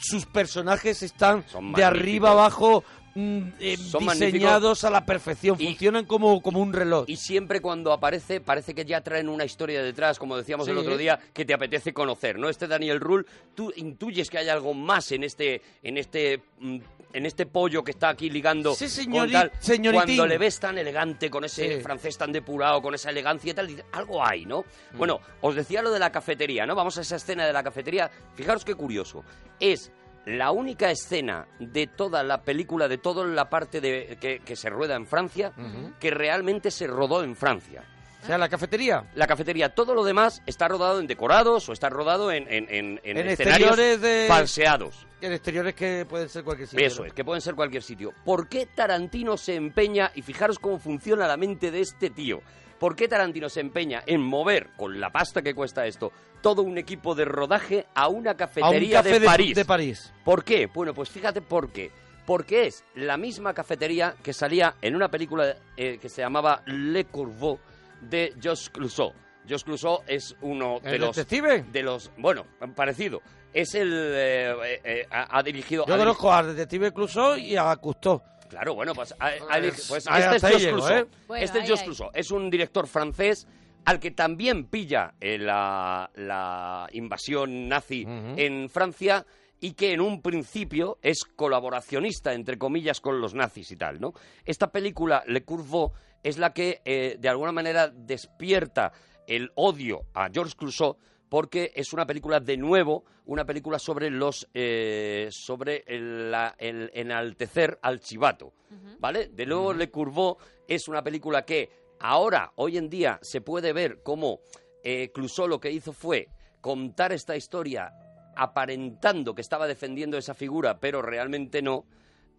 Speaker 1: sus personajes están de
Speaker 2: magníficos.
Speaker 1: arriba abajo mm, eh,
Speaker 2: Son
Speaker 1: diseñados a la perfección, funcionan como, como un reloj.
Speaker 2: Y siempre cuando aparece, parece que ya traen una historia detrás, como decíamos el
Speaker 1: Sí.
Speaker 2: otro día, que te apetece conocer, ¿no? Este Daniel Rule, tú intuyes que hay algo más en este, en este, mm, en este pollo que está aquí ligando.
Speaker 1: Sí,
Speaker 2: con
Speaker 1: señori-
Speaker 2: tal.
Speaker 1: señoritín.
Speaker 2: Cuando le ves tan elegante, con ese
Speaker 1: Sí.
Speaker 2: francés tan depurado, con esa elegancia y tal, dices, algo hay, ¿no?
Speaker 1: Mm.
Speaker 2: Bueno, os decía lo de la cafetería, ¿no? Vamos a esa escena de la cafetería. Fijaros qué curioso. Es la única escena de toda la película, de toda la parte de, que, que se rueda en Francia, que realmente se rodó en Francia.
Speaker 1: O
Speaker 6: Ah.
Speaker 1: sea, la cafetería.
Speaker 2: La cafetería, todo lo demás está rodado en decorados o está rodado en, en, en, en
Speaker 1: En
Speaker 2: escenarios
Speaker 1: exteriores de-
Speaker 2: falseados.
Speaker 1: En exteriores que pueden ser cualquier sitio.
Speaker 2: Eso
Speaker 1: ¿no?
Speaker 2: es, que pueden ser cualquier sitio. ¿Por qué Tarantino se empeña, y fijaros cómo funciona la mente de este tío, por qué Tarantino se empeña en mover, con la pasta que cuesta esto, todo un equipo de rodaje a una
Speaker 1: A un
Speaker 2: cafetería
Speaker 1: café
Speaker 2: de París?
Speaker 1: De París.
Speaker 2: ¿Por qué? Bueno, pues fíjate por qué. Porque es la misma cafetería que salía en una película eh, que se llamaba Le Corbeau de Josh Clouseau. Josh Clouseau es uno de
Speaker 1: ¿El
Speaker 2: los...
Speaker 1: detective?
Speaker 2: De los... Bueno, parecido. Es el... eh, eh, eh, ha, ha dirigido...
Speaker 1: Yo
Speaker 2: ha diri-
Speaker 1: conozco al detective Clouseau y a Cousteau.
Speaker 2: Claro, bueno, pues, a- a-
Speaker 1: Pues,
Speaker 2: pues
Speaker 1: ahí
Speaker 2: este es
Speaker 1: hasta ahí
Speaker 2: Josh
Speaker 1: llego,
Speaker 2: Clouseau.
Speaker 1: ¿eh?
Speaker 5: Bueno,
Speaker 2: este es
Speaker 5: ahí,
Speaker 2: Josh
Speaker 5: ahí.
Speaker 2: Clouseau. Es un director francés al que también pilla eh, la, la invasión nazi en Francia y que en un principio es colaboracionista, entre comillas, con los nazis y tal, ¿no? Esta película, Le Curvo, es la que, eh, de alguna manera, despierta el odio a George Clouseau porque es una película de nuevo, una película sobre los eh, sobre el, la- el enaltecer al chivato, ¿vale? De luego Le Curvó es una película que ahora hoy en día se puede ver como eh, Clouseau lo que hizo fue contar esta historia aparentando que estaba defendiendo esa figura, pero realmente no.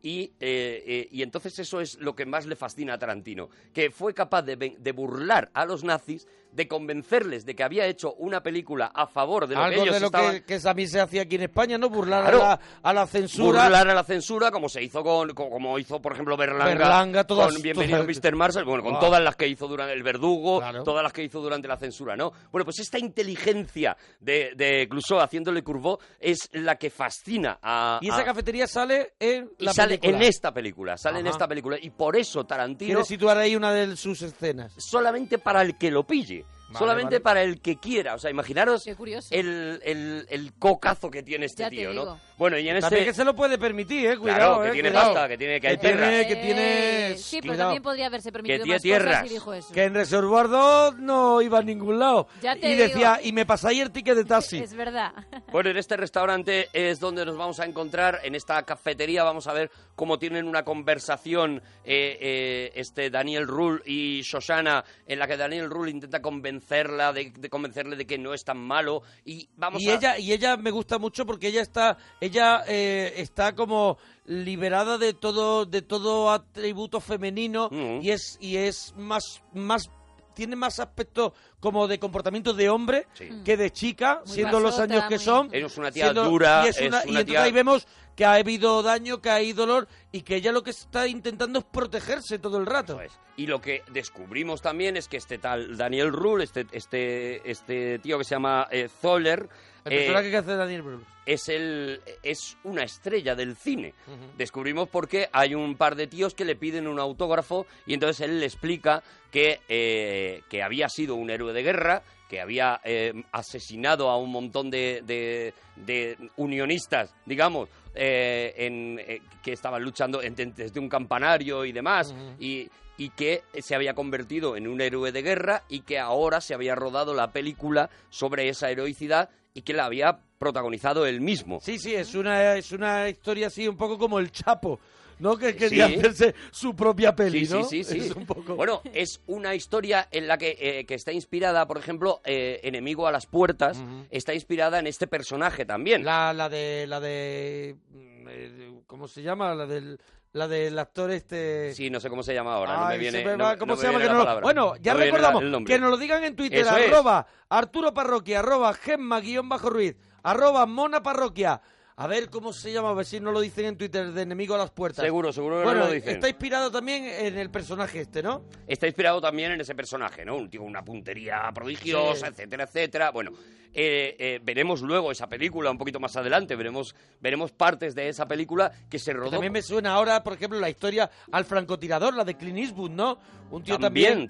Speaker 2: Y, eh, eh, y entonces eso es lo que más le fascina a Tarantino, que fue capaz de, ven- de burlar a los nazis, de convencerles de que había hecho una película a favor de lo que
Speaker 1: Algo
Speaker 2: ellos
Speaker 1: de lo
Speaker 2: estaban...
Speaker 1: que, que a mí se hacía aquí en España, ¿no? Burlar
Speaker 2: Claro.
Speaker 1: a, la, a la censura.
Speaker 2: Burlar a la censura, como se hizo con, co- como hizo, por ejemplo, Berlanga,
Speaker 1: Berlanga, todas-
Speaker 2: con Bienvenido
Speaker 1: todas-
Speaker 2: Mr. Marshall, bueno, con
Speaker 1: Buah.
Speaker 2: todas las que hizo durante el verdugo,
Speaker 1: Claro.
Speaker 2: todas las que hizo durante la censura, ¿no? Bueno, pues esta inteligencia de, de Clouseau haciéndole curvo es la que fascina a...
Speaker 1: Y esa
Speaker 2: a-
Speaker 1: cafetería sale en
Speaker 2: Ah, y
Speaker 1: la
Speaker 2: sale
Speaker 1: película.
Speaker 2: en esta película, sale en
Speaker 1: Ajá.
Speaker 2: esta película. Y por eso Tarantino
Speaker 1: Quiere situar ahí una de sus escenas.
Speaker 2: solamente para el que lo pille.
Speaker 1: Vale,
Speaker 2: solamente
Speaker 1: vale.
Speaker 2: para el que quiera. O sea, imaginaros
Speaker 5: curioso.
Speaker 2: el, el- el cocazo que tiene este
Speaker 5: Ya te
Speaker 2: tío,
Speaker 5: digo.
Speaker 2: ¿no? Bueno, y en este...
Speaker 1: También que se lo puede permitir, eh, cuidado.
Speaker 2: Claro, que
Speaker 1: eh,
Speaker 2: tiene
Speaker 1: cuidado.
Speaker 2: pasta, que tiene- que hay tierra.
Speaker 1: tiene, que tiene...
Speaker 3: Eh, Sí, pero
Speaker 1: cuidado.
Speaker 3: también podría haberse permitido
Speaker 1: tiene
Speaker 3: más cosas y dijo eso.
Speaker 1: Que en Reservoir 2 no iba a ningún lado.
Speaker 3: Ya te
Speaker 1: y decía,
Speaker 3: digo.
Speaker 1: y me pasáis el ticket de taxi.
Speaker 3: Es verdad.
Speaker 2: Bueno, en este restaurante es donde nos vamos a encontrar, en esta cafetería vamos a ver cómo tienen una conversación eh, eh, este Daniel Rule y Shoshana, en la que Daniel Rule intenta convencerla, de, de convencerle de que no es tan malo y vamos
Speaker 1: y
Speaker 2: a...
Speaker 1: ella y ella me gusta mucho porque ella está ella eh, está como liberada de todo de todo atributo femenino
Speaker 2: Mm.
Speaker 1: y es y es más más tiene más aspecto como de comportamiento de hombre que de chica,
Speaker 2: Mm. Muy
Speaker 1: siendo los
Speaker 2: pasota,
Speaker 1: años que
Speaker 2: muy-
Speaker 1: son.
Speaker 2: Es una tía
Speaker 1: siendo-
Speaker 2: dura,
Speaker 1: Y, es
Speaker 2: es una
Speaker 1: una- y entonces
Speaker 2: tía-
Speaker 1: ahí vemos que ha habido daño, que hay dolor y que ella lo que está intentando es protegerse todo el rato.
Speaker 2: Y lo que descubrimos también es que este tal Daniel Rule, este, este, este tío que se llama eh, Zoller,
Speaker 1: El
Speaker 2: eh,
Speaker 1: personaje que hace Daniel Brühl.
Speaker 2: es, el, es una estrella del cine. Descubrimos por qué hay un par de tíos que le piden un autógrafo y entonces él le explica que, eh, que había sido un héroe de guerra, que había eh, asesinado a un montón de, de- de unionistas, digamos, eh, en, eh, que estaban luchando en- en- desde un campanario y demás, y, y que se había convertido en un héroe de guerra y que ahora se había rodado la película sobre esa heroicidad y que la había protagonizado él mismo.
Speaker 1: Sí, sí, es una, es una historia así un poco como el Chapo, ¿no? Que quería
Speaker 2: Sí.
Speaker 1: hacerse su propia peli,
Speaker 2: Sí, sí,
Speaker 1: ¿no?
Speaker 2: sí, sí.
Speaker 1: Es un poco...
Speaker 2: Bueno, es una historia en la que, eh, que está inspirada, por ejemplo, eh, Enemigo a las Puertas, está inspirada en este personaje también.
Speaker 1: La, la de, la de, mm, eh, ¿cómo se llama? La del, la del actor este...
Speaker 2: Sí, no sé cómo se llama ahora, no me
Speaker 1: Ay,
Speaker 2: viene,
Speaker 1: se me
Speaker 2: no-
Speaker 1: va-
Speaker 2: no
Speaker 1: ¿Cómo
Speaker 2: me
Speaker 1: se llama?
Speaker 2: viene
Speaker 1: Que
Speaker 2: la
Speaker 1: no lo-
Speaker 2: palabra.
Speaker 1: Bueno, ya
Speaker 2: No me viene la-
Speaker 1: recordamos
Speaker 2: el nombre.
Speaker 1: que nos lo digan en Twitter.
Speaker 2: Eso es.
Speaker 1: arroba Arturo Parroquia, arroba Gemma guión bajo Ruiz, arroba Mona Parroquia. A ver cómo se llama, a ver si no lo dicen en Twitter de Enemigo a las Puertas.
Speaker 2: Seguro, seguro que
Speaker 1: Bueno,
Speaker 2: no lo dicen.
Speaker 1: está inspirado también en el personaje este, ¿no?
Speaker 2: Está inspirado también en ese personaje, ¿no? Un tío, una puntería prodigiosa,
Speaker 1: Sí.
Speaker 2: etcétera, etcétera. Bueno, eh, eh, veremos luego esa película un poquito más adelante, veremos, veremos partes de esa película que se rodó.
Speaker 1: También me suena ahora, por ejemplo, la historia al francotirador, la de Clint Eastwood, ¿no? Un tío también,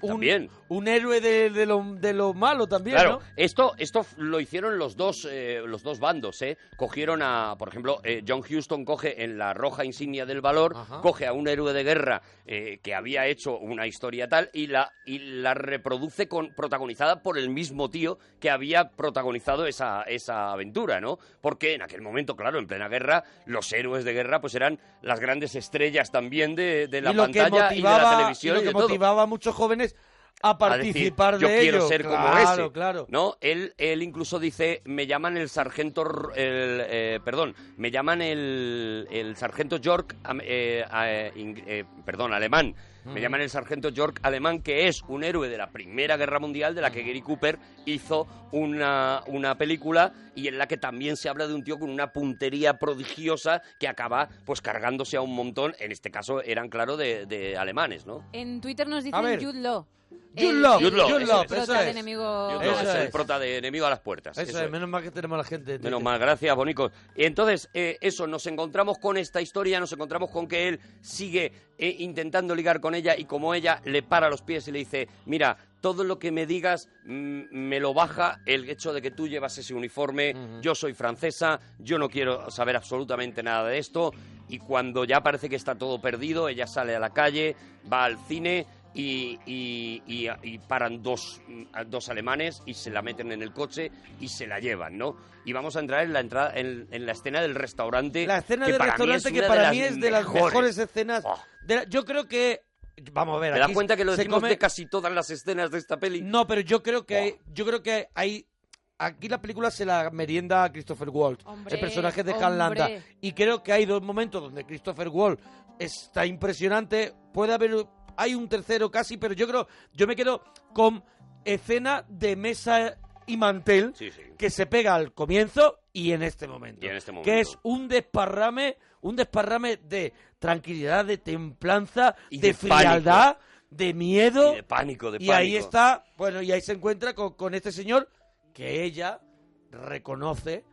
Speaker 2: También,
Speaker 1: un,
Speaker 2: también.
Speaker 1: un héroe de, de lo, de lo malo también,
Speaker 2: Claro,
Speaker 1: ¿no?
Speaker 2: esto, esto f- lo hicieron los dos, eh, los dos bandos, ¿eh? Cogieron a, por ejemplo, eh, John Houston coge en la roja insignia del valor,
Speaker 1: Ajá.
Speaker 2: coge a un héroe de guerra eh, que había hecho una historia tal y la, y la reproduce con, protagonizada por el mismo tío que había protagonizado esa, esa aventura, ¿no? Porque en aquel momento, claro, en plena guerra, los héroes de guerra pues eran las grandes estrellas también de, de la
Speaker 1: y lo que
Speaker 2: pantalla y de la
Speaker 1: motivaba,
Speaker 2: televisión
Speaker 1: y lo
Speaker 2: y
Speaker 1: que
Speaker 2: de todo
Speaker 1: motivaba a muchos jóvenes a participar
Speaker 2: a decir,
Speaker 1: de
Speaker 2: yo
Speaker 1: ello.
Speaker 2: quiero ser como
Speaker 1: Claro,
Speaker 2: ese
Speaker 1: claro.
Speaker 2: no él él incluso dice me llaman el sargento R- el, eh, perdón me llaman el, el sargento York am- eh, a- eh, ing- eh, perdón alemán me
Speaker 1: Ujú.
Speaker 2: llaman el sargento York alemán que es un héroe de la primera guerra mundial de la que Gary Cooper hizo una una película y en la que también se habla de un tío con una puntería prodigiosa que acaba pues cargándose a un montón en este caso eran claro de, de alemanes no
Speaker 3: En Twitter nos
Speaker 2: A
Speaker 3: dicen
Speaker 2: ver.
Speaker 3: Jude Law.
Speaker 1: Jude
Speaker 3: El-
Speaker 1: Law,
Speaker 3: el
Speaker 2: Jude Law, eso
Speaker 3: prota
Speaker 2: es. Eso
Speaker 3: de
Speaker 2: es.
Speaker 3: enemigo.
Speaker 2: Yo
Speaker 1: Eso
Speaker 2: creo que es el
Speaker 1: es.
Speaker 2: prota de enemigo a las puertas.
Speaker 1: Eso,
Speaker 2: eso
Speaker 1: es,
Speaker 2: es.
Speaker 1: menos mal que tenemos a la gente. de
Speaker 2: Menos
Speaker 1: Twitter.
Speaker 2: mal, gracias, Bonico. Entonces, eh, eso, nos encontramos con esta historia, nos encontramos con que él sigue eh, intentando ligar con ella y como ella le para los pies y le dice, mira, todo lo que me digas mm, me lo baja el hecho de que tú llevas ese uniforme, yo soy francesa, yo no quiero saber absolutamente nada de esto. Y cuando ya parece que está todo perdido, ella sale a la calle, va al cine, y, y- y- y paran dos, a dos alemanes y se la meten en el coche y se la llevan, ¿no? Y vamos a entrar en la entrada en, en la escena del restaurante.
Speaker 1: La escena
Speaker 2: que
Speaker 1: del
Speaker 2: para mí
Speaker 1: restaurante
Speaker 2: es
Speaker 1: que
Speaker 2: una
Speaker 1: para mí es de las mejores escenas.
Speaker 2: Oh.
Speaker 1: de la- yo creo que. Vamos a ver.
Speaker 2: ¿Te das
Speaker 1: aquí
Speaker 2: cuenta que lo
Speaker 1: se
Speaker 2: decimos
Speaker 1: come-
Speaker 2: de casi todas las escenas de esta peli?
Speaker 1: No, pero yo creo que hay- yo creo que hay aquí la película se la merienda a Christopher Waltz,
Speaker 2: Hombre,
Speaker 1: el personaje de
Speaker 2: hombre.
Speaker 1: Hans Landa, y creo que hay dos momentos donde Christopher Waltz está impresionante, puede haber hay un tercero casi, pero yo creo yo me quedo con escena de mesa y mantel que se pega al comienzo y en este momento,
Speaker 2: Y en este
Speaker 1: que
Speaker 2: momento.
Speaker 1: es un desparrame, un desparrame de tranquilidad, de templanza, de,
Speaker 2: de pánico.
Speaker 1: frialdad, de miedo,
Speaker 2: de pánico, de
Speaker 1: y ahí
Speaker 2: pánico.
Speaker 1: está, bueno, y ahí se encuentra con, con este señor que ella reconoce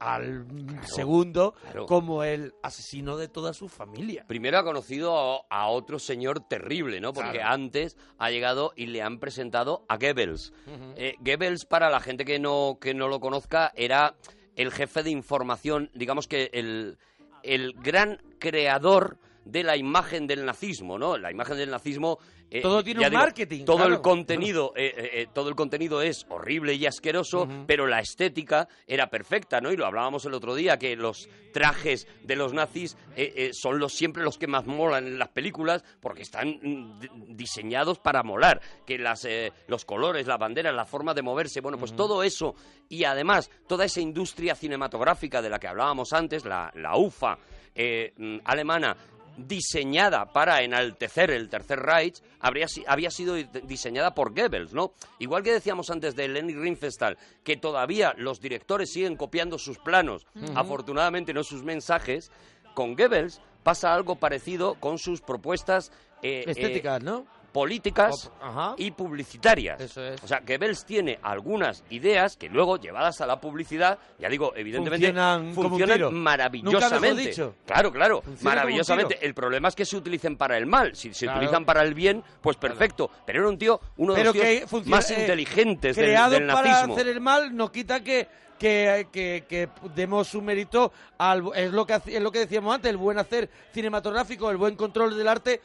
Speaker 1: al segundo
Speaker 2: claro.
Speaker 1: como el asesino de toda su familia.
Speaker 2: Primero ha conocido a, a otro señor terrible, ¿no? Porque
Speaker 1: Claro.
Speaker 2: antes ha llegado y le han presentado a Goebbels. Eh, Goebbels, para la gente que no, que no lo conozca, era el jefe de información, digamos que el, el gran creador de la imagen del nazismo, ¿no? La imagen del nazismo... eh,
Speaker 1: Todo tiene
Speaker 2: ya
Speaker 1: un marketing,
Speaker 2: Todo el
Speaker 1: claro.
Speaker 2: contenido, eh, eh, eh, todo el contenido es horrible y asqueroso, pero la estética era perfecta, ¿no? Y lo hablábamos el otro día que los trajes de los nazis eh, eh, son los siempre los que más molan en las películas porque están mm, di- diseñados para molar, que las eh, los colores, las banderas, la forma de moverse, bueno, pues todo eso y además toda esa industria cinematográfica de la que hablábamos antes, la, la UFA eh, mm, alemana diseñada para enaltecer el Tercer Reich, habría, si- había sido di- diseñada por Goebbels, ¿no? Igual que decíamos antes de Lenny Riefenstahl, que todavía los directores siguen copiando sus planos,
Speaker 5: Ujú.
Speaker 2: afortunadamente no sus mensajes, con Goebbels pasa algo parecido con sus propuestas... eh, eh,
Speaker 1: Estéticas, ¿no?
Speaker 2: políticas
Speaker 1: Ah.
Speaker 2: y publicitarias. O sea, Goebbels tiene algunas ideas que luego, llevadas a la publicidad, ya digo, evidentemente,
Speaker 1: Funcionan como un tiro. Nunca
Speaker 2: maravillosamente.
Speaker 1: mejor dicho.
Speaker 2: Claro, claro,
Speaker 1: Funcionan como un
Speaker 2: maravillosamente.
Speaker 1: tiro.
Speaker 2: El problema es que se utilicen para el mal. Si se
Speaker 1: Claro.
Speaker 2: utilizan para el bien, pues perfecto. Pero era un tío, uno de
Speaker 1: Pero
Speaker 2: los tíos
Speaker 1: que funciona-
Speaker 2: más
Speaker 1: eh,
Speaker 2: inteligentes del,
Speaker 1: creado
Speaker 2: del
Speaker 1: para
Speaker 2: nazismo.
Speaker 1: hacer el mal no quita que que, que- que demos su mérito al es lo que hace- es lo que decíamos antes el buen hacer cinematográfico el buen control del arte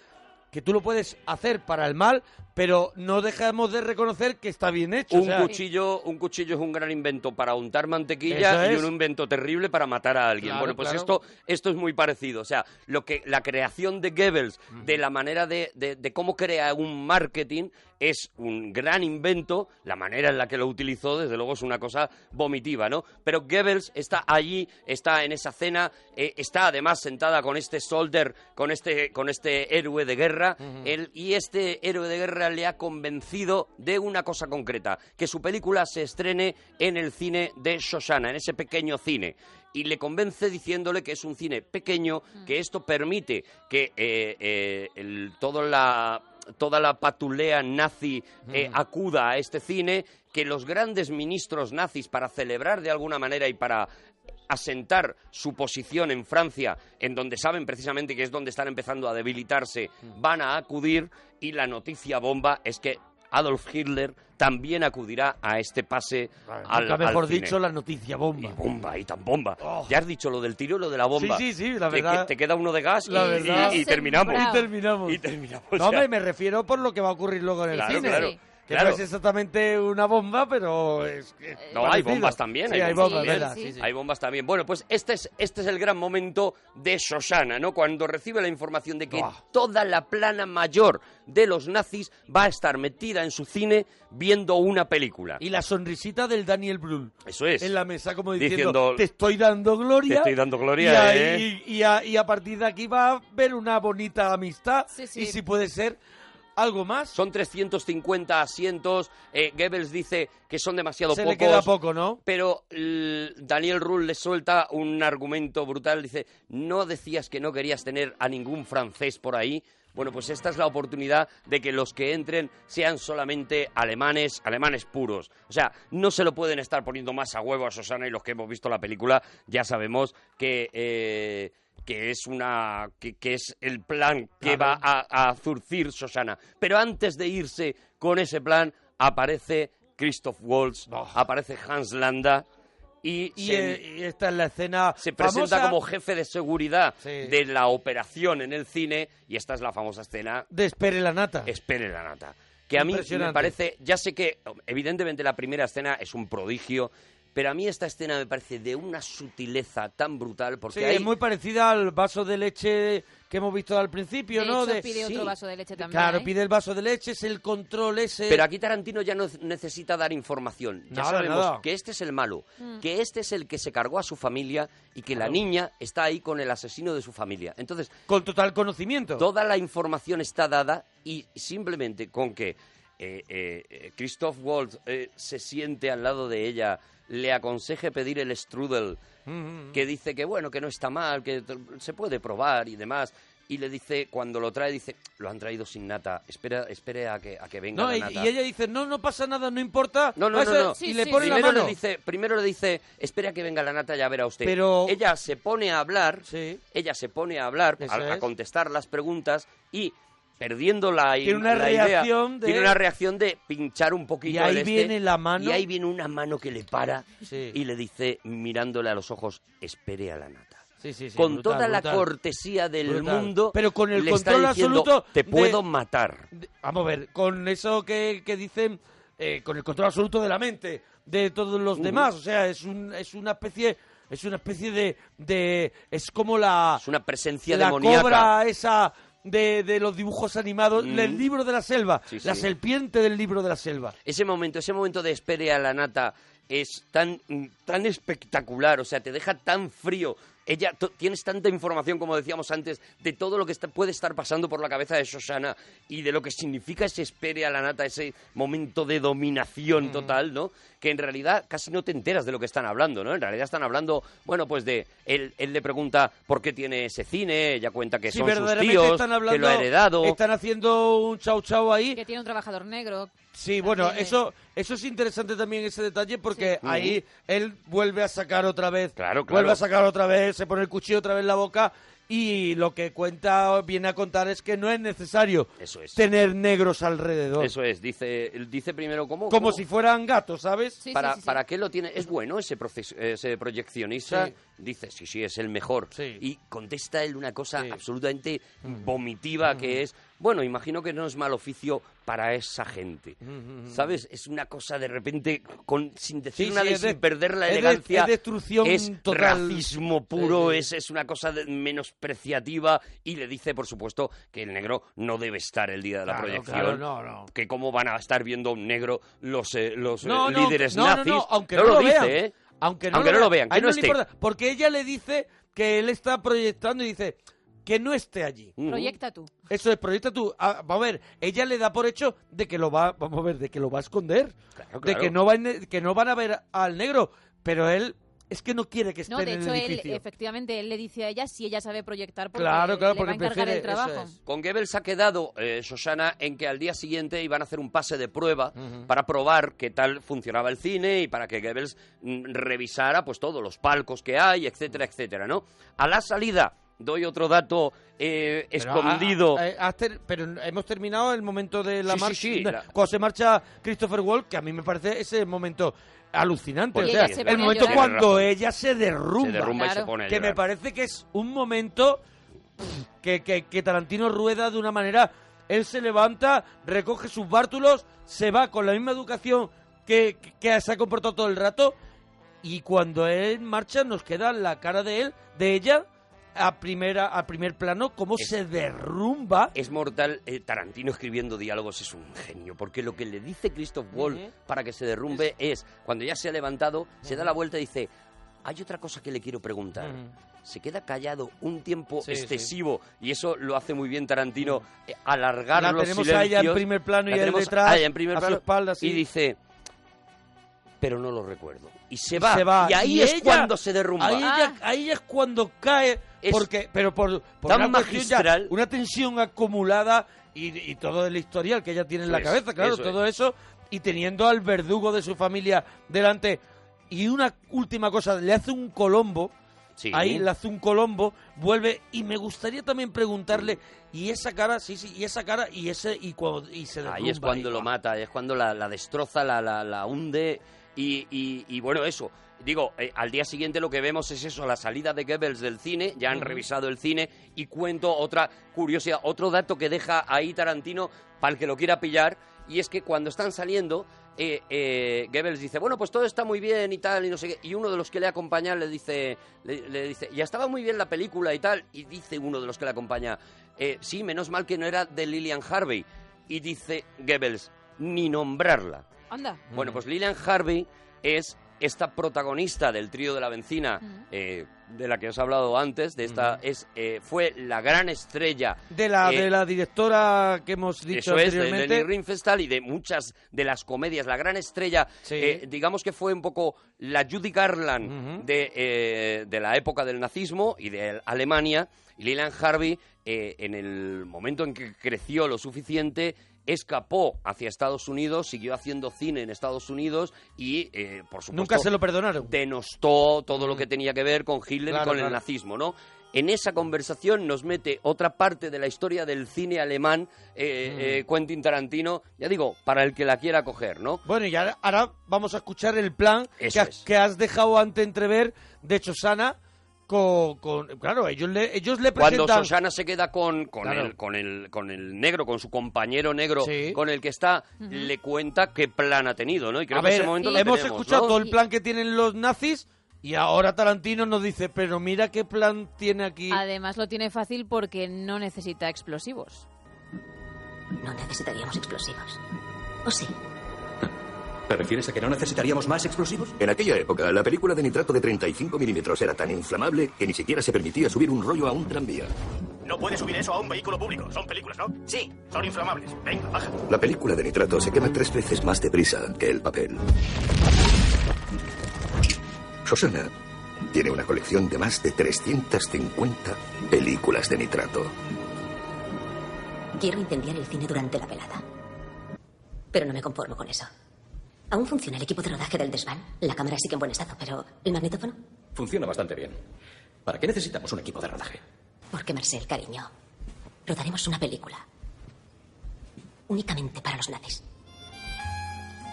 Speaker 1: que tú lo puedes hacer para el mal pero no dejamos de reconocer que está bien hecho o
Speaker 2: Un
Speaker 1: sea,
Speaker 2: cuchillo, un cuchillo es un gran invento para untar
Speaker 1: Eso
Speaker 2: mantequilla
Speaker 1: es.
Speaker 2: y un invento terrible para matar a alguien.
Speaker 1: Claro,
Speaker 2: bueno, pues
Speaker 1: claro.
Speaker 2: esto, esto es muy parecido. O sea, lo que la creación de Goebbels, de la manera de, de- de cómo crea un marketing, es un gran invento. La manera en la que lo utilizó, desde luego, es una cosa vomitiva, ¿no? Pero Goebbels está allí, está en esa cena, eh, está además sentada con este soldier, con este, con este héroe de guerra,
Speaker 5: Ujú.
Speaker 2: él y este héroe de guerra le ha convencido de una cosa concreta, que su película se estrene en el cine de Shoshana, en ese pequeño cine. Y le convence diciéndole que es un cine pequeño, que esto permite que eh, eh, el- toda la toda la patulea nazi eh,
Speaker 5: Mm.
Speaker 2: acuda a este cine, que los grandes ministros nazis para celebrar de alguna manera y para asentar su posición en Francia, en donde saben precisamente que es donde están empezando a debilitarse,
Speaker 1: Mm.
Speaker 2: van a acudir y la noticia bomba es que Adolf Hitler también acudirá a este pase al,
Speaker 1: nunca
Speaker 2: al
Speaker 1: mejor
Speaker 2: cine.
Speaker 1: dicho la noticia bomba Oh.
Speaker 2: bomba y tan bomba. Ya has dicho lo del tiro y lo de la bomba.
Speaker 1: Sí, sí, sí, la
Speaker 2: Te-
Speaker 1: verdad.
Speaker 2: Te, queda uno de gas y,
Speaker 1: La verdad.
Speaker 2: y- y terminamos.
Speaker 1: Y terminamos.
Speaker 2: Y terminamos.
Speaker 1: No,
Speaker 2: o sea,
Speaker 1: hombre, me refiero por lo que va a ocurrir luego en el
Speaker 2: Claro,
Speaker 1: cine.
Speaker 2: claro,
Speaker 1: Que
Speaker 2: claro.
Speaker 1: no es exactamente una bomba, pero es, es
Speaker 2: No, hay
Speaker 1: parecido.
Speaker 2: bombas también.
Speaker 1: Sí, hay bombas,
Speaker 2: también.
Speaker 1: ¿verdad? Sí, sí.
Speaker 2: Hay bombas también. Bueno, pues este es, este es el gran momento de Shoshana, ¿no? Cuando recibe la información de que toda la plana mayor de los nazis va a estar metida en su cine viendo una película.
Speaker 1: Y la sonrisita del Daniel Brühl.
Speaker 2: Eso es.
Speaker 1: En la mesa, como
Speaker 2: Diciendo,
Speaker 1: diciendo, te estoy dando gloria.
Speaker 2: "Te estoy dando gloria,
Speaker 1: Y a,
Speaker 2: ¿eh?".
Speaker 1: y, y a, y a partir de aquí va a haber una bonita amistad.
Speaker 2: sí.
Speaker 1: Y si puede ser, algo más.
Speaker 2: Son 350 asientos. eh, Goebbels dice que son demasiado
Speaker 1: se
Speaker 2: pocos.
Speaker 1: le queda poco, ¿no?
Speaker 2: Pero l- Daniel Rull le suelta un argumento brutal. Dice, no decías que no querías tener a ningún francés por ahí. Bueno, pues esta es la oportunidad de que los que entren sean solamente alemanes, alemanes puros. O sea, no se lo pueden estar poniendo más a huevo a Susana y los que hemos visto la película ya sabemos que... eh, que es una que, que es el plan que va a, a zurcir Susana. Pero antes de irse con ese plan aparece Christoph Waltz,
Speaker 1: Oh.
Speaker 2: aparece Hans Landa y,
Speaker 1: Y,
Speaker 2: se,
Speaker 1: eh, y esta es la escena.
Speaker 2: se presenta
Speaker 1: famosa
Speaker 2: como jefe de seguridad
Speaker 1: Sí.
Speaker 2: de la operación en el cine y esta es la famosa escena
Speaker 1: De Espere la nata.
Speaker 2: Espere la nata. que a mí me
Speaker 1: Impresionante.
Speaker 2: parece, ya sé que evidentemente la primera escena es un prodigio, pero a mí esta escena me parece de una sutileza tan brutal porque
Speaker 1: Sí,
Speaker 2: hay
Speaker 1: es muy parecida al vaso de leche que hemos visto al principio,
Speaker 3: De
Speaker 1: ¿no?
Speaker 3: hecho,
Speaker 1: De-
Speaker 3: pide otro vaso de leche también.
Speaker 1: Claro,
Speaker 3: ¿eh?
Speaker 1: pide el vaso de leche, es el control ese.
Speaker 2: Pero aquí Tarantino ya no necesita dar información. Ya
Speaker 1: Nada,
Speaker 2: sabemos
Speaker 1: nada.
Speaker 2: que este es el malo,
Speaker 1: Mm.
Speaker 2: que este es el que se cargó a su familia y que la
Speaker 1: Claro.
Speaker 2: niña está ahí con el asesino de su familia. Entonces,
Speaker 1: con total conocimiento.
Speaker 2: Toda la información está dada y simplemente con que eh, eh, eh, Christoph Waltz eh, se siente al lado de ella, le aconseje pedir el strudel, que dice que bueno, que no está mal, que t- se puede probar y demás. Y le dice, cuando lo trae, dice, lo han traído sin nata, espera, espere a que, a que venga
Speaker 1: No,
Speaker 2: la
Speaker 1: y,
Speaker 2: nata.
Speaker 1: y ella dice, no, no pasa nada, no importa.
Speaker 2: No, no,
Speaker 1: Eso
Speaker 2: no,
Speaker 1: es-
Speaker 2: no.
Speaker 1: Y le pone la
Speaker 2: primero
Speaker 1: mano.
Speaker 2: Le dice, primero le dice, espera que venga la nata, ya verá usted.
Speaker 1: Pero-
Speaker 2: Ella se pone a hablar, ella se pone a hablar,
Speaker 1: Eso
Speaker 2: a, a
Speaker 1: es.
Speaker 2: contestar las preguntas y perdiendo la, i-
Speaker 1: Tiene una
Speaker 2: la idea,
Speaker 1: reacción de-
Speaker 2: tiene una reacción de pinchar un poquito
Speaker 1: Y ahí
Speaker 2: el este,
Speaker 1: viene la mano.
Speaker 2: y ahí viene una mano que le para
Speaker 1: Sí.
Speaker 2: y le dice mirándole a los ojos espere a la nata
Speaker 1: Sí, sí, sí,
Speaker 2: con
Speaker 1: brutal,
Speaker 2: toda la
Speaker 1: brutal.
Speaker 2: cortesía del
Speaker 1: Brutal.
Speaker 2: mundo
Speaker 1: Pero con el
Speaker 2: le está
Speaker 1: control
Speaker 2: diciendo,
Speaker 1: absoluto
Speaker 2: te
Speaker 1: de-
Speaker 2: puedo matar
Speaker 1: de- vamos a ver, con eso que, que dicen, eh, con el control absoluto de la mente de todos los
Speaker 2: Ujú.
Speaker 1: demás, o sea, es, un, es una especie, es una especie de, de- es como la,
Speaker 2: es una presencia
Speaker 1: la
Speaker 2: demoníaca
Speaker 1: cobra esa de, de los dibujos animados,
Speaker 2: Mm.
Speaker 1: el libro de la selva,
Speaker 2: Sí,
Speaker 1: la
Speaker 2: sí.
Speaker 1: serpiente del libro de la selva.
Speaker 2: ese momento, ese momento de espere a la nata es tan, mm, tan espectacular, o sea, te deja tan frío. Ella, to- tienes tanta información, como decíamos antes, de todo lo que está- puede estar pasando por la cabeza de Shoshana y de lo que significa ese espere a la nata, ese momento de
Speaker 1: Mm.
Speaker 2: dominación total, ¿no? Que en realidad casi no te enteras de lo que están hablando, ¿no? En realidad están hablando, bueno, pues de. Él, él le pregunta por qué tiene ese cine, ella cuenta que
Speaker 1: Si
Speaker 2: son sus
Speaker 1: verdaderamente
Speaker 2: tíos,
Speaker 1: están hablando, eh,
Speaker 2: que lo ha heredado.
Speaker 1: están haciendo un chau chau ahí,
Speaker 3: Que tiene un trabajador negro.
Speaker 1: Sí, bueno, eso, eso es interesante también ese detalle porque
Speaker 3: Sí.
Speaker 1: ahí él vuelve a sacar otra vez,
Speaker 2: claro.
Speaker 1: vuelve a sacar otra vez, se pone el cuchillo otra vez en la boca y lo que cuenta viene a contar es que no es necesario tener negros alrededor,
Speaker 2: Eso es, dice, dice primero cómo.
Speaker 1: como
Speaker 2: cómo-
Speaker 1: si fueran gatos, ¿sabes?
Speaker 2: para, ¿Para qué lo tiene? Es bueno ese, proces- ese proyeccionista.
Speaker 1: Sí.
Speaker 2: Dice, sí, sí, es el mejor. Y contesta él una cosa absolutamente
Speaker 1: Mm.
Speaker 2: vomitiva que es, bueno, imagino que no es mal oficio para esa gente. ¿Sabes? Es una cosa de repente, con, sin decir
Speaker 1: Mm, Sí,
Speaker 2: nada
Speaker 1: sí,
Speaker 2: y
Speaker 1: es de-
Speaker 2: sin perder la
Speaker 1: es de-
Speaker 2: elegancia.
Speaker 1: es destrucción
Speaker 2: es
Speaker 1: total.
Speaker 2: racismo puro,
Speaker 1: Sí, sí.
Speaker 2: es, es una cosa de- menospreciativa. Y le dice, por supuesto, que el negro no debe estar el día de la
Speaker 1: Claro,
Speaker 2: proyección.
Speaker 1: claro, no, no.
Speaker 2: Que cómo van a estar viendo a un negro los, eh, los eh,
Speaker 1: no, no,
Speaker 2: líderes
Speaker 1: no, no,
Speaker 2: nazis.
Speaker 1: no, aunque
Speaker 2: No
Speaker 1: no,
Speaker 2: lo
Speaker 1: lo,
Speaker 2: dice,
Speaker 1: vean,
Speaker 2: ¿eh?
Speaker 1: aunque no,
Speaker 2: Aunque no lo vean,
Speaker 1: a
Speaker 2: que
Speaker 1: él
Speaker 2: no
Speaker 1: le
Speaker 2: esté.
Speaker 1: importa, porque ella le dice que él está proyectando y dice que no esté allí.
Speaker 3: Proyecta tú.
Speaker 1: Eso es, proyecta tú. Ah, vamos a ver, ella le da por hecho de que lo va, vamos a ver, de que lo va a esconder, de
Speaker 2: claro.
Speaker 1: que no va, en- que no van a ver al negro, pero él es que no quiere que esté
Speaker 3: No, de
Speaker 1: Este en
Speaker 3: hecho,
Speaker 1: el
Speaker 3: él,
Speaker 1: edificio.
Speaker 3: efectivamente, él le dice a ella si ella sabe proyectar porque
Speaker 1: Claro, claro,
Speaker 3: le
Speaker 1: porque
Speaker 3: va a encargar
Speaker 1: prefiere-
Speaker 3: el trabajo.
Speaker 2: Con Goebbels ha quedado, eh, Shoshana, en que al día siguiente iban a hacer un pase de prueba para probar qué tal funcionaba el cine y para que Goebbels mm, revisara pues todos los palcos que hay, etcétera, etcétera, ¿no? A la salida, doy otro dato eh,
Speaker 1: Pero,
Speaker 2: escondido.
Speaker 1: ah, ah, eh, has ter- pero hemos terminado el momento de la
Speaker 2: Sí, sí,
Speaker 1: marcha.
Speaker 2: sí, la-
Speaker 1: Cuando se marcha Christopher Wall, que a mí me parece ese momento alucinante.
Speaker 2: Pues
Speaker 1: o
Speaker 2: sí,
Speaker 1: sea,
Speaker 2: es
Speaker 1: el
Speaker 2: verdad.
Speaker 1: momento
Speaker 2: Tienes
Speaker 1: cuando
Speaker 2: razón.
Speaker 1: ella se derrumba.
Speaker 2: Se derrumba y se Claro. pone a
Speaker 1: que me
Speaker 2: llorar.
Speaker 1: parece que es un momento pff, que, que- que Tarantino rueda de una manera. Él se levanta, recoge sus bártulos, se va con la misma educación que, que se ha comportado todo el rato. Y cuando él marcha, nos queda la cara de él, de ella, a primera, a primer plano, cómo se derrumba.
Speaker 2: Es mortal. eh, Tarantino escribiendo diálogos es un genio, porque lo que le dice Christoph Wall
Speaker 1: Ujú.
Speaker 2: para que se derrumbe es, cuando ya se ha levantado, se da la vuelta y dice, hay otra cosa que le quiero preguntar. Se queda callado un tiempo
Speaker 1: Sí,
Speaker 2: excesivo y eso lo hace muy bien Tarantino, eh, alargar
Speaker 1: La
Speaker 2: los
Speaker 1: tenemos
Speaker 2: silencios.
Speaker 1: a ella en primer plano y
Speaker 2: La
Speaker 1: a él
Speaker 2: tenemos
Speaker 1: detrás,
Speaker 2: a ella en primer
Speaker 1: a su
Speaker 2: plano,
Speaker 1: espalda, sí.
Speaker 2: y dice, pero no lo recuerdo. Y se
Speaker 1: Y
Speaker 2: va.
Speaker 1: se va.
Speaker 2: Y ahí
Speaker 1: Y
Speaker 2: es
Speaker 1: ella-
Speaker 2: cuando se derrumba. Ah.
Speaker 1: Ahí, ella- ahí es cuando cae, porque, pero por, por
Speaker 2: tan
Speaker 1: una cuestión ya-
Speaker 2: magistral.
Speaker 1: una tensión acumulada y, y todo el historial que ella tiene en
Speaker 2: Eso
Speaker 1: la
Speaker 2: es,
Speaker 1: cabeza, claro,
Speaker 2: eso
Speaker 1: todo eso, y teniendo al verdugo de su familia delante. Y una última cosa, le hace un colombo,
Speaker 2: Sí.
Speaker 1: ahí le hace un colombo, vuelve, y me gustaría también preguntarle, y esa cara, sí, sí, y esa cara, y ese, y, cuando, y se derrumba.
Speaker 2: Ahí es cuando
Speaker 1: ahí.
Speaker 2: lo mata, es cuando la, la destroza, la, la- la hunde y, y- y bueno, eso. Digo, eh, al día siguiente lo que vemos es eso, la salida de Goebbels del cine, ya han
Speaker 1: Ujú.
Speaker 2: revisado el cine y cuento otra curiosidad, otro dato que deja ahí Tarantino para el que lo quiera pillar y es que cuando están saliendo, eh, eh, Goebbels dice, bueno, pues todo está muy bien y tal y no sé qué, y uno de los que le acompaña le dice, le, le dice, ya estaba muy bien la película y tal, y dice uno de los que le acompaña, "Eh, sí, menos mal que no era de Lillian Harvey, y dice Goebbels, ni nombrarla.
Speaker 3: Anda.
Speaker 2: Bueno, pues Lillian Harvey es esta protagonista del trío de la bencina, eh, de la que os he hablado antes, de esta, es, eh, fue la gran estrella
Speaker 1: De la,
Speaker 2: eh,
Speaker 1: de la directora que hemos dicho
Speaker 2: eso es, de
Speaker 1: anteriormente.
Speaker 2: Lenny Riefenstahl y de muchas de las comedias. La gran estrella, eh, digamos que fue un poco la Judy Garland de, eh, de la época del nazismo y de Alemania. Y Leland Harvey, eh, en el momento en que creció lo suficiente, escapó hacia Estados Unidos, siguió haciendo cine en Estados Unidos y, eh, por supuesto,
Speaker 1: Nunca se lo perdonaron. Mm.
Speaker 2: denostó todo lo que tenía que ver con Hitler
Speaker 1: Claro,
Speaker 2: y con el
Speaker 1: claro.
Speaker 2: nazismo, ¿no? En esa conversación nos mete otra parte de la historia del cine alemán, eh,
Speaker 1: Mm.
Speaker 2: eh, Quentin Tarantino, ya digo, para el que la quiera coger, ¿no?
Speaker 1: Bueno, y ahora, ahora vamos a escuchar el plan que has, que has dejado ante entrever de Chosana con, con- Claro, ellos le, ellos le presentan...
Speaker 2: Cuando Susana se queda con, con,
Speaker 1: Claro.
Speaker 2: el, con, el, con el negro, con su compañero negro
Speaker 1: Sí.
Speaker 2: con el que está,
Speaker 1: Ujú.
Speaker 2: le cuenta qué plan ha tenido, ¿no? Y creo
Speaker 1: a
Speaker 2: que
Speaker 1: ver,
Speaker 2: ese momento lo
Speaker 1: hemos
Speaker 2: tenemos,
Speaker 1: escuchado
Speaker 2: ¿no?
Speaker 1: todo el plan que tienen los nazis y ahora Tarantino nos dice, pero mira qué plan tiene aquí.
Speaker 3: Además lo tiene fácil porque no necesita explosivos.
Speaker 22: No necesitaríamos explosivos. ¿O sí?
Speaker 17: ¿Te refieres a que no necesitaríamos más explosivos?
Speaker 23: En aquella época, la película de nitrato de 35 milímetros era tan inflamable que ni siquiera se permitía subir un rollo a un tranvía.
Speaker 17: No puedes subir eso a un vehículo público. Son películas, ¿no? Sí. Son inflamables. Venga, baja.
Speaker 23: La película de nitrato se quema tres veces más deprisa que el papel. Susana tiene una colección de más de 350 películas de nitrato.
Speaker 22: Quiero incendiar el cine durante la velada. Pero no me conformo con eso. Aún funciona el equipo de rodaje del desván. La cámara sigue en buen estado, pero el magnetófono.
Speaker 17: Funciona bastante bien. ¿Para qué necesitamos un equipo de rodaje?
Speaker 22: Porque, Marcel, cariño, rodaremos una película. Únicamente para los nazis.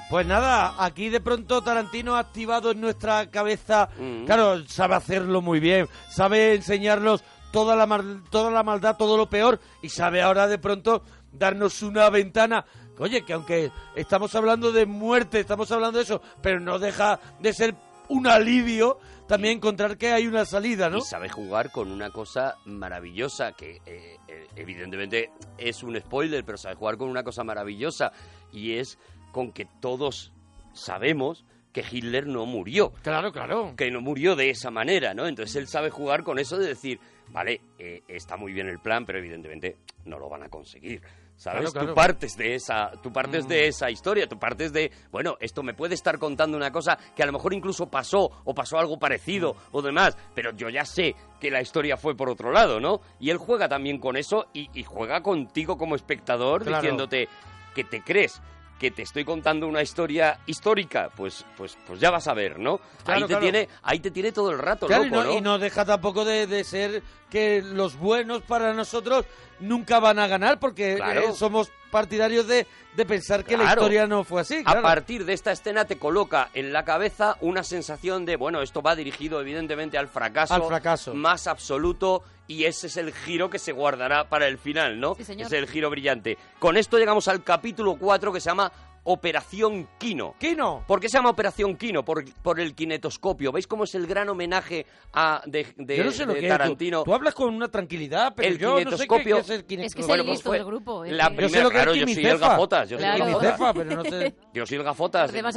Speaker 1: Pues nada, aquí de pronto Tarantino ha activado en nuestra cabeza. Claro, sabe hacerlo muy bien, sabe enseñarnos toda la, mal- toda la maldad, todo lo peor, y sabe ahora de pronto darnos una ventana. Oye, que aunque estamos hablando de muerte, estamos hablando de eso, pero no deja de ser un alivio también encontrar que hay una salida, ¿no?
Speaker 2: Y sabe jugar con una cosa maravillosa, que eh, eh, evidentemente es un spoiler, pero sabe jugar con una cosa maravillosa, y es con que todos sabemos que Hitler no murió.
Speaker 1: Claro, claro.
Speaker 2: Que no murió de esa manera, ¿no? Entonces él sabe jugar con eso de decir, vale, eh, está muy bien el plan, pero evidentemente no lo van a conseguir. ¿Sabes?
Speaker 17: Claro, claro.
Speaker 2: Tú partes de esa, tú partes
Speaker 17: Mm.
Speaker 2: de esa historia, tú partes de, bueno, esto me puede estar contando una cosa que a lo mejor incluso pasó o pasó algo parecido
Speaker 1: Mm.
Speaker 2: o demás, pero yo ya sé que la historia fue por otro lado, ¿no? Y él juega también con eso y, y juega contigo como espectador
Speaker 1: Claro.
Speaker 2: diciéndote que te crees que te estoy contando una historia histórica, pues pues pues ya vas a ver, ¿no? ahí
Speaker 1: Claro,
Speaker 2: te
Speaker 1: claro.
Speaker 2: tiene ahí te tiene todo el rato
Speaker 1: Claro,
Speaker 2: loco,
Speaker 1: y, no,
Speaker 2: ¿no?
Speaker 1: y no deja tampoco de, de ser que los buenos para nosotros nunca van a ganar porque
Speaker 2: Claro.
Speaker 1: eh, somos partidarios de, de pensar que la
Speaker 2: Claro.
Speaker 1: historia no fue así. Claro.
Speaker 2: A partir de esta escena te coloca en la cabeza una sensación de, bueno, esto va dirigido evidentemente al fracaso,
Speaker 1: Al fracaso.
Speaker 2: más absoluto y ese es el giro que se guardará para el final, ¿no?
Speaker 1: Sí, señor.
Speaker 2: Es el giro brillante. Con esto llegamos al capítulo 4 que se llama Operación Kino.
Speaker 1: ¿Kino?
Speaker 2: ¿Por qué se llama Operación Kino? Por, por el kinetoscopio. ¿Veis cómo es el gran homenaje a, de, de-
Speaker 1: yo no sé lo
Speaker 2: de
Speaker 1: que es, tú-
Speaker 2: Tarantino?
Speaker 1: Tú, hablas con una tranquilidad, pero
Speaker 2: El
Speaker 1: yo no sé qué- qué,
Speaker 2: kinetoscopio-
Speaker 1: es el kinetoscopio.
Speaker 2: Es que es el Bueno, pues listo fue del
Speaker 3: grupo,
Speaker 2: La
Speaker 1: yo sé
Speaker 2: primera,
Speaker 1: lo que
Speaker 2: claro,
Speaker 1: es
Speaker 2: yo soy el
Speaker 1: quinicefa.
Speaker 2: gafotas. Yo soy el
Speaker 1: Claro.
Speaker 2: gafotas.
Speaker 1: Quinicefa, pero no sé-
Speaker 2: Yo soy el gafotas.
Speaker 3: Además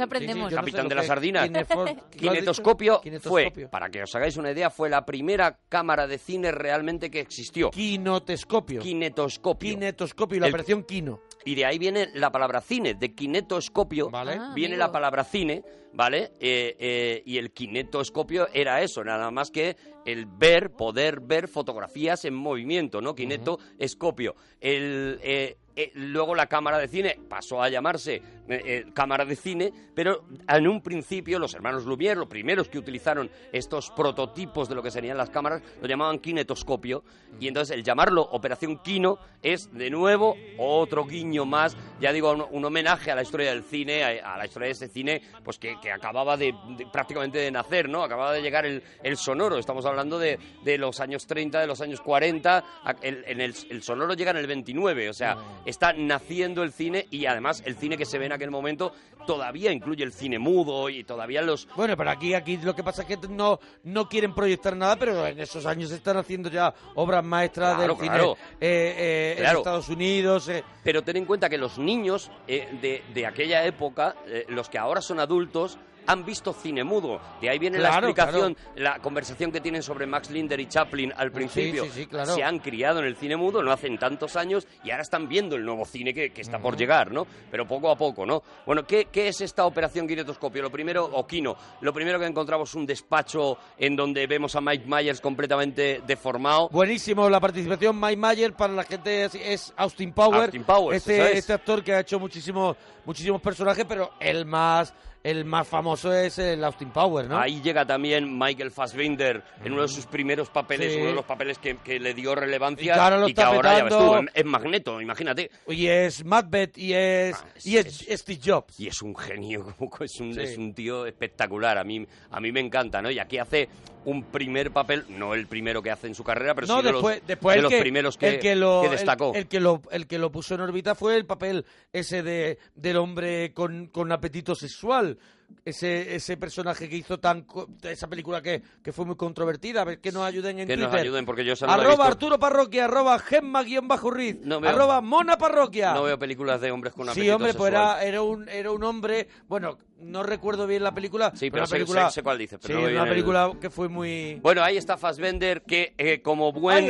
Speaker 2: el
Speaker 3: aprendemos. Sí, sí, yo no sé
Speaker 2: capitán
Speaker 3: lo
Speaker 2: de
Speaker 3: que
Speaker 2: la
Speaker 3: es
Speaker 2: sardina.
Speaker 3: kinefor- ¿lo has dicho?
Speaker 2: Kinetoscopio fue,
Speaker 1: Kinetoscopio.
Speaker 2: para que os hagáis una idea, fue la primera cámara de cine realmente que existió.
Speaker 1: Kinotoscopio.
Speaker 2: Kinetoscopio.
Speaker 1: Kinetoscopio, la
Speaker 2: El-
Speaker 1: operación Kino.
Speaker 2: Y de ahí viene la palabra cine, de kinetoscopio
Speaker 1: Ah,
Speaker 2: viene
Speaker 1: amigo.
Speaker 2: la palabra cine, ¿vale? Eh, eh, y el kinetoscopio era eso, nada más que el ver, poder ver fotografías en movimiento, ¿no? Kinetoscopio. El, eh, eh, luego la cámara de cine pasó a llamarse eh, eh, cámara de cine, pero en un principio los hermanos Lumière, los primeros que utilizaron estos prototipos de lo que serían las cámaras, lo llamaban kinetoscopio. Y entonces el llamarlo Operación Kino es de nuevo otro guiño más, ya digo, un, un homenaje a la historia del cine, a, a la historia de ese cine pues que, que acababa de, de- prácticamente de nacer, ¿no? Acababa de llegar el, el sonoro. Estamos hablando de, de los años 30, de los años 40. a- El, en el, el sonoro llega en el 29, o sea, está naciendo el cine y además el cine que se ve en aquel momento todavía incluye el cine mudo y todavía los,
Speaker 1: Bueno, pero aquí, aquí lo que pasa es que no, no quieren proyectar nada, pero en esos años están haciendo ya obras maestras
Speaker 2: Claro,
Speaker 1: del cine
Speaker 2: claro.
Speaker 1: eh, eh, en
Speaker 2: Claro.
Speaker 1: Estados Unidos. eh,
Speaker 2: Pero ten en cuenta que los niños eh, de, de aquella época, eh, los que ahora son adultos, han visto cine mudo. De ahí viene
Speaker 1: Claro,
Speaker 2: la explicación, la conversación que tienen sobre Max Linder y Chaplin al principio.
Speaker 1: sí, sí, claro.
Speaker 2: Se han criado en el cine mudo, no hacen tantos años, y ahora están viendo el nuevo cine que, que está por llegar, ¿no? Pero poco a poco, ¿no? Bueno, ¿qué, qué es esta operación kinetoscopio? Lo primero, o Kino, lo primero que encontramos es un despacho en donde vemos a Mike Myers completamente deformado.
Speaker 1: Buenísimo la participación. Mike Mayer para la gente es, es Austin Power.
Speaker 2: Austin Powers,
Speaker 1: este,
Speaker 2: eso es.
Speaker 1: este actor que ha hecho muchísimos, muchísimos personajes, pero el más el más famoso es el Austin Power, ¿no?
Speaker 2: Ahí llega también Michael Fassbinder en uno de sus primeros papeles,
Speaker 1: Sí.
Speaker 2: uno de los papeles que, que le dio relevancia
Speaker 1: Y que ahora lo
Speaker 2: y que
Speaker 1: está
Speaker 2: ahora ya ves tú,
Speaker 1: petando.
Speaker 2: es- es Magneto, imagínate.
Speaker 1: Y es Macbeth y es,
Speaker 2: Ah,
Speaker 1: y es, Steve Jobs.
Speaker 2: Y es un genio, como es un,
Speaker 1: Sí.
Speaker 2: es un tío espectacular, a mí, a mí me encanta, ¿no? Y aquí hace un primer papel, no el primero que hace en su carrera, pero
Speaker 1: no,
Speaker 2: sí de los,
Speaker 1: después, después
Speaker 2: de
Speaker 1: el
Speaker 2: los
Speaker 1: que,
Speaker 2: primeros que,
Speaker 1: el que lo,
Speaker 2: que
Speaker 1: el-
Speaker 2: destacó.
Speaker 1: El, que lo, el que lo puso en órbita fue el papel ese de, del hombre con, con apetito sexual. Ese, ese personaje que hizo tan co- esa película que, que fue muy controvertida. A ver, que nos ayuden en
Speaker 2: Que nos
Speaker 1: Twitter.
Speaker 2: ayuden, porque yo esa no la he
Speaker 1: Arroba
Speaker 2: visto.
Speaker 1: Arturo Parroquia, arroba Gemma-Ruiz,
Speaker 2: veo.
Speaker 1: arroba Mona Parroquia.
Speaker 2: No veo películas de hombres con
Speaker 1: Sí,
Speaker 2: apetito
Speaker 1: hombre, pues
Speaker 2: sexual.
Speaker 1: era, era un, era un hombre. Bueno, no recuerdo bien la película.
Speaker 2: Sí, pero
Speaker 1: una
Speaker 2: sé-
Speaker 1: película,
Speaker 2: sé- sé cuál dices, pero
Speaker 1: sí,
Speaker 2: no veo
Speaker 1: una
Speaker 2: bien el-
Speaker 1: película que fue muy.
Speaker 2: Bueno, ahí está Fassbender, que eh, como buen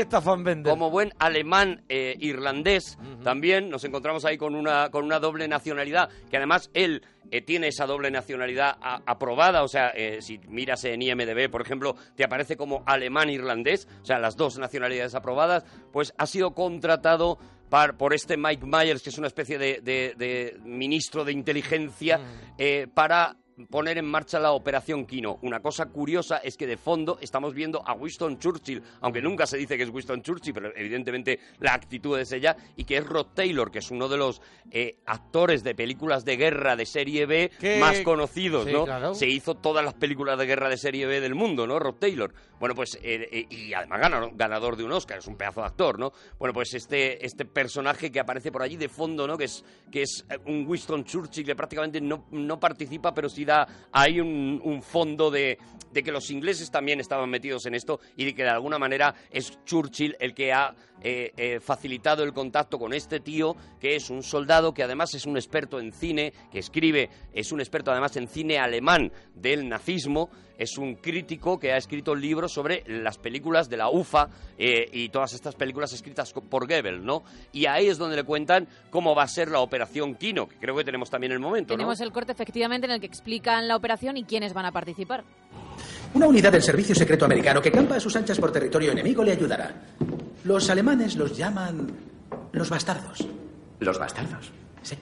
Speaker 2: como buen alemán eh, irlandés también nos encontramos ahí con una con una doble nacionalidad, que además él eh, tiene esa doble nacionalidad a- aprobada, o sea, eh, si miras en IMDb, por ejemplo, te aparece como alemán irlandés, o sea, las dos nacionalidades aprobadas, pues ha sido contratado par- por este Mike Myers, que es una especie de, de- de ministro de inteligencia, eh, para poner en marcha la operación Kino. Una cosa curiosa es que de fondo estamos viendo a Winston Churchill, aunque nunca se dice que es Winston Churchill, pero evidentemente la actitud es ella, y que es Rod Taylor, que es uno de los eh, actores de películas de guerra de serie B
Speaker 1: Que-
Speaker 2: más conocidos,
Speaker 1: Sí,
Speaker 2: ¿no?
Speaker 1: claro.
Speaker 2: Se hizo todas las películas de guerra de serie B del mundo, ¿no? Rob Taylor. Bueno, pues, eh, eh, y además gana- ganador de un Oscar, es un pedazo de actor, ¿no? Bueno, pues este, este personaje que aparece por allí de fondo, ¿no? Que es, que es eh, un Winston Churchill que prácticamente no, no participa, pero sí da ahí un, un fondo de, de que los ingleses también estaban metidos en esto y de que de alguna manera es Churchill el que ha eh, eh, facilitado el contacto con este tío, que es un soldado que además es un experto en cine, que escribe, es un experto además en cine alemán del nazismo, es un crítico que ha escrito libros sobre las películas de la UFA eh, y todas estas películas escritas co- por Goebbels, ¿no? Y ahí es donde le cuentan cómo va a ser la operación Kino, que creo que tenemos también el momento, ¿no?
Speaker 3: Tenemos el corte efectivamente en el que explican la operación y quiénes van a participar.
Speaker 17: Una unidad del Servicio Secreto Americano que campa a sus anchas por territorio enemigo le ayudará. Los alemanes los llaman los bastardos.
Speaker 22: Los bastardos.
Speaker 17: Sí.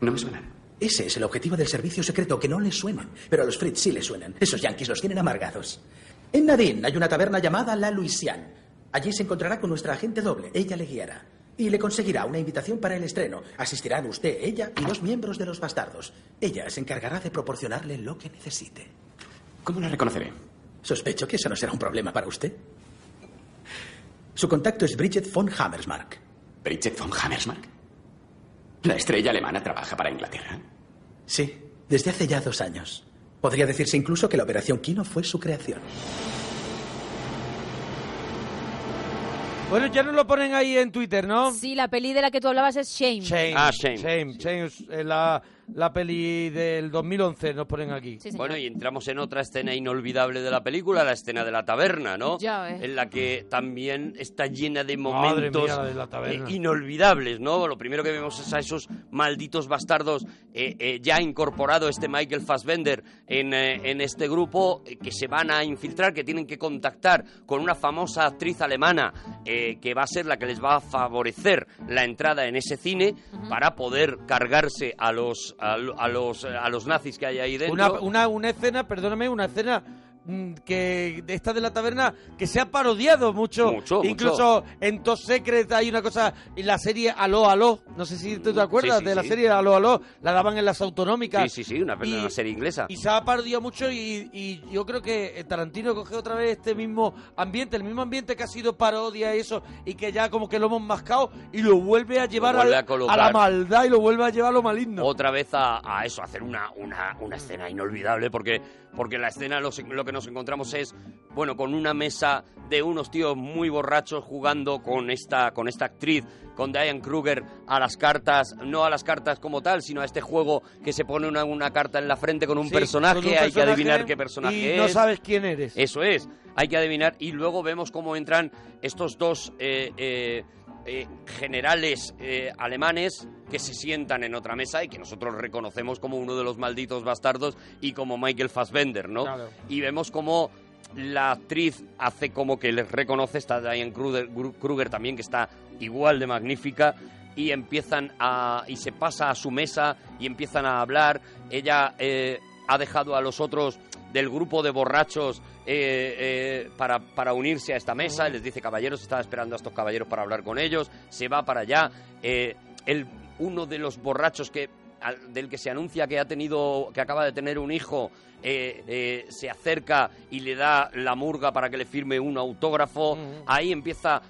Speaker 22: No me suena.
Speaker 17: Ese es el objetivo del Servicio Secreto, que no les suenan. Pero a los Fritz sí les suenan. Esos yanquis los tienen amargados. En Nadine hay una taberna llamada La Luisian. Allí se encontrará con nuestra agente doble. Ella le guiará. Y le conseguirá una invitación para el estreno. Asistirán usted, ella y dos miembros de los bastardos. Ella se encargará de proporcionarle lo que necesite.
Speaker 22: ¿Cómo la reconoceré?
Speaker 17: Sospecho que eso no será un problema para usted. Su contacto es Bridget von Hammersmark.
Speaker 22: Bridget von Hammersmark. La estrella alemana trabaja para Inglaterra.
Speaker 17: Sí, desde hace ya dos años. Podría decirse incluso que la operación Kino fue su creación.
Speaker 1: Bueno, ya nos lo ponen ahí en Twitter, ¿no?
Speaker 3: Sí, la peli de la que tú hablabas es Shame.
Speaker 1: Shame.
Speaker 2: Ah, Shame.
Speaker 1: Shame, Shame es, eh, la, la peli del 2011 nos ponen aquí.
Speaker 2: Bueno, y entramos en otra escena inolvidable de la película, la escena de la taberna, ¿no?
Speaker 1: Ya ves.
Speaker 2: En la que también está llena de
Speaker 1: Madre
Speaker 2: momentos
Speaker 1: mía, la de la taberna.
Speaker 2: eh, inolvidables, ¿no? Lo primero que vemos es a esos malditos bastardos eh, eh, ya incorporado este Michael Fassbender en, eh, en este grupo eh, que se van a infiltrar, que tienen que contactar con una famosa actriz alemana eh, que va a ser la que les va a favorecer la entrada en ese cine para poder cargarse a los, a, lo- a los, a los nazis que hay ahí dentro.
Speaker 1: Una, una, una escena, perdóname, una escena mm, que de esta de la taberna que se ha parodiado mucho,
Speaker 2: Mucho,
Speaker 1: incluso en Top Secret hay una cosa en la serie Aló Aló no sé si tú te acuerdas
Speaker 2: sí,
Speaker 1: de la
Speaker 2: sí.
Speaker 1: serie Aló Aló la daban en las autonómicas
Speaker 2: Sí, sí, sí, una,
Speaker 1: Y-
Speaker 2: una serie inglesa.
Speaker 1: Y se ha parodiado mucho y, y yo creo que eh, Tarantino coge otra vez este mismo ambiente, el mismo ambiente que ha sido parodia y eso, y que ya como que lo hemos mascado y lo vuelve a llevar
Speaker 2: vuelve
Speaker 1: al-
Speaker 2: a colocar.
Speaker 1: la maldad y lo vuelve a llevar a lo maligno.
Speaker 2: Otra vez a, a eso, a hacer una, una, una escena inolvidable, porque, porque la escena lo, lo que nos encontramos es, bueno, con una mesa de unos tíos muy borrachos jugando con esta, con esta actriz, con Diane Kruger, a las cartas, no a las cartas como tal, sino a este juego que se pone una, una carta en la frente con un
Speaker 1: Sí,
Speaker 2: personaje,
Speaker 1: con un
Speaker 2: hay que
Speaker 1: personaje
Speaker 2: adivinar qué personaje
Speaker 1: y
Speaker 2: es.
Speaker 1: no sabes quién eres.
Speaker 2: Eso es, hay que adivinar y luego vemos cómo entran estos dos eh, eh, eh, generales eh, alemanes que se sientan en otra mesa y que nosotros reconocemos como uno de los malditos bastardos y como Michael Fassbender, ¿no?
Speaker 1: Claro.
Speaker 2: Y vemos cómo la actriz hace como que les reconoce, está Diane Kruger, Gru- Kruger también, que está igual de magnífica. y empiezan a y se pasa a su mesa y empiezan a hablar. Ella eh, ha dejado a los otros del grupo de borrachos eh, eh, para, para unirse a esta mesa. Les dice caballeros, estaba esperando a estos caballeros para hablar con ellos. Se va para allá. Eh, el, uno de los borrachos que al- del que se anuncia que ha tenido que acaba de tener un hijo eh, eh, se acerca y le da la murga para que le firme un autógrafo ahí empieza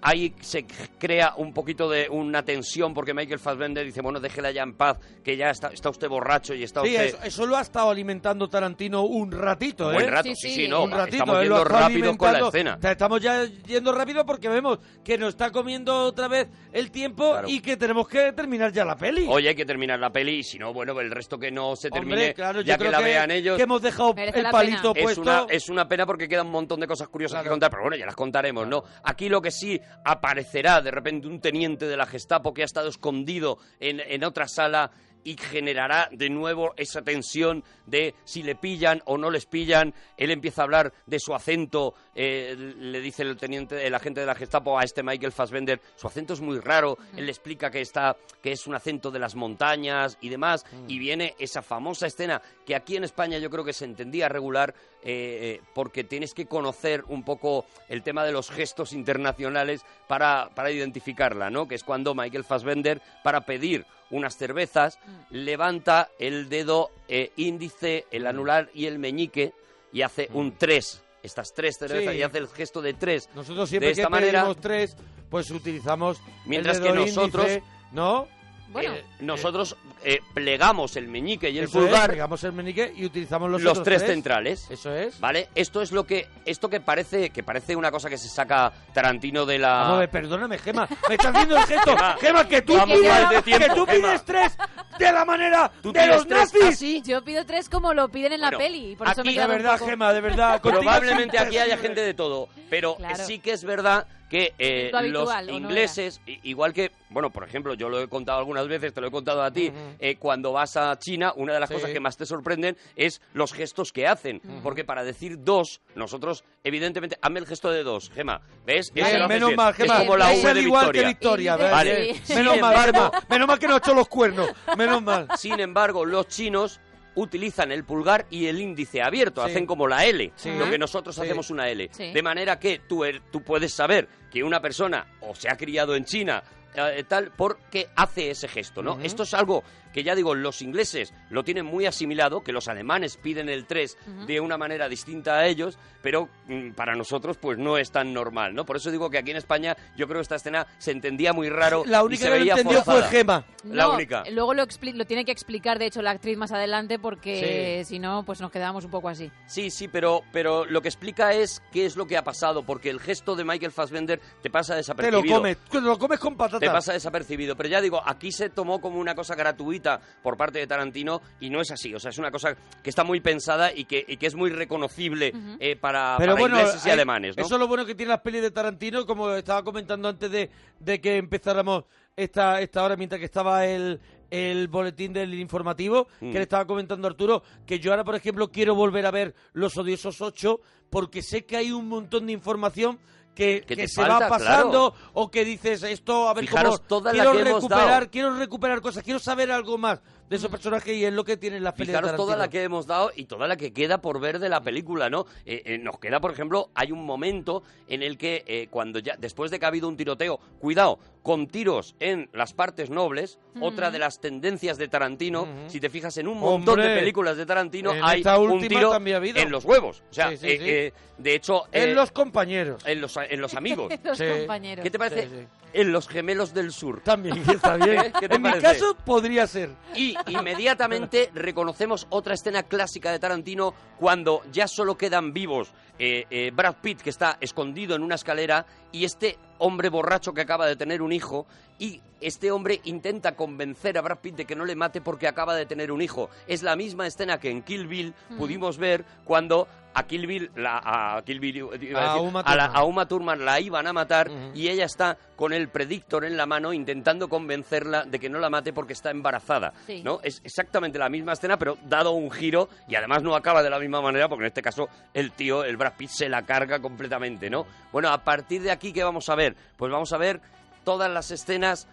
Speaker 2: ahí se c- crea un poquito de una tensión porque Michael Fassbender dice bueno déjela ya en paz que ya está, está usted borracho y está
Speaker 1: Sí,
Speaker 2: usted
Speaker 1: eso, eso lo ha estado alimentando Tarantino un ratito, ¿eh?
Speaker 2: Buen rato, Sí, sí, sí, sí, no,
Speaker 1: un ratito,
Speaker 2: estamos
Speaker 1: ¿eh? Lo
Speaker 2: yendo
Speaker 1: ha estado
Speaker 2: rápidos con la
Speaker 1: alimentando.
Speaker 2: escena.
Speaker 1: O sea, Estamos ya yendo rápido porque vemos que nos está comiendo otra vez el tiempo
Speaker 2: Claro.
Speaker 1: y que tenemos que terminar ya la peli.
Speaker 2: Oye, hay que terminar la peli y si no, bueno, el resto que no se termine,
Speaker 1: Hombre, claro, yo
Speaker 2: ya que
Speaker 1: creo
Speaker 2: la
Speaker 1: que-
Speaker 2: vean ellos.
Speaker 1: que hemos dejado Merece el la palito pena.
Speaker 2: es
Speaker 1: puesto.
Speaker 2: Una, eh, es una pena porque queda un montón de cosas curiosas que contar, pero bueno, ya las contaremos, ¿no? Aquí lo que sí aparecerá de repente un teniente de la Gestapo que ha estado escondido en, en otra sala y generará de nuevo esa tensión de si le pillan o no les pillan. Él empieza a hablar de su acento, eh, le dice el teniente, el agente de la Gestapo a este Michael Fassbender, su acento es muy raro, él le explica que está que es un acento de las montañas y demás y viene esa famosa escena que aquí en España yo creo que se entendía regular eh, eh, porque tienes que conocer un poco el tema de los gestos internacionales para, para identificarla, ¿no? Que es cuando Michael Fassbender, para pedir unas cervezas, levanta el dedo eh, índice, el anular y el meñique y hace un 3. Estas tres cervezas
Speaker 1: Sí.
Speaker 2: y hace el gesto de tres.
Speaker 1: Nosotros siempre
Speaker 2: de esta
Speaker 1: que
Speaker 2: manera,
Speaker 1: pedimos tres, pues utilizamos el
Speaker 2: mientras que
Speaker 1: dedo
Speaker 2: nosotros,
Speaker 1: índice, ¿no? Bueno.
Speaker 2: eh, nosotros eh, plegamos el meñique y el
Speaker 1: Eso es,
Speaker 2: pulgar
Speaker 1: pegamos el menique y utilizamos los,
Speaker 2: los,
Speaker 1: otros
Speaker 2: tres, centrales.
Speaker 1: Eso es.
Speaker 2: ¿Vale? Esto es lo que esto que parece que parece una cosa que se saca Tarantino de la
Speaker 1: Vamos a ver, perdóname, Gema. Me estás haciendo el gesto. Gema, que tú,
Speaker 2: Vamos
Speaker 1: pides-
Speaker 2: mal de tiempo,
Speaker 1: que tú
Speaker 2: Gema.
Speaker 1: pides tres de la manera
Speaker 2: Tú
Speaker 1: de los
Speaker 2: tienes
Speaker 1: nazis.
Speaker 2: tres
Speaker 3: Ah, Yo pido tres como lo piden en la
Speaker 2: Bueno,
Speaker 3: peli. Por eso
Speaker 1: Aquí,
Speaker 3: me he
Speaker 1: de
Speaker 3: quedado un
Speaker 1: verdad,
Speaker 3: poco-
Speaker 1: Gema, de verdad. contigo
Speaker 2: Probablemente
Speaker 1: es
Speaker 2: aquí haya
Speaker 1: imposible.
Speaker 2: gente de todo, pero
Speaker 3: Claro.
Speaker 2: sí que es verdad que eh,
Speaker 3: Es lo habitual,
Speaker 2: los
Speaker 3: ¿o no
Speaker 2: ingleses, i- igual que, bueno, por ejemplo, yo lo he contado algunas veces, te lo he contado a ti, eh, cuando vas a China, una de las
Speaker 1: Sí.
Speaker 2: cosas que más te sorprenden es los gestos que hacen, porque para decir dos, nosotros, evidentemente, hazme el gesto de dos, Gema, ¿ves?
Speaker 1: Bien,
Speaker 2: Ese lo haces
Speaker 1: menos
Speaker 2: bien.
Speaker 1: mal, Gema.
Speaker 2: Es como la
Speaker 1: Es
Speaker 2: V
Speaker 1: el
Speaker 2: de
Speaker 1: igual
Speaker 2: Victoria.
Speaker 1: que Victoria, ¿ves?
Speaker 2: Vale.
Speaker 1: Sí.
Speaker 2: Sin
Speaker 1: Menos mal,
Speaker 2: embargo-
Speaker 1: Gema. Menos mal que no ha hecho los cuernos. Menos mal.
Speaker 2: Sin embargo, los chinos utilizan el pulgar y el índice abierto,
Speaker 1: Sí.
Speaker 2: hacen como la L,
Speaker 1: Sí.
Speaker 2: lo que nosotros
Speaker 1: Sí.
Speaker 2: hacemos una L.
Speaker 1: Sí.
Speaker 2: De manera que tú, er- tú puedes saber que una persona o se ha criado en China eh, tal porque hace ese gesto, ¿no? Esto es algo que ya digo, los ingleses lo tienen muy asimilado, que los alemanes piden el 3
Speaker 1: Ujú.
Speaker 2: de una manera distinta a ellos, pero mm, para nosotros pues no es tan normal, ¿no? Por eso digo que aquí en España yo creo que esta escena se entendía muy raro
Speaker 1: La
Speaker 2: y se
Speaker 1: única que lo
Speaker 2: veía
Speaker 1: entendió fue
Speaker 2: forzada.
Speaker 1: Gema.
Speaker 2: La
Speaker 3: No,
Speaker 2: única.
Speaker 3: Luego lo, expli- lo tiene que explicar, de hecho, la actriz más adelante, porque si no, pues nos quedábamos un poco así.
Speaker 2: Sí, sí, pero, pero lo que explica es qué es lo que ha pasado, porque el gesto de Michael Fassbender te pasa
Speaker 1: Te
Speaker 2: desapercibido.
Speaker 1: lo comes. Te lo comes con patatas.
Speaker 2: Te pasa desapercibido. Pero ya digo, aquí se tomó como una cosa gratuita por parte de Tarantino y no es así. O sea, es una cosa que está muy pensada y que, y que es muy reconocible eh, para,
Speaker 1: Pero
Speaker 2: para
Speaker 1: bueno,
Speaker 2: ingleses y
Speaker 1: hay-
Speaker 2: alemanes, ¿no?
Speaker 1: Eso es lo bueno que tiene las pelis de Tarantino, como estaba comentando antes de, de que empezáramos esta, esta hora, mientras que estaba el, el boletín del informativo,
Speaker 2: Mm.
Speaker 1: que le estaba comentando Arturo, que yo ahora, por ejemplo, quiero volver a ver Los Odiosos 8, porque sé que hay un montón de información que,
Speaker 2: Que
Speaker 1: que
Speaker 2: te
Speaker 1: se
Speaker 2: falta,
Speaker 1: va pasando o que dices esto, a ver
Speaker 2: Fijaros
Speaker 1: cómo
Speaker 2: toda la
Speaker 1: quiero
Speaker 2: que hemos
Speaker 1: recuperar,
Speaker 2: dado. Mm.
Speaker 1: quiero recuperar cosas, quiero saber algo más de esos personajes y es lo que tienen las pelis de
Speaker 2: Fijaros
Speaker 1: Tarantino.
Speaker 2: toda la que hemos dado y toda la que queda por ver de la película, ¿no? Eh, eh, nos queda, por ejemplo, hay un momento en el que eh, cuando ya, después de que ha habido un tiroteo, cuidado, con tiros en las partes nobles, otra de las tendencias de Tarantino, si te fijas en un montón de
Speaker 1: Hombre,
Speaker 2: películas de Tarantino,
Speaker 1: en
Speaker 2: hay
Speaker 1: esta
Speaker 2: un
Speaker 1: última
Speaker 2: tiro
Speaker 1: también ha habido.
Speaker 2: en los huevos. O sea,
Speaker 1: Sí, sí,
Speaker 2: eh,
Speaker 1: sí.
Speaker 2: eh, de hecho...
Speaker 1: En
Speaker 2: eh,
Speaker 1: los compañeros.
Speaker 2: en los, en los amigos.
Speaker 1: Los Sí. compañeros.
Speaker 2: ¿Qué te parece?
Speaker 1: Sí, sí.
Speaker 2: En los gemelos del sur.
Speaker 1: También, está bien.
Speaker 2: ¿Eh? ¿Qué te
Speaker 1: en mi
Speaker 2: parece?
Speaker 1: caso podría ser.
Speaker 2: Y inmediatamente reconocemos otra escena clásica de Tarantino cuando ya solo quedan vivos eh, eh, Brad Pitt, que está escondido en una escalera, y este hombre borracho que acaba de tener un hijo. Y este hombre intenta convencer a Brad Pitt de que no le mate porque acaba de tener un hijo. Es la misma escena que en Kill Bill
Speaker 1: Mm.
Speaker 2: pudimos ver cuando a Kill Bill, la, a Kill Bill, iba
Speaker 1: A
Speaker 2: decir,
Speaker 1: Uma
Speaker 2: a la-
Speaker 1: Thurman.
Speaker 2: a Uma Thurman la iban a matar y ella está con el predictor en la mano intentando convencerla de que no la mate porque está embarazada.
Speaker 1: Sí.
Speaker 2: ¿no? Es exactamente la misma escena, pero dado un giro y además no acaba de la misma manera porque en este caso el tío, el Brad Pitt, se la carga completamente. ¿no? Bueno, a partir de aquí, ¿qué vamos a ver? Pues vamos a ver todas las escenas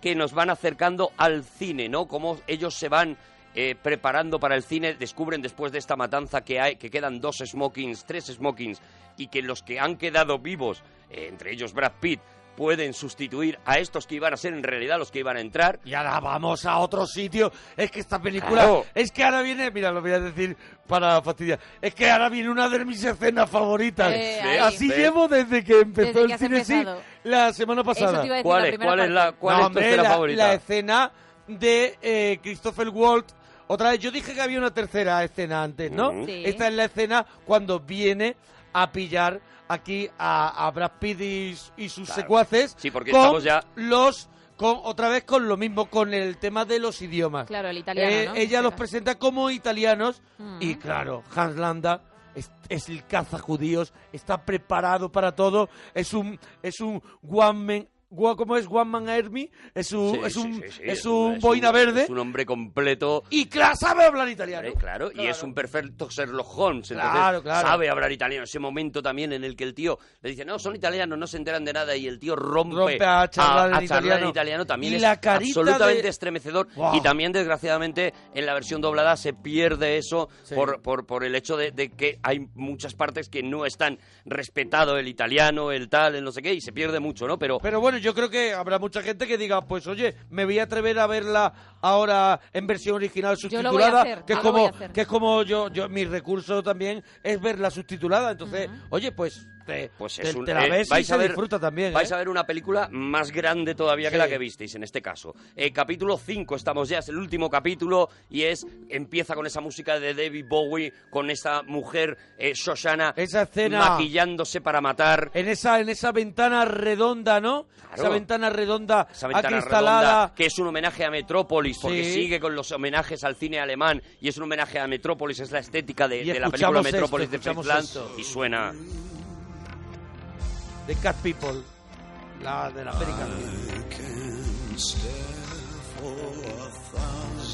Speaker 2: que nos van acercando al cine, ¿no? Cómo ellos se van eh, preparando para el cine, descubren después de esta matanza que hay, que quedan dos smokings, tres smokings, y que los que han quedado vivos, eh, entre ellos Brad Pitt, pueden sustituir a estos que iban a ser en realidad los que iban a entrar.
Speaker 1: Y ahora vamos a otro sitio. Es que esta película.
Speaker 2: Claro.
Speaker 1: Es que ahora viene. Mira, lo voy a decir para fastidiar. Es que ahora viene una de mis escenas favoritas.
Speaker 2: Eh, ahí.
Speaker 1: Así
Speaker 2: ¿Ves?
Speaker 1: llevo desde que empezó
Speaker 2: Desde que has
Speaker 1: el cine sí,
Speaker 2: empezado.
Speaker 1: la semana pasada.
Speaker 2: Eso te iba a decir, ¿Cuál la es? primera ¿Cuál es la- parte. cuál es tu
Speaker 1: hombre,
Speaker 2: escena
Speaker 1: la-
Speaker 2: favorita?
Speaker 1: La escena de eh, Christopher Waltz. Otra vez, yo dije que había una tercera escena antes, ¿no?
Speaker 2: Ujú. Sí.
Speaker 1: Esta es la escena cuando viene a pillar aquí a, a Brad Pitt y, y sus
Speaker 2: Claro.
Speaker 1: secuaces
Speaker 2: Sí, porque
Speaker 1: con
Speaker 2: estamos ya-
Speaker 1: los con otra vez con lo mismo con el tema de los
Speaker 2: Ah.
Speaker 1: idiomas. Eh,
Speaker 3: Claro, el italiano,
Speaker 2: Eh,
Speaker 3: ¿no? Este
Speaker 1: Ella los presenta como italianos
Speaker 3: Mm.
Speaker 1: y claro, Hans Landa es, es el caza judíos, está preparado para todo, es un es un one man gua- ¿Cómo es? One Man Army. Es un,
Speaker 2: Sí,
Speaker 1: es
Speaker 2: sí,
Speaker 1: un,
Speaker 2: sí, sí,
Speaker 1: es un
Speaker 2: es
Speaker 1: boina
Speaker 2: un-
Speaker 1: verde.
Speaker 2: Es un hombre completo.
Speaker 1: Y claro, sabe hablar italiano.
Speaker 2: Hombre, ¿eh? claro, y es un perfecto Sherlock Holmes. Entonces,
Speaker 1: Claro, claro.
Speaker 2: sabe hablar italiano. Ese momento también en el que el tío le dice, no, son italianos, no se enteran de nada, y el tío rompe,
Speaker 1: Rompe a charlar en
Speaker 2: a charlar
Speaker 1: italiano.
Speaker 2: También
Speaker 1: Y
Speaker 2: es
Speaker 1: la carita
Speaker 2: absolutamente
Speaker 1: de-
Speaker 2: estremecedor.
Speaker 1: Guau.
Speaker 2: Y también, desgraciadamente, en la versión doblada se pierde eso por, por, por el hecho de, de que hay muchas partes que no están respetado el italiano, el tal, el no sé qué, y se pierde mucho, ¿no? Pero
Speaker 1: Pero bueno, yo creo que habrá mucha gente que diga, pues oye, me voy a atrever a verla ahora en versión original
Speaker 3: Yo lo voy a
Speaker 1: subtitulada,
Speaker 3: hacer,
Speaker 1: que es
Speaker 3: yo lo voy a
Speaker 1: como
Speaker 3: hacer.
Speaker 1: que es como yo yo mi recurso también es verla subtitulada, entonces, oye, pues te,
Speaker 2: Pues
Speaker 1: te-
Speaker 2: es un-
Speaker 1: te la
Speaker 2: eh,
Speaker 1: ves y
Speaker 2: vais
Speaker 1: se
Speaker 2: a ver-
Speaker 1: disfruta también.
Speaker 2: Vais
Speaker 1: ¿eh?
Speaker 2: a ver una película más grande todavía que
Speaker 1: Sí.
Speaker 2: la que visteis en este caso. Eh, capítulo 5 estamos ya, es el último capítulo y es empieza con esa música de David Bowie, con esa mujer eh, Shoshana
Speaker 1: Esa escena-
Speaker 2: maquillándose para matar.
Speaker 1: En esa en esa ventana redonda, ¿no?
Speaker 2: Claro.
Speaker 1: Esa ventana redonda
Speaker 2: Esa ventana
Speaker 1: acristalada
Speaker 2: redonda, que es un homenaje a Metrópolis, porque
Speaker 1: Sí.
Speaker 2: sigue con los homenajes al cine alemán y es un homenaje a Metrópolis, es la estética de,
Speaker 1: Y
Speaker 2: de la película
Speaker 1: escuchamos esto,
Speaker 2: Metrópolis de
Speaker 1: escuchamos
Speaker 2: Fritz Lang,
Speaker 1: esto.
Speaker 2: y suena.
Speaker 1: de Cat People, la de la América.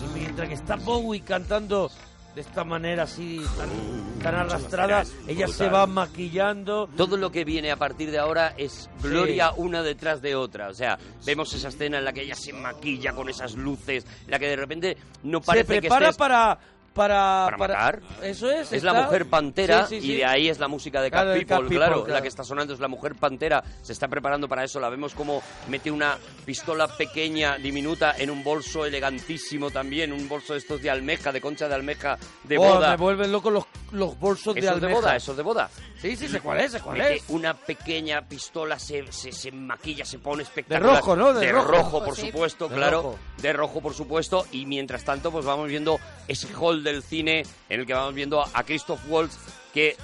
Speaker 1: Y mientras que está Bowie cantando de esta manera así tan, tan arrastrada, ella se va maquillando.
Speaker 2: Todo lo que viene a partir de ahora es
Speaker 1: Sí.
Speaker 2: gloria una detrás de otra. O sea, vemos esa escena en la que ella se maquilla con esas luces, en la que de repente no
Speaker 1: se
Speaker 2: parece que
Speaker 1: prepara
Speaker 2: estés...
Speaker 1: para para
Speaker 2: para matar.
Speaker 1: Eso es.
Speaker 2: Es la
Speaker 1: está-
Speaker 2: mujer pantera
Speaker 1: Sí, sí, sí.
Speaker 2: y de ahí es la música de Cat
Speaker 1: Claro, de
Speaker 2: People,
Speaker 1: Cat People,
Speaker 2: claro,
Speaker 1: claro.
Speaker 2: La que está sonando es la mujer pantera. Se está preparando para eso. La vemos como mete una pistola pequeña, diminuta, en un bolso elegantísimo también. Un bolso de estos de almeja, de concha de almeja, de
Speaker 1: Oh,
Speaker 2: boda.
Speaker 1: Me vuelven locos los, los bolsos de
Speaker 2: Eso es de
Speaker 1: almeja.
Speaker 2: boda, eso es de boda.
Speaker 1: Sí, sí, sé cuál es, sé cuál
Speaker 2: Mete
Speaker 1: es.
Speaker 2: Una pequeña pistola se, se, se maquilla, se pone espectacular.
Speaker 1: De rojo, ¿no? De
Speaker 2: De,
Speaker 1: rojo.
Speaker 2: rojo, por
Speaker 1: Sí.
Speaker 2: supuesto,
Speaker 1: De
Speaker 2: claro.
Speaker 1: rojo.
Speaker 2: De rojo, por supuesto. Y mientras tanto, pues vamos viendo ese hall del cine en el que vamos viendo a Christoph Waltz que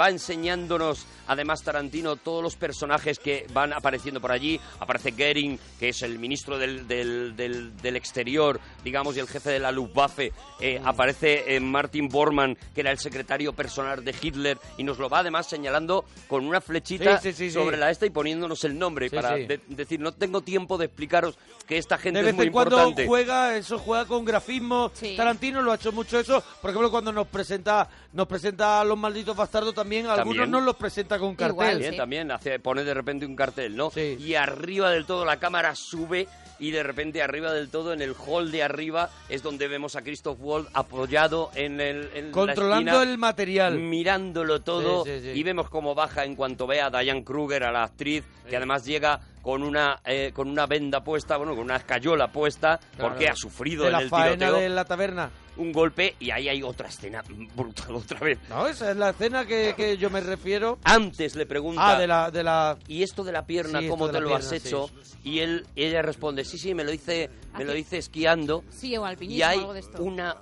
Speaker 2: va enseñándonos, además Tarantino, todos los personajes que van apareciendo por allí. Aparece Goering, que es el ministro del, del- del- del exterior, digamos, y el jefe de la Luftwaffe. Eh, aparece eh, Martin Bormann, que era el secretario personal de Hitler, y nos lo va además señalando con una flechita
Speaker 1: Sí, sí, sí, sí.
Speaker 2: sobre la esta y poniéndonos el nombre
Speaker 1: Sí,
Speaker 2: para
Speaker 1: sí.
Speaker 2: de- decir, no tengo tiempo de explicaros que esta gente
Speaker 1: De
Speaker 2: es
Speaker 1: vez
Speaker 2: muy
Speaker 1: en cuando
Speaker 2: importante.
Speaker 1: juega, eso juega con grafismo. Tarantino lo ha hecho mucho eso. Por ejemplo, cuando nos presenta, nos presenta a los malditos bastardos también, algunos
Speaker 2: También.
Speaker 1: nos los presenta con cartel.
Speaker 2: También, también hace, pone de repente un cartel, ¿no? Y arriba del todo la cámara sube y de repente arriba del todo, en el hall de arriba, es donde vemos a Christoph Wald apoyado en el... en la
Speaker 1: Controlando
Speaker 2: esquina,
Speaker 1: el material.
Speaker 2: Mirándolo todo
Speaker 1: Sí, sí, sí.
Speaker 2: y vemos cómo baja en cuanto ve a Diane Kruger, a la actriz, que además llega con una eh, con una venda puesta, bueno, con una escayola puesta,
Speaker 1: Claro.
Speaker 2: porque ha sufrido
Speaker 1: de
Speaker 2: en
Speaker 1: la
Speaker 2: el
Speaker 1: faena
Speaker 2: tiroteo
Speaker 1: de la taberna.
Speaker 2: un golpe y ahí hay otra escena brutal otra vez.
Speaker 1: No, esa es la escena que, que yo me refiero.
Speaker 2: Antes le pregunta
Speaker 1: Ah, de la, de la...
Speaker 2: y esto de la pierna,
Speaker 1: Sí, esto
Speaker 2: ¿cómo
Speaker 1: de
Speaker 2: te
Speaker 1: la
Speaker 2: lo has
Speaker 1: pierna,
Speaker 2: hecho?
Speaker 1: sí.
Speaker 2: Y él, ella responde, sí, sí, me lo hice, me lo hice esquiando.
Speaker 3: Sí, o alpinismo,
Speaker 2: y hay
Speaker 3: algo de esto.
Speaker 2: una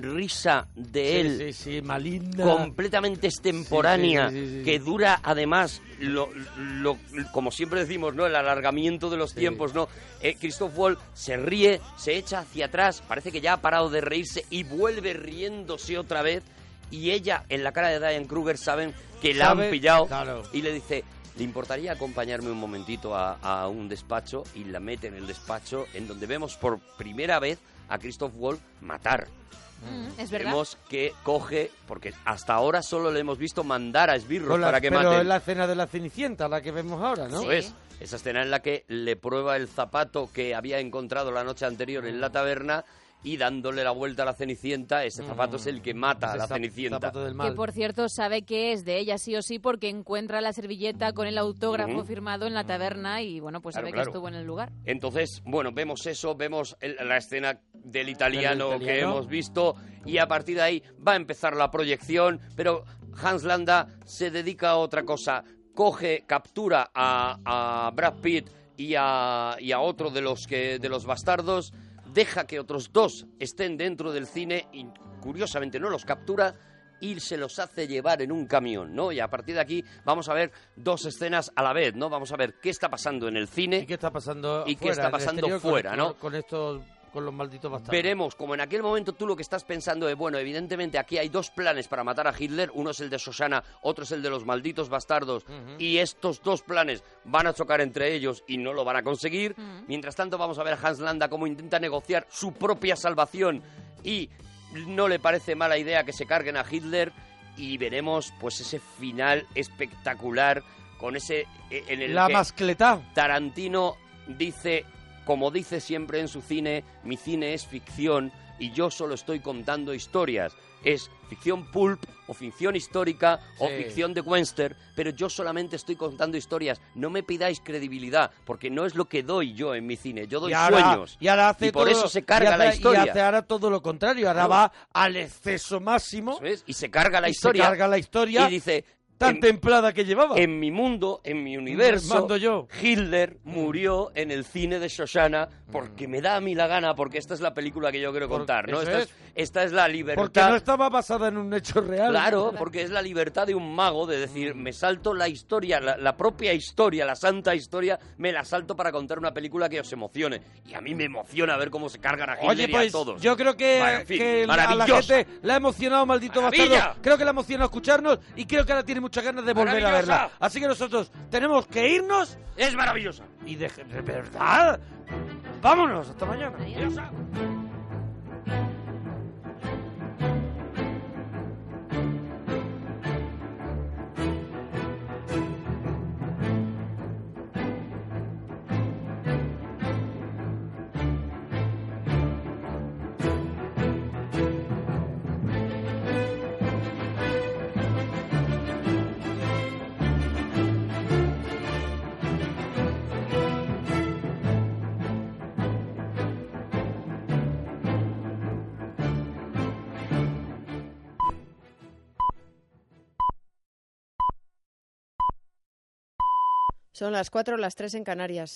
Speaker 2: risa de
Speaker 1: Sí,
Speaker 2: él
Speaker 1: sí, sí, maligna.
Speaker 2: completamente extemporánea
Speaker 1: Sí, sí, sí, sí, sí.
Speaker 2: que dura además lo, lo- como siempre decimos no el alargamiento de los tiempos no Eh, Christoph Wall se ríe se echa hacia atrás parece que ya ha parado de reírse y vuelve riéndose otra vez y ella en la cara de Diane Kruger saben que la
Speaker 1: Sabe,
Speaker 2: han pillado
Speaker 1: claro.
Speaker 2: y le dice ¿Le importaría acompañarme un momentito a, a un despacho? Y la mete en el despacho en donde vemos por primera vez a Christoph Wall matar.
Speaker 3: Mm, es verdad.
Speaker 2: Vemos que coge, porque hasta ahora solo le hemos visto mandar a esbirros
Speaker 1: Con la-
Speaker 2: para que
Speaker 1: pero
Speaker 2: maten.
Speaker 1: es la escena de la Cenicienta, la que vemos ahora, ¿no?
Speaker 2: Eso es. Esa escena en la que le prueba el zapato que había encontrado la noche anterior en la
Speaker 1: Mm.
Speaker 2: taberna y dándole la vuelta a la Cenicienta, ese zapato es el que mata a
Speaker 4: Ese
Speaker 2: la
Speaker 4: zap-
Speaker 2: Cenicienta.
Speaker 4: zapato del
Speaker 3: Que por cierto sabe que es de ella sí o sí porque encuentra la servilleta con el autógrafo
Speaker 2: Ujú.
Speaker 3: firmado en la taberna y bueno, pues
Speaker 2: Claro,
Speaker 3: sabe
Speaker 2: claro.
Speaker 3: que estuvo en el lugar.
Speaker 2: Entonces, bueno, vemos eso, vemos el- la escena del italiano,
Speaker 4: Del italiano.
Speaker 2: que hemos visto y a partir de ahí va a empezar la proyección, pero Hans Landa se dedica a otra cosa, coge, captura a, a Brad Pitt y a, y a otro de los, que, de los bastardos, deja que otros dos estén dentro del cine y curiosamente no los captura y se los hace llevar en un camión, ¿no? Y a partir de aquí vamos a ver dos escenas a la vez, ¿no? Vamos a ver qué está pasando en el cine
Speaker 4: ¿Y qué está pasando
Speaker 2: y qué
Speaker 4: fuera,
Speaker 2: está
Speaker 4: en el
Speaker 2: pasando
Speaker 4: exterior con-
Speaker 2: fuera, ¿no?
Speaker 4: Con, con estos, con los malditos bastardos.
Speaker 2: Veremos, como en aquel momento tú lo que estás pensando es, bueno, evidentemente aquí hay dos planes para matar a Hitler, uno es el de Sosana, otro es el de los malditos bastardos,
Speaker 4: Ujú.
Speaker 2: y estos dos planes van a chocar entre ellos y no lo van a conseguir. Mientras tanto vamos a ver a Hans Landa cómo intenta negociar su propia salvación y no le parece mala idea que se carguen a Hitler y veremos pues ese final espectacular con ese eh, en el
Speaker 4: La
Speaker 2: que-
Speaker 4: mascletá.
Speaker 2: Tarantino dice, como dice siempre en su cine, mi cine es ficción y yo solo estoy contando historias. Es ficción pulp o ficción histórica o
Speaker 4: Sí.
Speaker 2: ficción de Webster, pero yo solamente estoy contando historias. No me pidáis credibilidad, porque no es lo que doy yo en mi cine. Yo doy
Speaker 4: y ahora,
Speaker 2: sueños.
Speaker 4: Y ahora hace
Speaker 2: por
Speaker 4: todo-
Speaker 2: eso se carga
Speaker 4: y hace-
Speaker 2: la historia.
Speaker 4: Y hace ahora todo lo contrario. Ahora va al exceso máximo.
Speaker 2: Y se carga la
Speaker 4: y
Speaker 2: historia.
Speaker 4: Se carga la historia.
Speaker 2: Y dice,
Speaker 4: Tan
Speaker 2: en-
Speaker 4: templada que llevaba. Mm,
Speaker 2: En mi mundo, en mi universo,
Speaker 4: Mando yo. Mm.
Speaker 2: Hitler murió en el cine de Shoshana porque me da a mí la gana, porque esta es la película que yo quiero contar, ¿no?
Speaker 4: eso
Speaker 2: Esta es,
Speaker 4: es.
Speaker 2: esta es la
Speaker 4: Porque
Speaker 2: libertad.
Speaker 4: no estaba basada en un hecho real.
Speaker 2: Claro, porque es la libertad de un mago de decir,
Speaker 4: Mm.
Speaker 2: me salto la historia, la, la propia historia, la santa historia, me la salto para contar una película que os emocione. Y a mí me emociona ver cómo se cargan a Hitler
Speaker 4: Oye,
Speaker 2: y a
Speaker 4: pues
Speaker 2: todos.
Speaker 4: yo creo que,
Speaker 2: Bueno, en fin,
Speaker 4: que a la
Speaker 2: maravillosa.
Speaker 4: gente la ha emocionado, maldito
Speaker 2: Maravilla.
Speaker 4: bastardo. Creo que la ha emocionado escucharnos y creo que ahora tiene muchas ganas de volver a
Speaker 2: Maravillosa.
Speaker 4: verla. Así que nosotros tenemos que irnos.
Speaker 2: Es maravillosa.
Speaker 4: Y de, de verdad. ¡Ah! Vámonos, hasta mañana.
Speaker 14: Son las 4 o las 3 en Canarias.